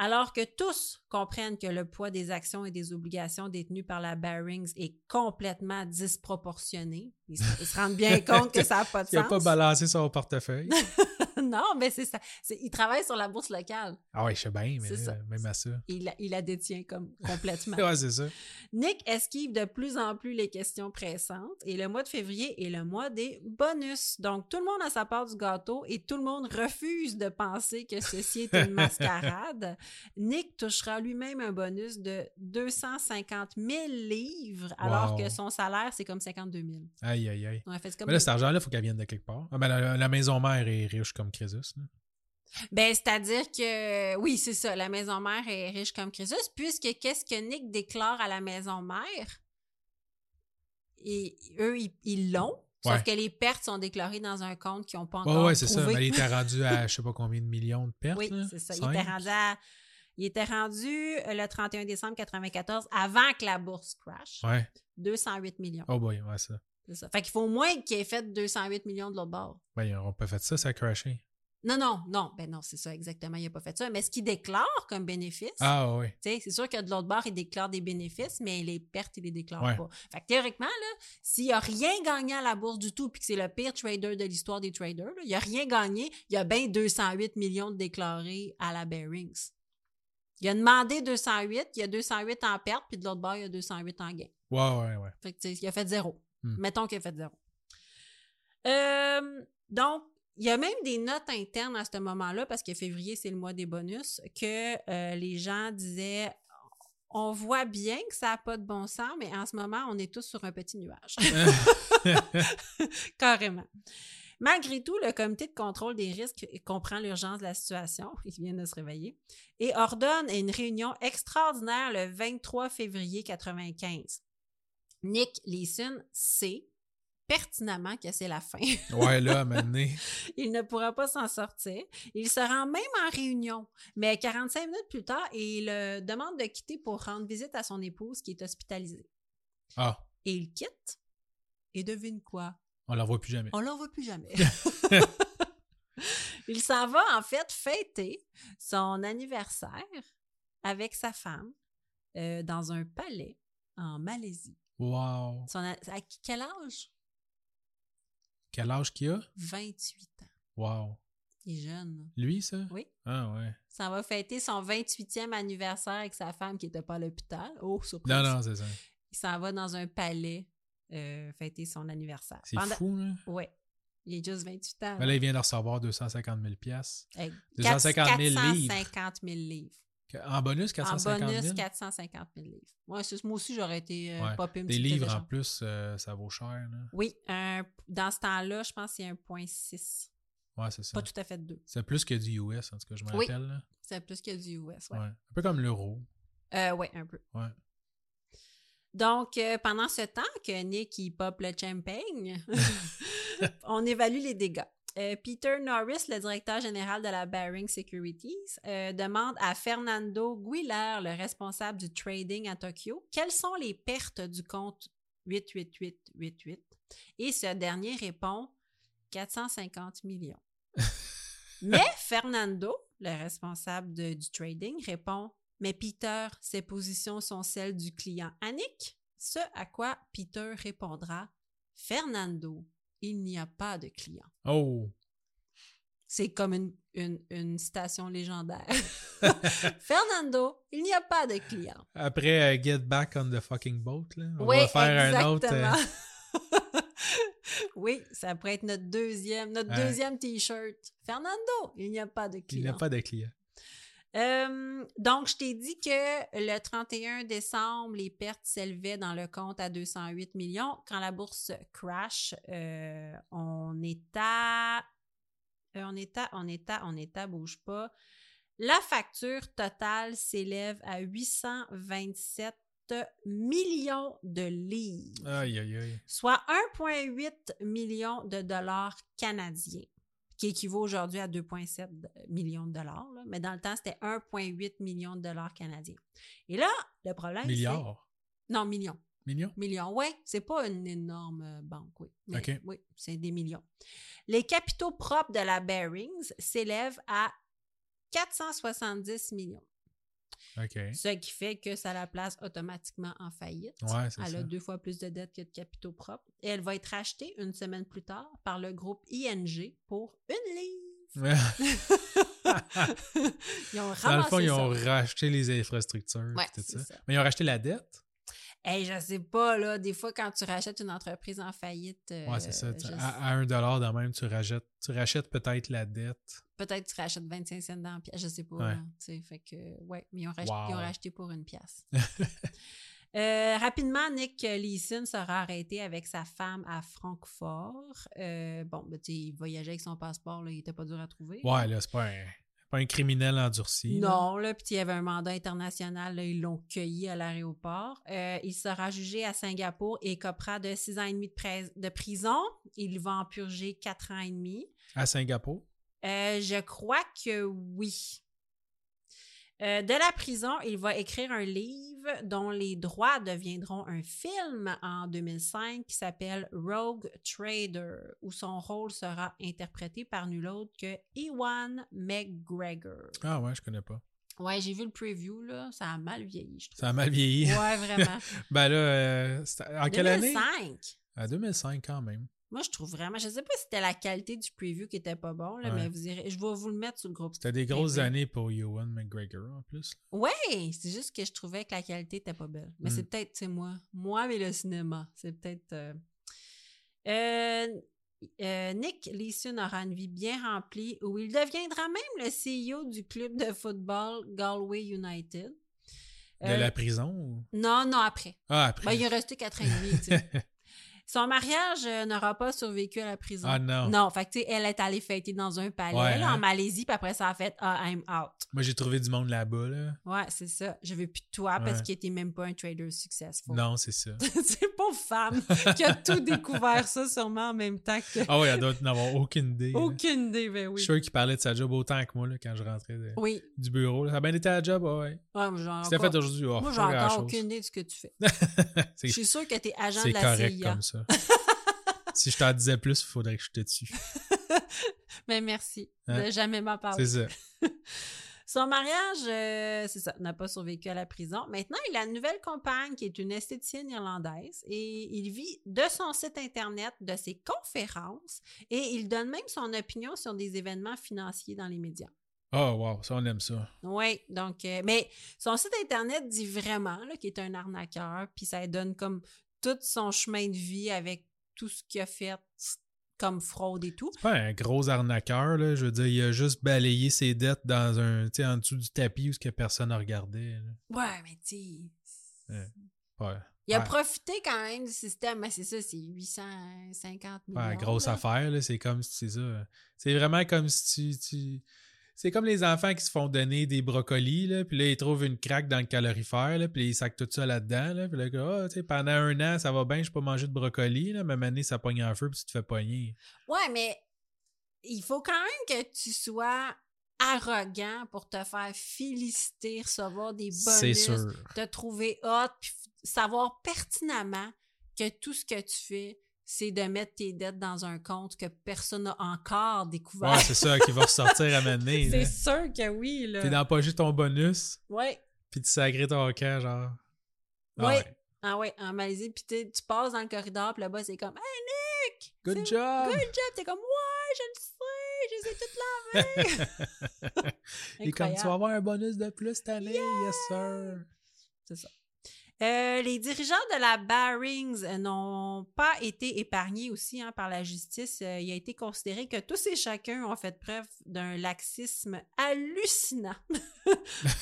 Speaker 1: Alors que tous comprennent que le poids des actions et des obligations détenues par la Barings est complètement disproportionné, ils se, ils se rendent bien compte que ça n'a pas de
Speaker 2: Il n'a
Speaker 1: sens.
Speaker 2: pas balancé son portefeuille.
Speaker 1: non, mais c'est ça. C'est- il travaille sur la bourse locale.
Speaker 2: ah ouais, je sais bien, mais
Speaker 1: C'est ça.
Speaker 2: là, même à ça.
Speaker 1: Il la, il la détient comme complètement.
Speaker 2: Ouais, c'est ça.
Speaker 1: Nick esquive de plus en plus les questions pressantes et le mois de février est le mois des bonus. Donc, tout le monde a sa part du gâteau et tout le monde refuse de penser que ceci est une mascarade. Nick touchera lui-même un bonus de 250 000 livres alors
Speaker 2: Wow.
Speaker 1: que son salaire, c'est comme 52 000.
Speaker 2: Aïe, aïe, aïe.
Speaker 1: On a fait comme
Speaker 2: Mais là, cet argent-là, il faut qu'elle vienne de quelque part. Ah, ben, la, la maison mère est riche comme Crésus. là.
Speaker 1: Ben, c'est-à-dire que, euh, oui, c'est ça, la maison mère est riche comme Crésus, puisque qu'est-ce que Nick déclare à la maison mère? Et eux, ils- ils l'ont. Sauf
Speaker 2: Ouais.
Speaker 1: que les pertes sont déclarées dans un compte qu'ils n'ont pas
Speaker 2: Ouais,
Speaker 1: encore.
Speaker 2: ouais, c'est ça.
Speaker 1: prouvé.
Speaker 2: Mais il était rendu à je sais pas combien de millions de pertes.
Speaker 1: Oui,
Speaker 2: là.
Speaker 1: c'est ça. Il
Speaker 2: Cinq.
Speaker 1: était rendu à- Il était rendu euh, le 31 décembre 94 avant que la bourse crash.
Speaker 2: Ouais.
Speaker 1: 208 millions.
Speaker 2: Oh boy, ouais, ça.
Speaker 1: C'est ça. Fait qu'il faut au moins qu'il ait fait 208 millions de l'autre bord.
Speaker 2: Ben, ils n'auront pas fait ça, ça a crashé.
Speaker 1: Non, non, non. Ben non, c'est ça, exactement. Il n'a pas fait ça. Mais ce qu'il déclare comme bénéfice,
Speaker 2: Ah ouais.
Speaker 1: Tu sais, C'est sûr que de l'autre bord, il déclare des bénéfices, mais les pertes, il les déclare
Speaker 2: Ouais.
Speaker 1: pas. Fait que théoriquement, là, s'il n'a rien gagné à la bourse du tout, puis que c'est le pire trader de l'histoire des traders, là, il n'a rien gagné, il y a bien 208 millions de déclarés à la Bearings. Il a demandé 208, il y a 208 en perte, puis de l'autre bord, il y a 208 en gain.
Speaker 2: Ouais, ouais, ouais.
Speaker 1: Fait que, tu sais, il a fait zéro.
Speaker 2: Hmm.
Speaker 1: Mettons qu'il a fait zéro. Euh, donc, il y a même des notes internes à ce moment-là, parce que février, c'est le mois des bonus, que euh, les gens disaient on voit bien que ça n'a pas de bon sens, mais en ce moment, on est tous sur un petit nuage. Carrément. Malgré tout, le comité de contrôle des risques comprend l'urgence de la situation, il vient de se réveiller, et ordonne une réunion extraordinaire le 23 février 95. Nick Leeson sait pertinemment que c'est la fin.
Speaker 2: ouais, là, maintenant.
Speaker 1: Il ne pourra pas s'en sortir. Il se rend même en réunion, mais 45 minutes plus tard, il euh, demande de quitter pour rendre visite à son épouse qui est hospitalisée.
Speaker 2: Ah,
Speaker 1: Et il quitte. Et devine quoi?
Speaker 2: on la voit plus jamais.
Speaker 1: On l'en voit plus jamais. Il s'en va en fait fêter son anniversaire avec sa femme euh, dans un palais en Malaisie.
Speaker 2: Wow.
Speaker 1: Son a- à quel âge?
Speaker 2: Quel âge qu'il a?
Speaker 1: 28 ans.
Speaker 2: Wow.
Speaker 1: Il est jeune.
Speaker 2: Lui, ça?
Speaker 1: Oui.
Speaker 2: Ah ouais.
Speaker 1: Il s'en va fêter son 28e anniversaire avec sa femme qui n'était pas à l'hôpital. Oh, surprise.
Speaker 2: Non, non, c'est ça.
Speaker 1: Il s'en va dans un palais euh, fêter son anniversaire.
Speaker 2: C'est fou, là.
Speaker 1: Oui. Il est juste 28 ans.
Speaker 2: Mais là, il vient de recevoir 250 000 piastres.
Speaker 1: Euh,
Speaker 2: 250 000
Speaker 1: 450
Speaker 2: livres.
Speaker 1: 000 livres.
Speaker 2: Que- En bonus, 450
Speaker 1: en
Speaker 2: 000.
Speaker 1: bonus, 450 000 livres. Ouais, c'est- moi aussi, j'aurais été euh,
Speaker 2: Ouais.
Speaker 1: popper une
Speaker 2: Des
Speaker 1: petite tête de
Speaker 2: livres en
Speaker 1: genre.
Speaker 2: plus, euh, ça vaut cher, là.
Speaker 1: Oui, un- dans ce temps-là, je pense que c'est 1,6.
Speaker 2: Ouais, c'est ça.
Speaker 1: Pas tout à fait 2.
Speaker 2: C'est plus que du US, en tout cas, je me
Speaker 1: Oui.
Speaker 2: rappelle. là.
Speaker 1: C'est plus que du US.
Speaker 2: Ouais.
Speaker 1: Ouais.
Speaker 2: Un peu comme l'euro.
Speaker 1: Euh, ouais, un peu.
Speaker 2: Ouais.
Speaker 1: Donc, euh, pendant ce temps que Nick il pop le champagne, on évalue les dégâts. Euh, Peter Norris, le directeur général de la Baring Securities, euh, demande à Fernando Guiller, le responsable du trading à Tokyo, quelles sont les pertes du compte 88888. Et ce dernier répond 450 millions. Mais Fernando, le responsable de- du trading, répond Mais Peter, ces positions sont celles du client Annick. Ce à quoi Peter répondra Fernando, il n'y a pas de client.
Speaker 2: Oh!
Speaker 1: C'est comme une, une, une station légendaire. Fernando, il n'y a pas de clients.
Speaker 2: Après euh, Get Back on the fucking boat, là, on
Speaker 1: oui,
Speaker 2: va faire
Speaker 1: exactement.
Speaker 2: un autre. euh,
Speaker 1: oui, ça pourrait être notre deuxième, notre
Speaker 2: Ouais.
Speaker 1: deuxième T-shirt. Fernando, il n'y a pas de
Speaker 2: il n'y a
Speaker 1: clients.
Speaker 2: pas de clients.
Speaker 1: Euh, donc, je t'ai dit que le 31 décembre, les pertes s'élevaient dans le compte à 208 millions. Quand la bourse crash, euh, on est à... euh, on est à... On est à... On est à... Bouge pas. La facture totale s'élève à 827 millions de livres
Speaker 2: Aïe, aïe, aïe.
Speaker 1: soit 1,8 million de dollars canadiens, qui équivaut aujourd'hui à 2,7 millions de dollars. là. Mais dans le temps, c'était 1,8 million de dollars canadiens. Et là, le problème, c'est...
Speaker 2: Milliards.
Speaker 1: Non, millions.
Speaker 2: Millions?
Speaker 1: Millions, oui. C'est pas une énorme euh, banque, oui. Mais
Speaker 2: OK.
Speaker 1: Oui, c'est des millions. Les capitaux propres de la Bearings s'élèvent à 470 millions,
Speaker 2: OK. Ouais,
Speaker 1: ce qui fait que ça la place automatiquement en faillite.
Speaker 2: c'est
Speaker 1: Elle
Speaker 2: ça.
Speaker 1: a deux fois plus de dettes que de capitaux propres. Et elle va être rachetée une semaine plus tard par le groupe ING pour une livre. ils ont ramassé
Speaker 2: Dans le fond, ils ont
Speaker 1: ça.
Speaker 2: racheté les infrastructures.
Speaker 1: Ouais,
Speaker 2: puis tout
Speaker 1: c'est
Speaker 2: ça.
Speaker 1: ça.
Speaker 2: Mais ils ont racheté la dette.
Speaker 1: Hey, je sais pas, là. Des fois, quand tu rachètes une entreprise en faillite, euh,
Speaker 2: Ouais, c'est ça. Tu-
Speaker 1: je-
Speaker 2: À, à un dollar dans même, tu rachètes, tu rachètes peut-être la dette.
Speaker 1: peut-être tu rachètes 25 cents dans la pièce. Je sais pas.
Speaker 2: Ouais.
Speaker 1: là, tu sais, fait que, ouais, mais ils ont, racheté,
Speaker 2: Wow.
Speaker 1: ils ont racheté pour une pièce. Euh, rapidement, Nick Leeson sera arrêté avec sa femme à Francfort. Euh, bon, ben, tu sais, il voyageait avec son passeport, là, il était pas dur à trouver.
Speaker 2: Ouais, là, c'est pas un, pas un criminel endurci. là.
Speaker 1: Non, là, puis il y avait un mandat international, là, ils l'ont cueilli à l'aéroport. Euh, il sera jugé à Singapour et copera de six ans et demi de, prais- de prison. Il va en purger quatre ans et demi.
Speaker 2: À Singapour.
Speaker 1: Euh, je crois que oui. Euh, de la prison, il va écrire un livre dont les droits deviendront un film en 2005 qui s'appelle Rogue Trader, où son rôle sera interprété par nul autre que Ewan McGregor.
Speaker 2: Ah ouais, je connais pas.
Speaker 1: Ouais, j'ai vu le preview, là. Ça a mal vieilli, je trouve.
Speaker 2: Ça a mal vieilli.
Speaker 1: Ouais, vraiment.
Speaker 2: Ben là, euh, c'était- en quelle année?
Speaker 1: 2005.
Speaker 2: À 2005 quand même.
Speaker 1: Moi, je trouve vraiment. Je sais pas si c'était la qualité du preview qui était pas bon, là,
Speaker 2: Ouais.
Speaker 1: mais vous irez- je vais vous le mettre sur le groupe.
Speaker 2: C'était des grosses
Speaker 1: Eh oui.
Speaker 2: années pour Ewan McGregor en plus.
Speaker 1: Ouais, c'est juste que je trouvais que la qualité était pas belle. Mais
Speaker 2: Mm.
Speaker 1: c'est peut-être, tu sais, moi. Moi, mais le cinéma. C'est peut-être. euh, euh, euh, Nick Leeson aura une vie bien remplie où il deviendra même le CEO du club de football Galway United.
Speaker 2: De
Speaker 1: Euh,
Speaker 2: la prison ou-
Speaker 1: Non, non, après.
Speaker 2: Ah, après.
Speaker 1: Ben, il est resté quatre ans et demi, tu sais. Son mariage euh, n'aura pas survécu à la prison.
Speaker 2: ah non.
Speaker 1: Non, fait que, tu sais, elle est allée fêter dans un palais
Speaker 2: Ouais,
Speaker 1: là,
Speaker 2: hein.
Speaker 1: en Malaisie, puis après ça a fait Ah, I'm out.
Speaker 2: Moi, j'ai trouvé du monde là-bas. Là.
Speaker 1: Ouais, c'est ça. Je veux plus de toi parce
Speaker 2: Ouais.
Speaker 1: qu'il était même pas un trader successful.
Speaker 2: Non, c'est ça.
Speaker 1: c'est pauvre femme qui a tout découvert ça sûrement en même temps que.
Speaker 2: Ah ouais, elle doit n'avoir aucune idée. là.
Speaker 1: Aucune idée, ben
Speaker 2: Je
Speaker 1: oui.
Speaker 2: suis sûr qu'il parlait de sa job autant que moi là, quand je rentrais de-
Speaker 1: Oui.
Speaker 2: du bureau. là. Ça a bien été à la job, ah ouais.
Speaker 1: Ouais, moi, j'en ai
Speaker 2: C'était fait
Speaker 1: encore-
Speaker 2: aujourd'hui. oh,
Speaker 1: Moi, j'ai
Speaker 2: fuck la
Speaker 1: encore
Speaker 2: chose.
Speaker 1: aucune idée de ce que tu fais. Je
Speaker 2: c'est
Speaker 1: suis sûre que t'es agent
Speaker 2: c'est
Speaker 1: de la
Speaker 2: correct
Speaker 1: CIA.
Speaker 2: comme ça. si je t'en disais plus, il faudrait que je te tue.
Speaker 1: Mais Ben, merci de
Speaker 2: Hein?
Speaker 1: jamais m'en parler.
Speaker 2: C'est ça.
Speaker 1: Son mariage, euh, c'est ça, n'a pas survécu à la prison. Maintenant, il a une nouvelle compagne qui est une esthéticienne irlandaise et il vit de son site Internet, de ses conférences et il donne même son opinion sur des événements financiers dans les médias.
Speaker 2: Oh wow, ça on aime ça.
Speaker 1: Oui, donc, euh, mais son site Internet dit vraiment là, qu'il est un arnaqueur, puis ça donne comme tout son chemin de vie avec tout ce qu'il a fait comme fraude et tout.
Speaker 2: C'est pas un gros arnaqueur, là. Je veux dire, il a juste balayé ses dettes dans un, tu sais, en dessous du tapis où ce que personne n'a regardé. là.
Speaker 1: Ouais, mais tu sais,
Speaker 2: Ouais. Ouais.
Speaker 1: Il a
Speaker 2: Ouais.
Speaker 1: profité quand même du système, mais c'est ça, c'est 850 millions.
Speaker 2: Pas une grosse
Speaker 1: là.
Speaker 2: affaire, là. C'est comme si c'est ça. C'est vraiment comme si tu. tu- C'est comme les enfants qui se font donner des brocolis, là, puis là, ils trouvent une craque dans le calorifère, là, puis ils sacent tout ça là-dedans, là, puis là, Ah, tu sais, pendant un an, ça va bien, je peux manger de brocolis, là, même année, ça pogne en feu, puis tu te fais pogner.
Speaker 1: Ouais, mais il faut quand même que tu sois arrogant pour te faire féliciter, recevoir des
Speaker 2: C'est
Speaker 1: bonus,
Speaker 2: sûr.
Speaker 1: te trouver hot, puis f- savoir pertinemment que tout ce que tu fais, c'est de mettre tes dettes dans un compte que personne n'a encore découvert.
Speaker 2: Ouais, c'est ça qui va ressortir à mener.
Speaker 1: c'est sûr que oui, là.
Speaker 2: T'es d'empocher ton bonus,
Speaker 1: Ouais.
Speaker 2: Puis tu sacré ton camp, genre. Ah
Speaker 1: Ouais.
Speaker 2: ouais.
Speaker 1: Ah ouais, en Malaisie, puis t'es- tu passes dans le corridor, puis là-bas, c'est comme « Hey, Nick! »
Speaker 2: Good
Speaker 1: C'est-
Speaker 2: job!
Speaker 1: Good job! T'es comme, ouais, je le sais, je les ai toutes année!
Speaker 2: Et comme tu vas
Speaker 1: Incroyable.
Speaker 2: avoir un bonus de plus cette année,
Speaker 1: Yeah!
Speaker 2: yes sir.
Speaker 1: Euh, les dirigeants de la Barings euh, n'ont pas été épargnés aussi hein, par la justice. Euh, il a été considéré que tous et chacun ont fait preuve d'un laxisme hallucinant.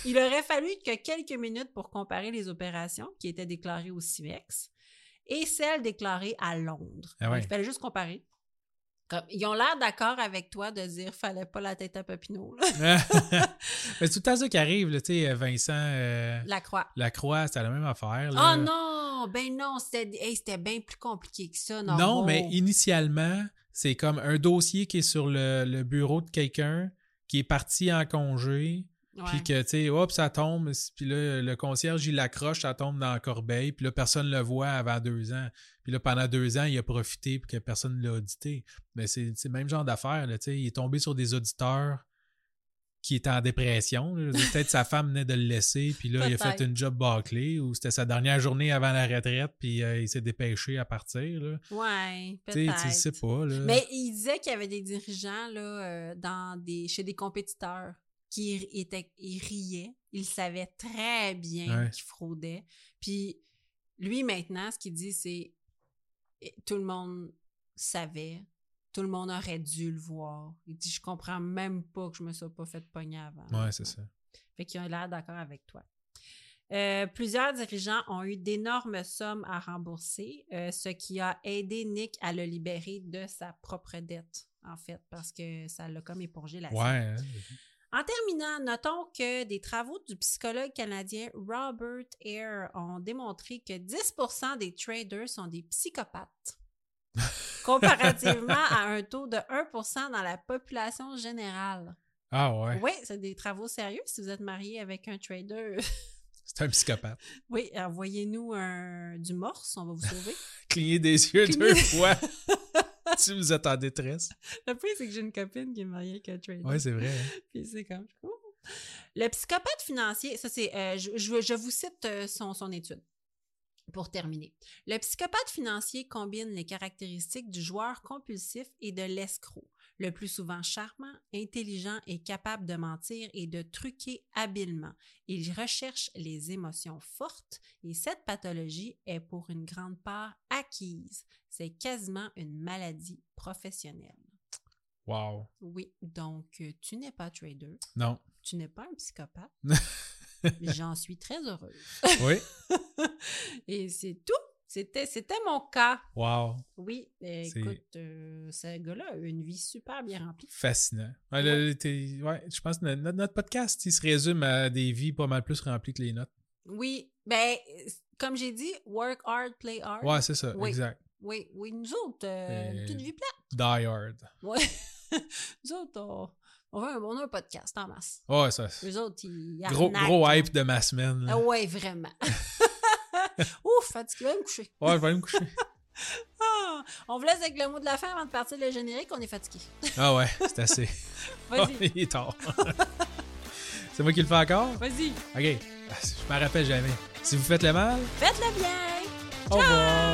Speaker 1: il aurait fallu que quelques minutes pour comparer les opérations qui étaient déclarées au CIVEX et celles déclarées à Londres.
Speaker 2: Ah ouais.
Speaker 1: Il fallait juste comparer. Comme, ils ont l'air d'accord avec toi de dire fallait pas la tête à Papineau. là.
Speaker 2: Mais c'est tout le temps ça qui arrive, là, tu sais, Vincent euh,
Speaker 1: La croix.
Speaker 2: Lacroix, c'était la même affaire. là.
Speaker 1: Oh non! Ben non, c'était hey, c'était bien plus compliqué que ça.
Speaker 2: Non,
Speaker 1: Non,
Speaker 2: mais initialement, c'est comme un dossier qui est sur le, le bureau de quelqu'un qui est parti en congé, puis que, tu sais, hop, ça tombe, puis là, le concierge, il l'accroche, ça tombe dans la corbeille, puis là, personne le voit avant deux ans. Puis là, pendant deux ans, il a profité, puis que personne ne l'a audité. Mais c'est c'est le même genre d'affaire, là, tu sais, il est tombé sur des auditeurs qui étaient en dépression. là. Peut-être sa femme venait de le laisser, puis là, il a fait
Speaker 1: Peut-être.
Speaker 2: une job bâclée, ou c'était sa dernière journée avant la retraite, puis euh, il s'est dépêché à partir, là.
Speaker 1: Ouais,
Speaker 2: Tu sais,
Speaker 1: peut-être.
Speaker 2: tu sais pas, là.
Speaker 1: Mais il disait qu'il y avait des dirigeants là, euh, dans des, chez des compétiteurs qui ri- étaient, ils riaient. Ils savaient très bien
Speaker 2: Ouais.
Speaker 1: qu'ils fraudaient. Puis lui, maintenant, ce qu'il dit, c'est eh, tout le monde savait. Tout le monde aurait dû le voir. Il dit, je comprends même pas que je me sois pas fait pogner avant.
Speaker 2: Ouais, c'est ça.
Speaker 1: Fait qu'ils ont l'air d'accord avec toi. Euh, plusieurs dirigeants ont eu d'énormes sommes à rembourser, euh, ce qui a aidé Nick à le libérer de sa propre dette, en fait, parce que ça l'a comme épongé la
Speaker 2: Ouais.
Speaker 1: sienne.
Speaker 2: hein.
Speaker 1: En terminant, notons que des travaux du psychologue canadien Robert Eyre ont démontré que 10 des traders sont des psychopathes, comparativement à un taux de 1 dans la population générale.
Speaker 2: Ah ouais.
Speaker 1: Oui, c'est des travaux sérieux si vous êtes marié avec un trader.
Speaker 2: C'est un psychopathe.
Speaker 1: Oui, envoyez-nous un du morse, on va vous sauver.
Speaker 2: Cligner des yeux
Speaker 1: Cligner-
Speaker 2: deux fois si vous êtes en détresse.
Speaker 1: Le pire, c'est que j'ai une copine qui est mariée avec un trader.
Speaker 2: Ouais, c'est vrai. hein.
Speaker 1: Puis c'est comme. oh. Ouh. Le psychopathe financier, ça c'est. euh, je, je- je vous cite euh, son, son étude pour terminer. Le psychopathe financier combine les caractéristiques du joueur compulsif et de l'escroc, le plus souvent charmant, intelligent et capable de mentir et de truquer habilement. Il recherche les émotions fortes et cette pathologie est pour une grande part acquise. C'est quasiment une maladie professionnelle.
Speaker 2: Wow.
Speaker 1: Oui, donc euh, tu n'es pas trader.
Speaker 2: Non.
Speaker 1: Tu n'es pas un psychopathe. J'en suis très heureuse.
Speaker 2: Oui.
Speaker 1: Et c'est tout. C'était, c'était mon cas.
Speaker 2: Wow.
Speaker 1: Oui, euh,
Speaker 2: C'est-
Speaker 1: écoute, euh, ce gars-là a eu une vie super bien remplie.
Speaker 2: Fascinant. Ouais, le- le- t'es- ouais, je pense que no- notre, notre podcast, il se résume à des vies pas mal plus remplies que les notes.
Speaker 1: Oui, ben, euh, comme j'ai dit, work hard, play hard.
Speaker 2: Ouais, c'est ça.
Speaker 1: Oui.
Speaker 2: Exact.
Speaker 1: Oui, oui, nous autres, euh,
Speaker 2: Euh,
Speaker 1: une petite vie plate.
Speaker 2: Die hard.
Speaker 1: Ouais. nous autres, on, on a un, on a un podcast en masse.
Speaker 2: Ouais, ça. c'est-
Speaker 1: Eux autres, ils
Speaker 2: Gros,
Speaker 1: arnaquent,
Speaker 2: gros
Speaker 1: hein.
Speaker 2: hype de ma semaine. là.
Speaker 1: Ah ouais, vraiment. Ouf, fatigué, je vais me coucher.
Speaker 2: Ouais, je vais aller me coucher.
Speaker 1: Ah, on vous laisse avec le mot de la fin avant de partir le générique, on est fatigué.
Speaker 2: Ah ouais, c'est assez.
Speaker 1: Vas-y,
Speaker 2: Il est tard. c'est moi qui le fais encore?
Speaker 1: vas-y,
Speaker 2: OK. Je m'en rappelle jamais. Si vous faites le mal,
Speaker 1: faites-le bien!
Speaker 2: au revoir.